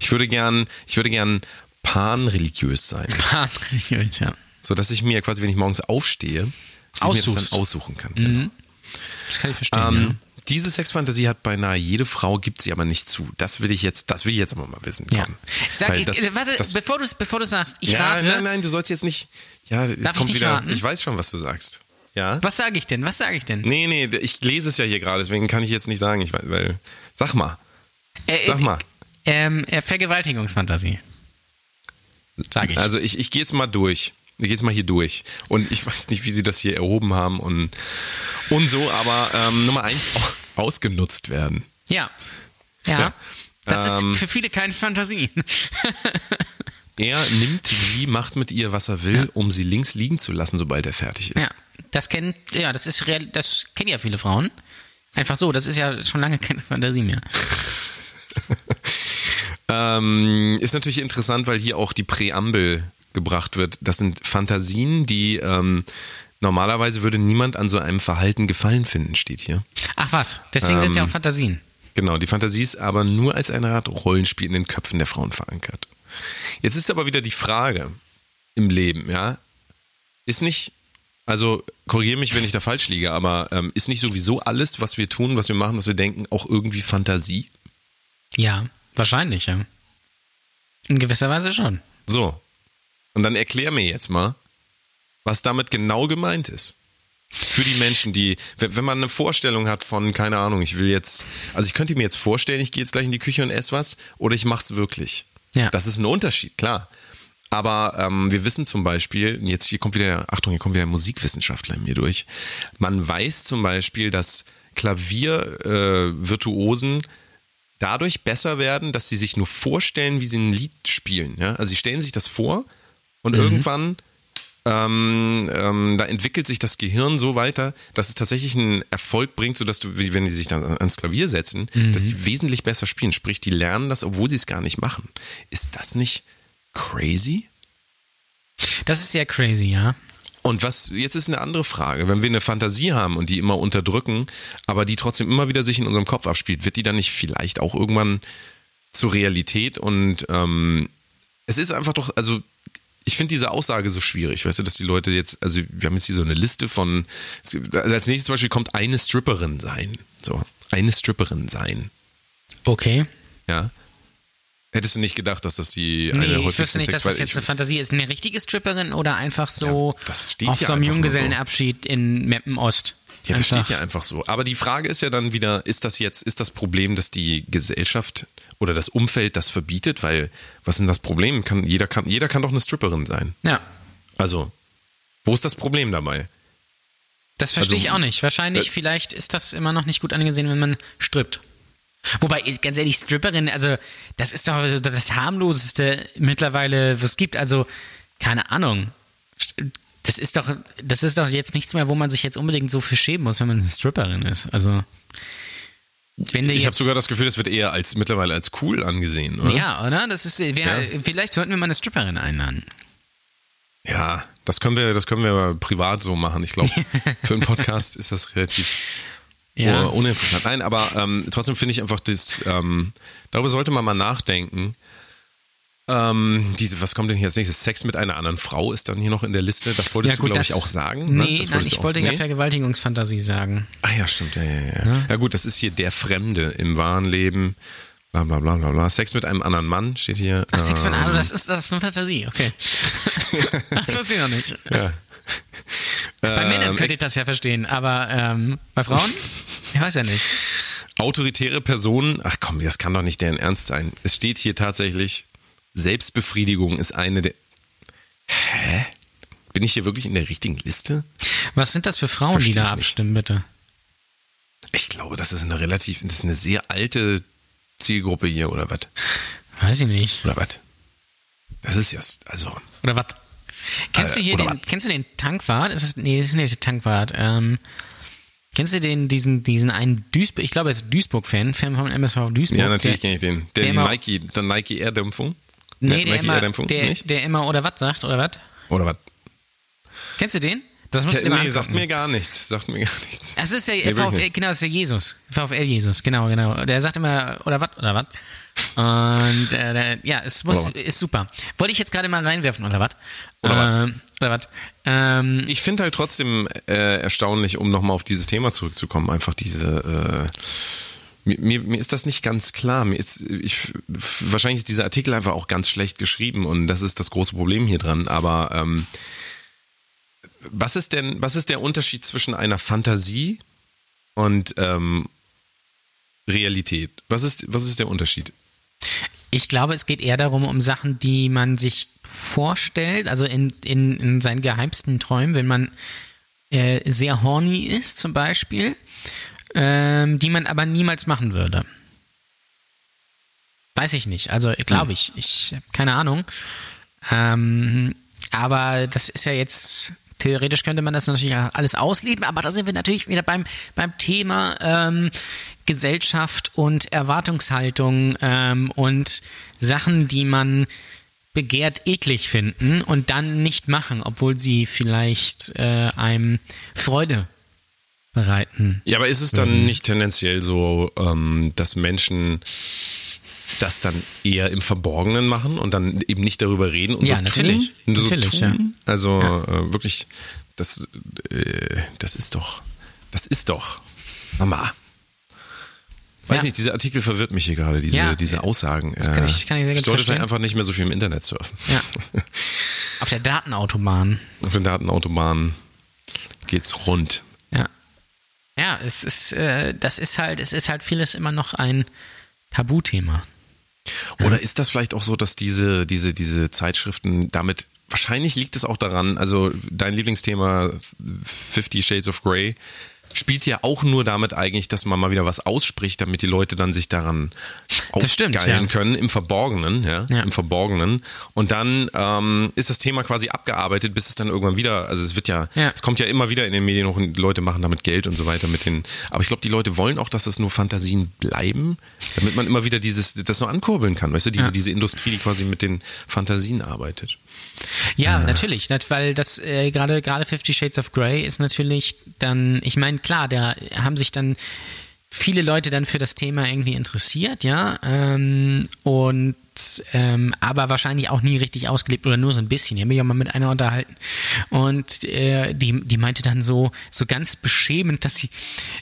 [SPEAKER 2] Ich würde gern, ich würde gern panreligiös sein,
[SPEAKER 3] Patriot, ja.
[SPEAKER 2] so dass ich mir quasi, wenn ich morgens aufstehe, dass ich mir das
[SPEAKER 3] Aussuchst. Mhm.
[SPEAKER 2] dann aussuchen kann. Genau.
[SPEAKER 3] Das kann ich verstehen.
[SPEAKER 2] Ähm,
[SPEAKER 3] ja.
[SPEAKER 2] Diese Sexfantasie hat beinahe jede Frau, gibt sie aber nicht zu. Das will ich jetzt, das will ich jetzt aber mal wissen.
[SPEAKER 3] Ja.
[SPEAKER 2] komm.
[SPEAKER 3] Sag,
[SPEAKER 2] Weil
[SPEAKER 3] ich,
[SPEAKER 2] das-
[SPEAKER 3] äh, warte,
[SPEAKER 2] das-
[SPEAKER 3] bevor du bevor du sagst, ich
[SPEAKER 2] ja,
[SPEAKER 3] rate.
[SPEAKER 2] Nein, nein, du sollst jetzt nicht. Ja, jetzt
[SPEAKER 3] Darf ich
[SPEAKER 2] kommt
[SPEAKER 3] nicht
[SPEAKER 2] wieder.
[SPEAKER 3] raten?
[SPEAKER 2] Ich weiß schon, was du sagst. Ja?
[SPEAKER 3] Was sage ich denn? Was sage ich denn?
[SPEAKER 2] Nee, nee, ich lese es ja hier gerade, deswegen kann ich jetzt nicht sagen. Ich, weiß- weil, sag mal,
[SPEAKER 3] Äh,
[SPEAKER 2] sag mal.
[SPEAKER 3] Ähm, äh, Vergewaltigungsfantasie. Sag ich.
[SPEAKER 2] Also ich, ich gehe jetzt mal durch. Ich gehe jetzt mal hier durch. Und ich weiß nicht, wie sie das hier erhoben haben und, und so, aber ähm, Nummer eins, auch ausgenutzt werden.
[SPEAKER 3] ja. ja.
[SPEAKER 2] Ja.
[SPEAKER 3] Das
[SPEAKER 2] Ähm.
[SPEAKER 3] ist für viele keine Fantasie.
[SPEAKER 2] Er nimmt sie, macht mit ihr, was er will, um sie links liegen zu lassen, sobald er fertig ist.
[SPEAKER 3] ja. Das kennen, ja, das ist real, das kennen ja viele Frauen. Einfach so, das ist ja schon lange keine Fantasie mehr.
[SPEAKER 2] Ähm, ist natürlich interessant, weil hier auch die Präambel gebracht wird. Das sind Fantasien, die ähm, normalerweise würde niemand an so einem Verhalten Gefallen finden, steht hier.
[SPEAKER 3] Ach was, deswegen sind es
[SPEAKER 2] Ähm.
[SPEAKER 3] ja auch Fantasien.
[SPEAKER 2] Genau, die Fantasie ist aber nur als eine Art Rollenspiel in den Köpfen der Frauen verankert. Jetzt ist aber wieder die Frage im Leben, ja. Ist nicht, also korrigiere mich, wenn ich da falsch liege, aber ähm, ist nicht sowieso alles, was wir tun, was wir machen, was wir denken, auch irgendwie Fantasie?
[SPEAKER 3] Ja, wahrscheinlich, ja. In gewisser Weise schon.
[SPEAKER 2] So. Und dann erklär mir jetzt mal, was damit genau gemeint ist. Für die Menschen, die, wenn wenn man eine Vorstellung hat von, keine Ahnung, ich will jetzt, also ich könnte mir jetzt vorstellen, ich gehe jetzt gleich in die Küche und esse was oder ich mach's wirklich.
[SPEAKER 3] Ja.
[SPEAKER 2] Das ist ein Unterschied, klar. Aber ähm, wir wissen zum Beispiel, jetzt hier kommt wieder, Achtung, hier kommt wieder ein Musikwissenschaftler in mir durch. Man weiß zum Beispiel, dass Klaviervirtuosen äh, Virtuosen dadurch besser werden, dass sie sich nur vorstellen, wie sie ein Lied spielen. Ja? Also sie stellen sich das vor und irgendwann ähm, ähm, da entwickelt sich das Gehirn so weiter, dass es tatsächlich einen Erfolg bringt, sodass du, wie wenn die sich dann ans Klavier setzen, dass sie wesentlich besser spielen. Sprich, die lernen das, obwohl sie es gar nicht machen. Ist das nicht crazy?
[SPEAKER 3] Das ist sehr crazy, ja.
[SPEAKER 2] Und was, jetzt ist eine andere Frage. Wenn wir eine Fantasie haben und die immer unterdrücken, aber die trotzdem immer wieder sich in unserem Kopf abspielt, wird die dann nicht vielleicht auch irgendwann zur Realität? Und ähm, es ist einfach doch, also ich finde diese Aussage so schwierig, weißt du, dass die Leute jetzt, also wir haben jetzt hier so eine Liste von, es gibt- also als nächstes zum Beispiel kommt eine Stripperin sein. So, eine Stripperin sein,
[SPEAKER 3] Okay.
[SPEAKER 2] ja. Hättest du nicht gedacht, dass das die eine
[SPEAKER 3] Nee,
[SPEAKER 2] häufigsten
[SPEAKER 3] ich wüsste nicht, dass das
[SPEAKER 2] Sexual-
[SPEAKER 3] jetzt eine Fantasie ist. Eine richtige Stripperin oder einfach so
[SPEAKER 2] Ja, das steht
[SPEAKER 3] auf
[SPEAKER 2] hier
[SPEAKER 3] so einem
[SPEAKER 2] einfach nur
[SPEAKER 3] Junggesellenabschied in Meppen Ost.
[SPEAKER 2] Ja, das
[SPEAKER 3] Einfach.
[SPEAKER 2] steht ja einfach so. Aber die Frage ist ja dann wieder, ist das jetzt, ist das Problem, dass die Gesellschaft oder das Umfeld das verbietet? Weil, was ist denn das Problem? Kann, jeder, kann, jeder kann doch eine Stripperin sein.
[SPEAKER 3] Ja,
[SPEAKER 2] Also, wo ist das Problem dabei?
[SPEAKER 3] das verstehe
[SPEAKER 2] Also,
[SPEAKER 3] ich auch nicht. Wahrscheinlich,
[SPEAKER 2] äh,
[SPEAKER 3] vielleicht ist das immer noch nicht gut angesehen, wenn man strippt. Wobei, ganz ehrlich, Stripperin, also das ist doch so das harmloseste mittlerweile, was es gibt. Also, keine Ahnung. Das ist doch, das ist doch jetzt nichts mehr, wo man sich jetzt unbedingt so für schämen muss, wenn man eine Stripperin ist. Also, wenn du
[SPEAKER 2] Ich habe
[SPEAKER 3] jetzt-
[SPEAKER 2] sogar das Gefühl, das wird eher als mittlerweile als cool angesehen, oder?
[SPEAKER 3] Ja, oder? Das ist, äh, wär,
[SPEAKER 2] Hm? Ja.
[SPEAKER 3] Vielleicht sollten wir mal eine Stripperin einladen.
[SPEAKER 2] Ja, das können wir, das können wir aber privat so machen. Ich glaube, für einen Podcast ist das relativ
[SPEAKER 3] Ja.
[SPEAKER 2] uh, uninteressant. Nein, aber ähm, trotzdem finde ich einfach das, ähm, darüber sollte man mal nachdenken. Ähm, diese, was kommt denn hier als nächstes? Sex mit einer anderen Frau ist dann hier noch in der Liste. Das wolltest du, glaube ich, auch sagen. ne?
[SPEAKER 3] Nee,
[SPEAKER 2] das
[SPEAKER 3] nein,
[SPEAKER 2] wolltest
[SPEAKER 3] ich
[SPEAKER 2] du auch-
[SPEAKER 3] wollte ja
[SPEAKER 2] nee?
[SPEAKER 3] Vergewaltigungsfantasie sagen.
[SPEAKER 2] Ah ja, stimmt. Ja, ja, ja. ja gut, das ist hier der Fremde im wahren Leben. Bla, bla, bla, bla, bla. Sex mit einem anderen Mann steht hier.
[SPEAKER 3] Ach, Sex von
[SPEAKER 2] Ähm,
[SPEAKER 3] Ado, das ist, das ist eine Fantasie, okay. das wusste ich noch nicht.
[SPEAKER 2] Ja.
[SPEAKER 3] Bei Männern
[SPEAKER 2] Ähm,
[SPEAKER 3] könnte ich das ja verstehen, aber ähm, bei Frauen? Ich weiß ja nicht.
[SPEAKER 2] Autoritäre Personen, ach komm, das kann doch nicht deren Ernst sein. Es steht hier tatsächlich, Selbstbefriedigung ist eine der. Hä? Bin ich hier wirklich in der richtigen Liste?
[SPEAKER 3] Was sind das für Frauen,
[SPEAKER 2] Versteh's
[SPEAKER 3] die da
[SPEAKER 2] nicht.
[SPEAKER 3] abstimmen, bitte?
[SPEAKER 2] Ich glaube, das ist eine relativ, das ist eine sehr alte Zielgruppe hier, oder was?
[SPEAKER 3] Weiß ich nicht.
[SPEAKER 2] Oder was? Das ist ja, also,
[SPEAKER 3] Oder was? Kennst du
[SPEAKER 2] Äh,
[SPEAKER 3] hier
[SPEAKER 2] oder
[SPEAKER 3] den,
[SPEAKER 2] wat?
[SPEAKER 3] kennst du den Tankwart? Ist es, nee, das ist nicht der Tankwart. Ähm, kennst du den, diesen, diesen einen Duisburg, ich glaube, er ist Duisburg-Fan, Fan vom MSV Duisburg.
[SPEAKER 2] ja, natürlich
[SPEAKER 3] der,
[SPEAKER 2] kenne ich den. Der,
[SPEAKER 3] der
[SPEAKER 2] die
[SPEAKER 3] immer-
[SPEAKER 2] Nike, der Nike Air-Dämpfung.
[SPEAKER 3] Nee, der
[SPEAKER 2] Nike
[SPEAKER 3] immer,
[SPEAKER 2] Air-Dämpfung,
[SPEAKER 3] der,
[SPEAKER 2] nicht?
[SPEAKER 3] der immer oder was sagt, oder was?
[SPEAKER 2] Oder was?
[SPEAKER 3] Kennst du den? Das musst du dir mal
[SPEAKER 2] Nee, sagt
[SPEAKER 3] angucken.
[SPEAKER 2] mir gar nichts. Sagt mir gar nichts.
[SPEAKER 3] Das ist der
[SPEAKER 2] Nee, wirklich
[SPEAKER 3] VfL,
[SPEAKER 2] nicht.
[SPEAKER 3] genau, das ist der Jesus. VfL Jesus, genau, genau. Der sagt immer, oder was, oder was? Und äh, der, ja, es muss,
[SPEAKER 2] Oder wat?
[SPEAKER 3] ist super. Wollte ich jetzt gerade mal reinwerfen, oder was?
[SPEAKER 2] Oder wat?
[SPEAKER 3] ähm, Oder was? Ähm,
[SPEAKER 2] Ich finde halt trotzdem äh, erstaunlich, um nochmal auf dieses Thema zurückzukommen, einfach diese. Äh, mir, mir, mir ist das nicht ganz klar. Mir ist, ich, wahrscheinlich ist dieser Artikel einfach auch ganz schlecht geschrieben und das ist das große Problem hier dran. Aber ähm, was ist denn, was ist der Unterschied zwischen einer Fantasie und ähm, Realität? Was ist, was ist der Unterschied?
[SPEAKER 3] Ich glaube, es geht eher darum, um Sachen, die man sich vorstellt, also in, in, in seinen geheimsten Träumen, wenn man äh, sehr horny ist zum Beispiel, ähm, die man aber niemals machen würde. Weiß ich nicht, also glaube ich, ich habe keine Ahnung. Ähm, aber das ist ja jetzt, theoretisch könnte man das natürlich alles ausleben, aber da sind wir natürlich wieder beim, beim Thema ähm, Gesellschaft und Erwartungshaltung ähm, und Sachen, die man begehrt eklig finden und dann nicht machen, obwohl sie vielleicht äh, einem Freude bereiten.
[SPEAKER 2] Ja, aber ist es
[SPEAKER 3] Mhm.
[SPEAKER 2] dann nicht tendenziell so, ähm, dass Menschen das dann eher im Verborgenen machen und dann eben nicht darüber reden und
[SPEAKER 3] Ja,
[SPEAKER 2] so
[SPEAKER 3] natürlich.
[SPEAKER 2] tun? Und so
[SPEAKER 3] Natürlich,
[SPEAKER 2] tun? Also äh, wirklich, das, äh, das ist doch, das ist doch, Mama. Weiß
[SPEAKER 3] Ja.
[SPEAKER 2] nicht, dieser Artikel verwirrt mich hier gerade, diese,
[SPEAKER 3] Ja.
[SPEAKER 2] diese Aussagen. Das
[SPEAKER 3] kann ich- kann ich sehr gut
[SPEAKER 2] ich sollte
[SPEAKER 3] verstehen.
[SPEAKER 2] vielleicht einfach nicht mehr so viel im Internet surfen.
[SPEAKER 3] Ja. Auf der Datenautobahn.
[SPEAKER 2] Auf den Datenautobahnen geht's rund.
[SPEAKER 3] Ja. Ja, es ist, äh, das ist halt, es ist halt vieles immer noch ein Tabuthema.
[SPEAKER 2] Oder ist das vielleicht auch so, dass diese, diese, diese Zeitschriften damit, wahrscheinlich liegt es auch daran, also dein Lieblingsthema Fifty Shades of Grey spielt ja auch nur damit eigentlich, dass man mal wieder was ausspricht, damit die Leute dann sich daran
[SPEAKER 3] Das stimmt,
[SPEAKER 2] aufgeilen
[SPEAKER 3] ja.
[SPEAKER 2] können, im Verborgenen, ja,
[SPEAKER 3] Ja.
[SPEAKER 2] im Verborgenen. Und dann ähm, ist das Thema quasi abgearbeitet, bis es dann irgendwann wieder, also es wird ja,
[SPEAKER 3] Ja.
[SPEAKER 2] es kommt ja immer wieder in den Medien hoch und die Leute machen damit Geld und so weiter mit den, aber ich glaube, die Leute wollen auch, dass das nur Fantasien bleiben, damit man immer wieder dieses, das nur ankurbeln kann, weißt du, diese,
[SPEAKER 3] Ja.
[SPEAKER 2] diese Industrie, die quasi mit den Fantasien arbeitet.
[SPEAKER 3] Ja, natürlich, das, weil das äh, gerade gerade Fifty Shades of Grey ist natürlich dann, ich meine, klar, da haben sich dann viele Leute dann für das Thema irgendwie interessiert, ja, ähm, und ähm, aber wahrscheinlich auch nie richtig ausgelebt oder nur so ein bisschen. Ich habe mich ja mal mit einer unterhalten und äh, die, die meinte dann so so ganz beschämend, dass sie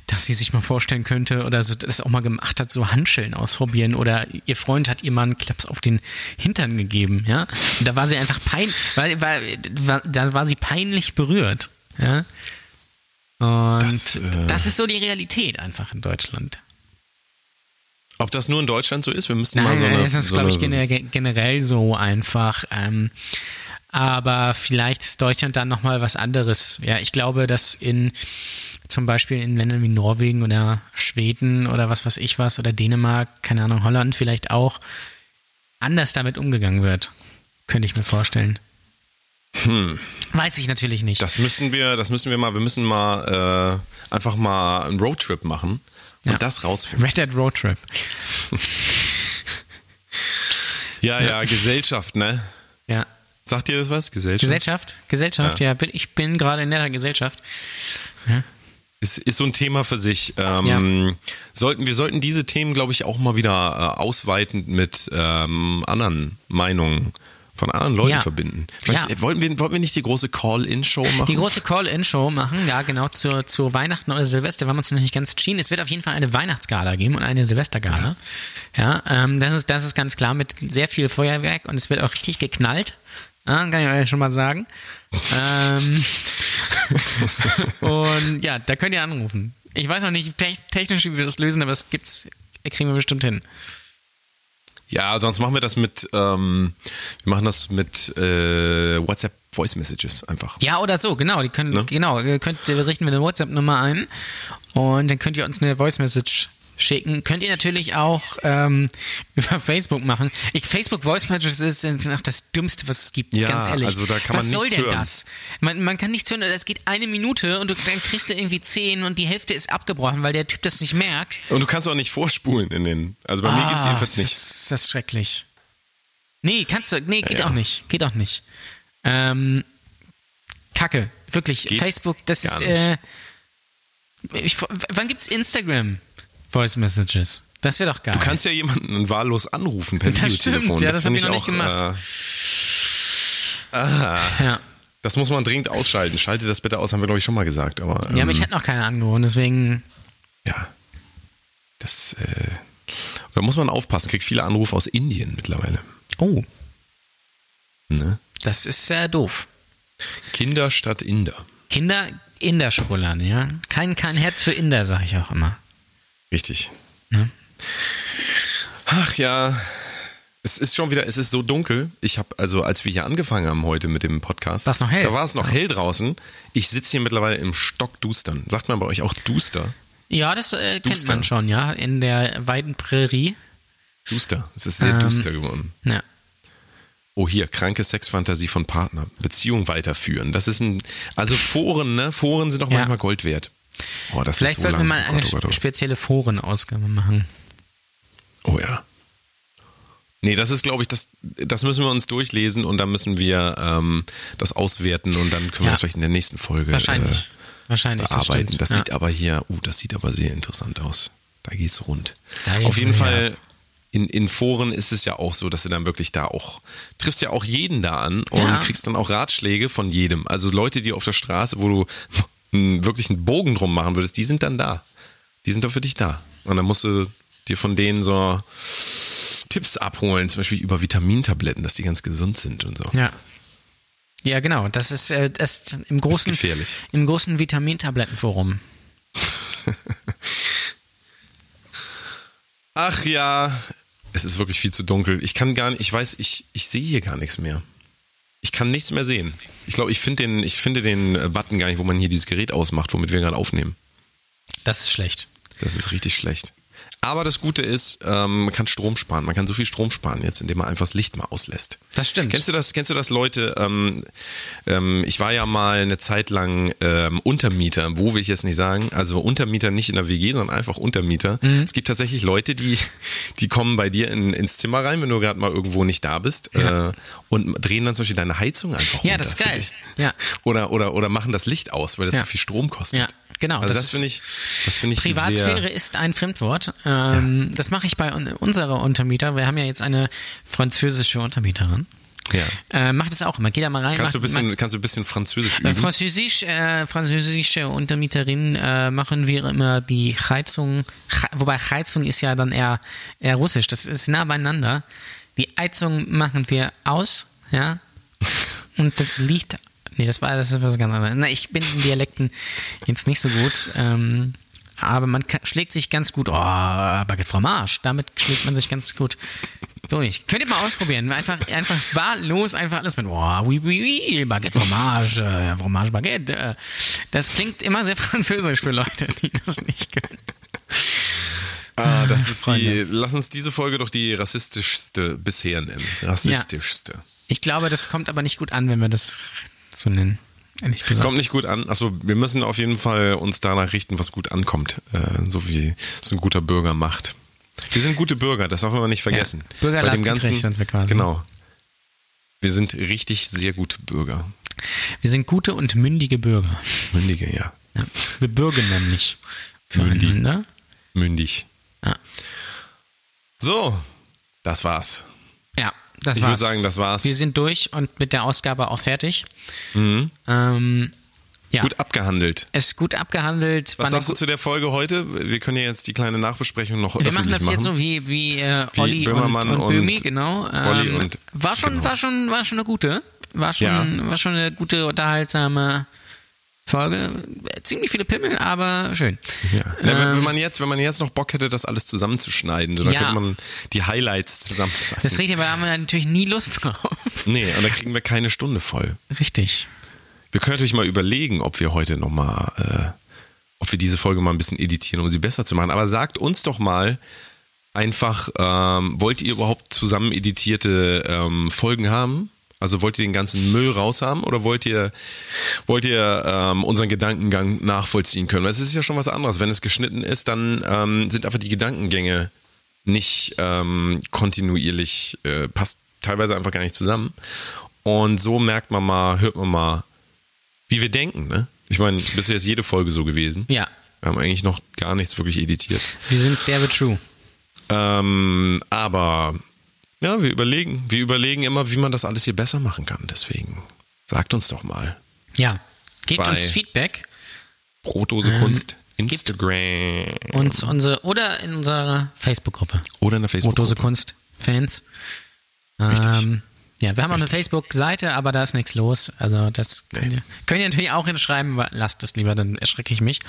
[SPEAKER 3] dass sie sich mal vorstellen könnte oder so das auch mal gemacht hat, so Handschellen ausprobieren oder ihr Freund hat ihr mal einen Klaps auf den Hintern gegeben, ja. Und da war sie einfach pein, war, war, war, da war sie peinlich berührt, ja. Und
[SPEAKER 2] Das,
[SPEAKER 3] das,
[SPEAKER 2] äh,
[SPEAKER 3] ist so die Realität einfach in Deutschland.
[SPEAKER 2] Ob das nur in Deutschland so ist, wir müssen mal
[SPEAKER 3] Nein,
[SPEAKER 2] so eine,
[SPEAKER 3] das ist,
[SPEAKER 2] so
[SPEAKER 3] glaube
[SPEAKER 2] eine
[SPEAKER 3] ich, gene- ge- generell so einfach. Ähm, aber vielleicht ist Deutschland dann nochmal was anderes. Ja, ich glaube, dass in zum Beispiel in Ländern wie Norwegen oder Schweden oder was weiß ich was oder Dänemark, keine Ahnung, Holland vielleicht auch anders damit umgegangen wird. Könnte ich mir vorstellen. Hm. Weiß ich natürlich nicht.
[SPEAKER 2] Das müssen wir, das müssen wir mal, wir müssen mal äh, einfach mal einen Roadtrip machen und
[SPEAKER 3] Ja.
[SPEAKER 2] das rausfinden.
[SPEAKER 3] Red Dead Road Trip.
[SPEAKER 2] Ja, ja, Gesellschaft, ne?
[SPEAKER 3] Ja.
[SPEAKER 2] Sagt ihr das was? Gesellschaft?
[SPEAKER 3] Gesellschaft, Gesellschaft, ja, bin, ich bin gerade in der Gesellschaft.
[SPEAKER 2] ist, ist so ein Thema für sich. Ähm, sollten, wir sollten diese Themen, glaube ich, auch mal wieder äh, ausweitend mit ähm, anderen Meinungen von anderen Leuten
[SPEAKER 3] Ja.
[SPEAKER 2] verbinden. Vielleicht
[SPEAKER 3] Ja.
[SPEAKER 2] äh, wollten, wir, wollten wir nicht die große Call-In-Show machen?
[SPEAKER 3] Die große Call-In-Show machen, ja, genau, zu, zu Weihnachten oder Silvester, wir haben uns noch nicht ganz entschieden. Es wird auf jeden Fall eine Weihnachtsgala geben und eine Silvestergala. Ja, ähm, das, ist, das ist ganz klar mit sehr viel Feuerwerk und es wird auch richtig geknallt. Ja, kann ich euch schon mal sagen. ähm, und ja, da könnt ihr anrufen. Ich weiß noch nicht te technisch, wie wir das lösen, aber es gibt's, kriegen wir bestimmt hin.
[SPEAKER 2] Ja, sonst machen wir das mit, ähm, wir machen das mit äh, WhatsApp Voice Messages einfach.
[SPEAKER 3] Ja, oder so, genau. Die können,
[SPEAKER 2] Ne?
[SPEAKER 3] genau, ihr könnt, äh, richten wir eine WhatsApp-Nummer ein und dann könnt ihr uns eine Voice-Message schicken. Könnt ihr natürlich auch ähm, über Facebook machen. Ich, Facebook Voice Messages ist einfach das Dümmste, was es gibt,
[SPEAKER 2] Ja,
[SPEAKER 3] ganz ehrlich.
[SPEAKER 2] also da kann man
[SPEAKER 3] was soll
[SPEAKER 2] nichts
[SPEAKER 3] denn
[SPEAKER 2] hören.
[SPEAKER 3] das? Man, man kann nichts hören, das geht eine Minute und du, dann kriegst du irgendwie zehn und die Hälfte ist abgebrochen, weil der Typ das nicht merkt.
[SPEAKER 2] Und du kannst auch nicht vorspulen in den. Also bei mir geht's
[SPEAKER 3] Ah,
[SPEAKER 2] jedenfalls nicht.
[SPEAKER 3] Das, ist- das ist schrecklich. Nee, kannst du. Nee,
[SPEAKER 2] Ja,
[SPEAKER 3] geht
[SPEAKER 2] ja.
[SPEAKER 3] auch nicht. Geht auch nicht. Ähm, Kacke. Wirklich.
[SPEAKER 2] Geht
[SPEAKER 3] Facebook, das
[SPEAKER 2] gar
[SPEAKER 3] ist.
[SPEAKER 2] nicht.
[SPEAKER 3] Äh, ich, w- wann gibt's Instagram? Voice Messages. Das wäre doch geil.
[SPEAKER 2] Du kannst ja jemanden wahllos anrufen per
[SPEAKER 3] Das
[SPEAKER 2] Videotelefon.
[SPEAKER 3] stimmt, ja, das hab
[SPEAKER 2] finde
[SPEAKER 3] ich noch nicht gemacht.
[SPEAKER 2] Äh, ah,
[SPEAKER 3] ja.
[SPEAKER 2] das muss man dringend ausschalten. Schalte das bitte aus, haben wir, glaube ich, schon mal gesagt. Aber, ähm,
[SPEAKER 3] ja, aber ich hatte noch keine angerufen, deswegen.
[SPEAKER 2] ja. Das, äh, da muss man aufpassen. Kriegt viele Anrufe aus Indien mittlerweile.
[SPEAKER 3] Oh,
[SPEAKER 2] Ne?
[SPEAKER 3] das ist ja doof.
[SPEAKER 2] Kinder statt Inder.
[SPEAKER 3] Kinder in der Schokolade, ja. Kein, kein Herz für Inder, sage ich auch immer.
[SPEAKER 2] Richtig.
[SPEAKER 3] Ne?
[SPEAKER 2] Ach ja. Es ist schon wieder, es ist so dunkel. Ich habe, also als wir hier angefangen haben heute mit dem Podcast,
[SPEAKER 3] War's noch hell?
[SPEAKER 2] da war es noch hell draußen. Ich sitze hier mittlerweile im Stockdustern. Sagt man bei euch auch duster?
[SPEAKER 3] Ja, das äh, kennt
[SPEAKER 2] Duster.
[SPEAKER 3] man schon, ja. In der weiten Prärie.
[SPEAKER 2] Duster. Es ist sehr
[SPEAKER 3] Ähm.
[SPEAKER 2] duster geworden.
[SPEAKER 3] Ja.
[SPEAKER 2] Oh, hier, kranke Sexfantasie von Partner. Beziehung weiterführen. Das ist ein, also Foren, ne? Foren sind doch
[SPEAKER 3] Ja.
[SPEAKER 2] manchmal Gold wert. Oh, das
[SPEAKER 3] Vielleicht
[SPEAKER 2] ist so
[SPEAKER 3] sollten
[SPEAKER 2] lang.
[SPEAKER 3] wir mal
[SPEAKER 2] Oh
[SPEAKER 3] eine
[SPEAKER 2] Gott, oh Gott, oh Gott.
[SPEAKER 3] spezielle Forenausgabe machen.
[SPEAKER 2] Äh, Oh ja. Nee, das ist, glaube ich, das, das müssen wir uns durchlesen und dann müssen wir ähm, das auswerten und dann können wir
[SPEAKER 3] Ja.
[SPEAKER 2] das vielleicht in der nächsten Folge
[SPEAKER 3] Wahrscheinlich.
[SPEAKER 2] Äh,
[SPEAKER 3] Wahrscheinlich. Das,
[SPEAKER 2] bearbeiten.
[SPEAKER 3] stimmt.
[SPEAKER 2] Das,
[SPEAKER 3] ja.
[SPEAKER 2] sieht aber hier, uh, das sieht aber sehr interessant aus. Da geht's rund.
[SPEAKER 3] Da geht's
[SPEAKER 2] Auf jeden
[SPEAKER 3] rund,
[SPEAKER 2] Fall. In, in Foren ist es ja auch so, dass du dann wirklich da auch, triffst ja auch jeden da an und
[SPEAKER 3] Ja.
[SPEAKER 2] kriegst dann auch Ratschläge von jedem. Also Leute, die auf der Straße, wo du einen- wirklich einen Bogen drum machen würdest, die sind dann da. Die sind doch für dich da. Und dann musst du dir von denen so Tipps abholen, zum Beispiel über Vitamintabletten, dass die ganz gesund sind und so.
[SPEAKER 3] ja. Ja, genau. Das ist, äh, das ist im großen,
[SPEAKER 2] gefährlich.
[SPEAKER 3] im großen Vitamintablettenforum.
[SPEAKER 2] Ach ja, es ist wirklich viel zu dunkel. Ich kann gar nicht, ich weiß, ich, ich sehe hier gar nichts mehr. Ich kann nichts mehr sehen. Ich glaube, ich, find den- ich finde den äh, Button gar nicht, wo man hier dieses Gerät ausmacht, womit wir gerade aufnehmen.
[SPEAKER 3] Das ist schlecht.
[SPEAKER 2] Das ist richtig schlecht. Aber das Gute ist, ähm, man kann Strom sparen. Man kann so viel Strom sparen jetzt, indem man einfach das Licht mal auslässt.
[SPEAKER 3] Das stimmt.
[SPEAKER 2] Kennst du das, kennst du das Leute? Ähm, ähm, ich war ja mal eine Zeit lang ähm, Untermieter, wo will ich jetzt nicht sagen, also Untermieter nicht in der WG, sondern einfach Untermieter.
[SPEAKER 3] Mhm.
[SPEAKER 2] Es gibt tatsächlich Leute, die, die kommen bei dir in, ins Zimmer rein, wenn du gerade mal irgendwo nicht da bist äh, und drehen dann zum Beispiel deine Heizung einfach
[SPEAKER 3] Ja,
[SPEAKER 2] runter
[SPEAKER 3] das ist
[SPEAKER 2] für
[SPEAKER 3] geil.
[SPEAKER 2] dich.
[SPEAKER 3] Ja.
[SPEAKER 2] Oder, oder, oder machen das Licht aus, weil das
[SPEAKER 3] Ja.
[SPEAKER 2] so viel Strom kostet.
[SPEAKER 3] Ja, genau.
[SPEAKER 2] Also
[SPEAKER 3] Das
[SPEAKER 2] das,
[SPEAKER 3] ist-
[SPEAKER 2] finde ich, das finde ich sehr,
[SPEAKER 3] Privatsphäre ist ein Fremdwort. Ähm, Das mache ich bei un unserer Untermieter. Wir haben ja jetzt eine französische Untermieterin.
[SPEAKER 2] Ja.
[SPEAKER 3] Äh, macht das auch immer. Geht da mal rein.
[SPEAKER 2] Kannst du
[SPEAKER 3] macht,
[SPEAKER 2] ein bisschen, kannst du ein bisschen Französisch üben?
[SPEAKER 3] Äh, Französisch, äh, französische Untermieterin äh, machen wir immer die Heizung, Hei- wobei Heizung ist ja dann eher, eher russisch, das ist nah beieinander. Die Heizung machen wir aus, ja, und das Licht, nee, das war, das ist was ganz anderes. Na, ich bin in Dialekten jetzt nicht so gut, ähm, aber man kann, schlägt sich ganz gut, oh, Baguette Fromage, damit schlägt man sich ganz gut durch. Könnt ihr mal ausprobieren, einfach, einfach wahllos, einfach alles mit, oh, oui, oui, oui, Baguette Fromage, äh, Fromage Baguette. äh. Das klingt immer sehr französisch für Leute, die das nicht können.
[SPEAKER 2] Ah, das ist die.
[SPEAKER 3] Freunde.
[SPEAKER 2] Lass uns diese Folge doch die rassistischste bisher nennen. Rassistischste.
[SPEAKER 3] Ich glaube, das kommt aber nicht gut an, wenn wir das so nennen, ehrlich gesagt.
[SPEAKER 2] Kommt nicht gut an. Achso, wir müssen auf jeden Fall uns danach richten, was gut ankommt. Äh, so wie es ein guter Bürger macht. Wir sind gute Bürger, das darf man nicht vergessen.
[SPEAKER 3] Ja, Bürger
[SPEAKER 2] Bei dem
[SPEAKER 3] lastgerecht
[SPEAKER 2] Ganzen
[SPEAKER 3] sind wir quasi.
[SPEAKER 2] Genau. Wir sind richtig sehr gute Bürger.
[SPEAKER 3] Wir sind gute und mündige Bürger.
[SPEAKER 2] Mündige, ja.
[SPEAKER 3] Ja. Wir bürgen nämlich
[SPEAKER 2] Mündi.
[SPEAKER 3] füreinander.
[SPEAKER 2] Mündig.
[SPEAKER 3] Ja.
[SPEAKER 2] So, das war's.
[SPEAKER 3] ja, das
[SPEAKER 2] ich würde
[SPEAKER 3] war's.
[SPEAKER 2] sagen, das war's.
[SPEAKER 3] wir sind durch und mit der Ausgabe auch fertig.
[SPEAKER 2] Mhm.
[SPEAKER 3] Ähm, ja,
[SPEAKER 2] gut abgehandelt.
[SPEAKER 3] es ist gut abgehandelt.
[SPEAKER 2] Was
[SPEAKER 3] war eine
[SPEAKER 2] sagst du
[SPEAKER 3] gu-
[SPEAKER 2] zu der Folge heute? Wir können ja jetzt die kleine Nachbesprechung noch
[SPEAKER 3] wir
[SPEAKER 2] öffentlich
[SPEAKER 3] machen das
[SPEAKER 2] machen.
[SPEAKER 3] jetzt so wie, wie, äh,
[SPEAKER 2] Wie
[SPEAKER 3] Olli und,
[SPEAKER 2] Böhmermann
[SPEAKER 3] und
[SPEAKER 2] und
[SPEAKER 3] Böhmi, genau.
[SPEAKER 2] Olli und-
[SPEAKER 3] war, schon,
[SPEAKER 2] genau.
[SPEAKER 3] war, schon, war schon eine gute. War schon,
[SPEAKER 2] Ja.
[SPEAKER 3] war schon eine gute, unterhaltsame Folge. Ziemlich viele Pimmel, aber schön. Äh,
[SPEAKER 2] Ja. Na, wenn- wenn, man jetzt, wenn man jetzt noch Bock hätte, das alles zusammenzuschneiden, so, dann
[SPEAKER 3] Ja.
[SPEAKER 2] könnte man die Highlights zusammenfassen.
[SPEAKER 3] Das ist richtig, aber da haben wir natürlich nie Lust drauf.
[SPEAKER 2] nee, und dann kriegen wir keine Stunde voll.
[SPEAKER 3] Richtig.
[SPEAKER 2] Wir können natürlich mal überlegen, ob wir heute nochmal, äh, ob wir diese Folge mal ein bisschen editieren, um sie besser zu machen. Aber sagt uns doch mal einfach, ähm, wollt ihr überhaupt zusammen editierte ähm, Folgen haben? Also wollt ihr den ganzen Müll raus haben oder wollt ihr, wollt ihr ähm, unseren Gedankengang nachvollziehen können? Weil es ist ja schon was anderes. Wenn es geschnitten ist, dann ähm, sind einfach die Gedankengänge nicht ähm, kontinuierlich, äh, passt teilweise einfach gar nicht zusammen. Und so merkt man mal, hört man mal, wie wir denken, ne? Ich meine, bisher ist jede Folge so gewesen.
[SPEAKER 3] Ja.
[SPEAKER 2] Wir haben eigentlich noch gar nichts wirklich editiert.
[SPEAKER 3] Wir sind derbe true.
[SPEAKER 2] Ähm, aber ja, wir überlegen. Wir überlegen immer, wie man das alles hier besser machen kann. Deswegen sagt uns doch mal.
[SPEAKER 3] Ja. Gebt
[SPEAKER 2] Bei-
[SPEAKER 3] uns Feedback Ähm,
[SPEAKER 2] Brotdose Kunst, Instagram
[SPEAKER 3] und unsere oder in unserer Facebook-Gruppe.
[SPEAKER 2] oder in der
[SPEAKER 3] Brotdose
[SPEAKER 2] Facebook-Gruppe.
[SPEAKER 3] Kunst Fans.
[SPEAKER 2] Richtig.
[SPEAKER 3] Ähm, ja, wir haben auch eine Facebook-Seite, aber da ist nichts los. Also das könnt, ihr, könnt ihr natürlich auch hinschreiben, aber lasst es lieber, dann erschrecke ich mich.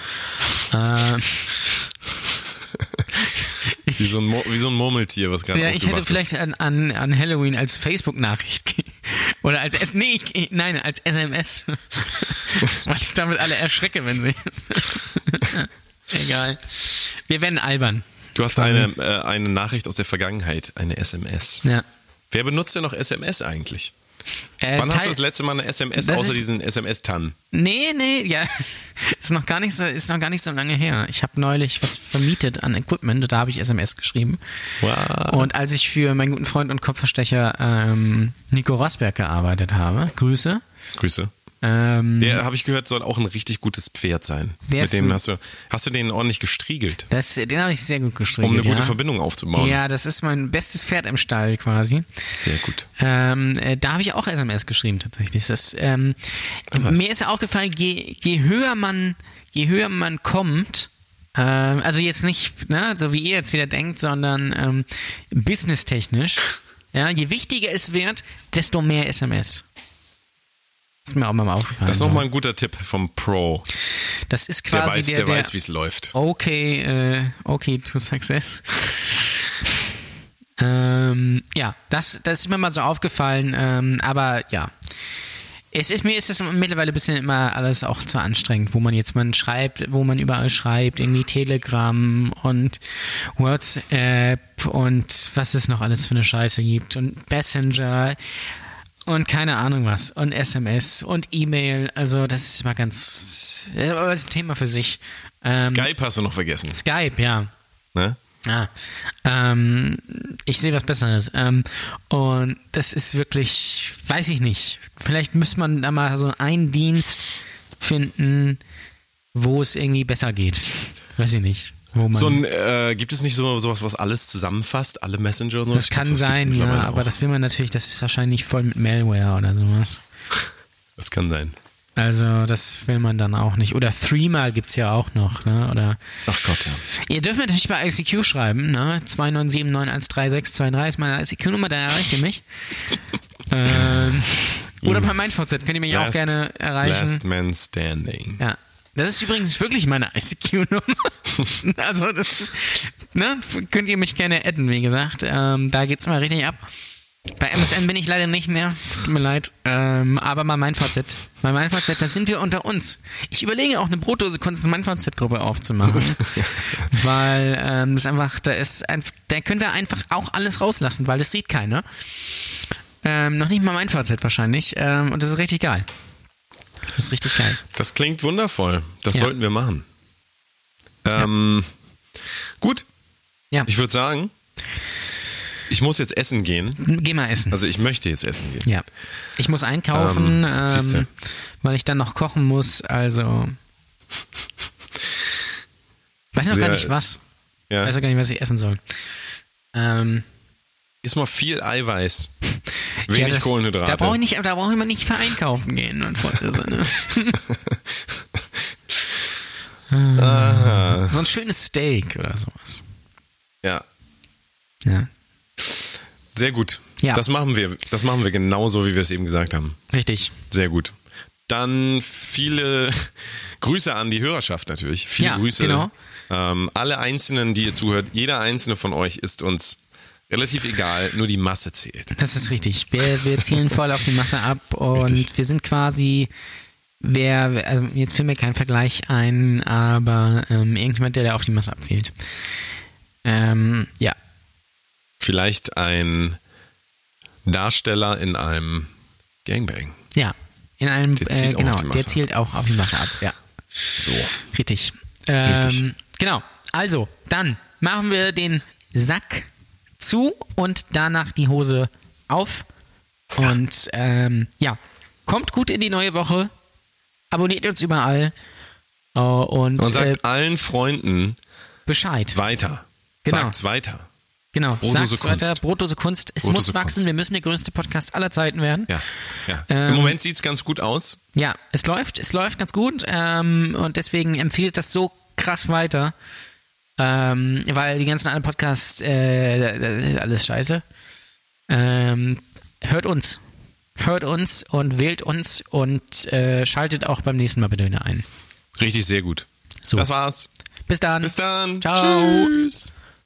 [SPEAKER 3] Ähm,
[SPEAKER 2] Wie so ein, Mur- wie so ein Murmeltier, was gerade
[SPEAKER 3] ja,
[SPEAKER 2] ja,
[SPEAKER 3] ich hätte vielleicht an, an, an Halloween als Facebook-Nachricht ge- oder als S nee, ich- ich, nein, als SMS. Weil ich damit alle erschrecke, wenn sie. Egal. Wir werden albern.
[SPEAKER 2] ist. Du hast eine, äh, eine Nachricht aus der Vergangenheit, eine SMS.
[SPEAKER 3] Ja.
[SPEAKER 2] Wer benutzt denn noch SMS eigentlich?
[SPEAKER 3] Äh,
[SPEAKER 2] Wann hast
[SPEAKER 3] Teil-
[SPEAKER 2] du das letzte Mal eine SMS
[SPEAKER 3] Das
[SPEAKER 2] außer
[SPEAKER 3] ist-
[SPEAKER 2] diesen SMS-Tan?
[SPEAKER 3] Nee, nee, ja. Ist noch gar nicht so, ist noch gar nicht so lange her. Ich habe neulich was vermietet an Equipment, und da habe ich SMS geschrieben.
[SPEAKER 2] Wow.
[SPEAKER 3] Und als ich für meinen guten Freund und Kopfverstecher ähm, Nico Rosberg gearbeitet habe, Grüße.
[SPEAKER 2] Grüße.
[SPEAKER 3] Ähm,
[SPEAKER 2] Der, habe ich gehört, soll auch ein richtig gutes Pferd sein.
[SPEAKER 3] Der
[SPEAKER 2] Mit
[SPEAKER 3] ist
[SPEAKER 2] dem
[SPEAKER 3] ein-
[SPEAKER 2] hast du, hast du den ordentlich gestriegelt,
[SPEAKER 3] das, den habe ich sehr gut gestrichen.
[SPEAKER 2] um eine gute
[SPEAKER 3] ja.
[SPEAKER 2] Verbindung aufzubauen.
[SPEAKER 3] Ja, das ist mein bestes Pferd im Stall quasi.
[SPEAKER 2] Sehr gut.
[SPEAKER 3] Ähm, äh, da habe ich auch SMS geschrieben tatsächlich. Das, ähm,
[SPEAKER 2] was?
[SPEAKER 3] mir ist ja aufgefallen, je, je höher man, je höher man kommt, ähm, also jetzt nicht, ne, so wie ihr jetzt wieder denkt, sondern ähm, businesstechnisch, ja, je wichtiger es wird, desto mehr SMS. Ist mir auch mal aufgefallen.
[SPEAKER 2] Das ist nochmal ein guter Tipp vom Pro.
[SPEAKER 3] das ist
[SPEAKER 2] Der
[SPEAKER 3] Also. quasi
[SPEAKER 2] weiß, der,
[SPEAKER 3] der,
[SPEAKER 2] weiß, wie es läuft.
[SPEAKER 3] Okay, äh, okay to success. ähm, ja, das, das ist mir mal so aufgefallen, ähm, aber ja. Es ist, mir ist das mittlerweile ein bisschen immer alles auch zu anstrengend, wo man jetzt man schreibt, wo man überall schreibt, irgendwie Telegram und WhatsApp und was es noch alles für eine Scheiße gibt und Messenger und keine Ahnung was und SMS und E-Mail. Also das ist mal ganz, aber das ist ein Thema für sich. Ähm,
[SPEAKER 2] Skype hast du noch vergessen.
[SPEAKER 3] Skype, ja.
[SPEAKER 2] Ne?
[SPEAKER 3] Ah, ähm, ich sehe was Besseres. Ähm, und das ist wirklich, weiß ich nicht. Vielleicht müsste man da mal so einen Dienst finden, wo es irgendwie besser geht. Weiß ich nicht. Wo man,
[SPEAKER 2] So ein, äh, gibt es nicht so sowas, was alles zusammenfasst, alle Messenger und so?
[SPEAKER 3] das
[SPEAKER 2] Ich glaub,
[SPEAKER 3] kann
[SPEAKER 2] gibt's
[SPEAKER 3] sein, ja,
[SPEAKER 2] mittlerweile
[SPEAKER 3] aber
[SPEAKER 2] auch.
[SPEAKER 3] das will man natürlich, das ist wahrscheinlich voll mit Malware oder sowas.
[SPEAKER 2] das kann sein.
[SPEAKER 3] Also, das will man dann auch nicht. Oder Threema gibt es ja auch noch, ne? Oder
[SPEAKER 2] Ach Gott, ja.
[SPEAKER 3] Ihr dürft mir natürlich bei ICQ schreiben, ne? 297913623 ist meine ICQ-Nummer, da erreicht ihr mich. ähm, oder bei MeinVZ könnt ihr mich auch
[SPEAKER 2] Last-
[SPEAKER 3] gerne erreichen.
[SPEAKER 2] Last Man Standing.
[SPEAKER 3] Ja. Das ist übrigens wirklich meine ICQ-Nummer. also, das ist, ne? Könnt ihr mich gerne adden, wie gesagt. Ähm, da geht's mal richtig ab. Bei MSN bin ich leider nicht mehr. Es tut mir leid. Ähm, aber mal mein VZ. Mal mein VZ, da sind wir unter uns. Ich überlege auch eine Brotdose Kunst mein VZ-Gruppe aufzumachen. weil ähm, das einfach, da ist einfach, da können wir einfach auch alles rauslassen, weil das sieht keiner. Ähm, noch nicht mal mein VZ wahrscheinlich. Ähm, und das ist richtig geil. Das ist richtig geil.
[SPEAKER 2] Das klingt wundervoll. Das
[SPEAKER 3] Ja.
[SPEAKER 2] sollten wir machen. Ähm, Gut,
[SPEAKER 3] Ja.
[SPEAKER 2] ich würde sagen, ich muss jetzt essen gehen.
[SPEAKER 3] Geh mal essen.
[SPEAKER 2] Also ich möchte jetzt essen gehen.
[SPEAKER 3] ja. Ich muss einkaufen,
[SPEAKER 2] Ähm,
[SPEAKER 3] ähm,
[SPEAKER 2] siehste.
[SPEAKER 3] weil ich dann noch kochen muss. Also. Weiß noch
[SPEAKER 2] Sehr-
[SPEAKER 3] gar nicht was.
[SPEAKER 2] Ja.
[SPEAKER 3] Weiß noch gar nicht, was ich essen soll. Ähm,
[SPEAKER 2] Ist mal viel Eiweiß.
[SPEAKER 3] ja,
[SPEAKER 2] Wenig
[SPEAKER 3] das-
[SPEAKER 2] Kohlenhydrate.
[SPEAKER 3] Da brauche ich nicht, da brauche ich mal nicht für einkaufen gehen. Und voll, also, ne?
[SPEAKER 2] Aha.
[SPEAKER 3] so ein schönes Steak oder sowas.
[SPEAKER 2] Ja,
[SPEAKER 3] Ja,
[SPEAKER 2] sehr gut.
[SPEAKER 3] Ja.
[SPEAKER 2] Das machen wir. Das machen wir genauso, wie wir es eben gesagt haben.
[SPEAKER 3] richtig.
[SPEAKER 2] Sehr gut. Dann viele Grüße an die Hörerschaft natürlich. Viele
[SPEAKER 3] Ja,
[SPEAKER 2] Grüße.
[SPEAKER 3] genau.
[SPEAKER 2] Ähm, alle Einzelnen, die ihr zuhört, jeder Einzelne von euch ist uns relativ egal, nur die Masse zählt.
[SPEAKER 3] Das ist richtig. Wir, wir zielen voll auf die Masse ab und
[SPEAKER 2] Richtig.
[SPEAKER 3] wir sind quasi, wer, also jetzt fiel mir kein Vergleich ein, aber ähm, irgendjemand, der da auf die Masse abzielt. Ähm, ja,
[SPEAKER 2] Vielleicht ein Darsteller in einem Gangbang.
[SPEAKER 3] ja. In einem,
[SPEAKER 2] Der
[SPEAKER 3] äh,
[SPEAKER 2] zielt auch auf
[SPEAKER 3] genau,
[SPEAKER 2] die Masse
[SPEAKER 3] der
[SPEAKER 2] ab.
[SPEAKER 3] zielt auch auf die Masse ab, ja.
[SPEAKER 2] So.
[SPEAKER 3] Richtig. Ähm,
[SPEAKER 2] Richtig.
[SPEAKER 3] Genau. Also, dann machen wir den Sack zu und danach die Hose auf. Und ähm, ja, kommt gut in die neue Woche. Abonniert uns überall. Äh, und
[SPEAKER 2] Und
[SPEAKER 3] äh,
[SPEAKER 2] sagt allen Freunden
[SPEAKER 3] Bescheid.
[SPEAKER 2] weiter.
[SPEAKER 3] Genau.
[SPEAKER 2] Sagt's weiter.
[SPEAKER 3] Genau.
[SPEAKER 2] Brotdose
[SPEAKER 3] Sagt's weiter.
[SPEAKER 2] Kunst.
[SPEAKER 3] Brotdose Kunst. Es
[SPEAKER 2] Brotdose
[SPEAKER 3] muss wachsen.
[SPEAKER 2] Kunst.
[SPEAKER 3] Wir müssen der größte Podcast aller Zeiten werden.
[SPEAKER 2] Ja. ja.
[SPEAKER 3] Ähm,
[SPEAKER 2] Im Moment sieht's ganz gut aus.
[SPEAKER 3] Ja, es läuft, es läuft ganz gut ähm, und deswegen empfiehlt das so krass weiter, ähm, weil die ganzen anderen Podcasts, äh, das ist alles scheiße. Ähm, hört uns. Hört uns und wählt uns und äh, schaltet auch beim nächsten Mal bitte wieder ein.
[SPEAKER 2] Richtig, sehr gut.
[SPEAKER 3] So,
[SPEAKER 2] Das war's.
[SPEAKER 3] bis dann.
[SPEAKER 2] Bis dann.
[SPEAKER 3] Ciao.
[SPEAKER 2] Tschüss.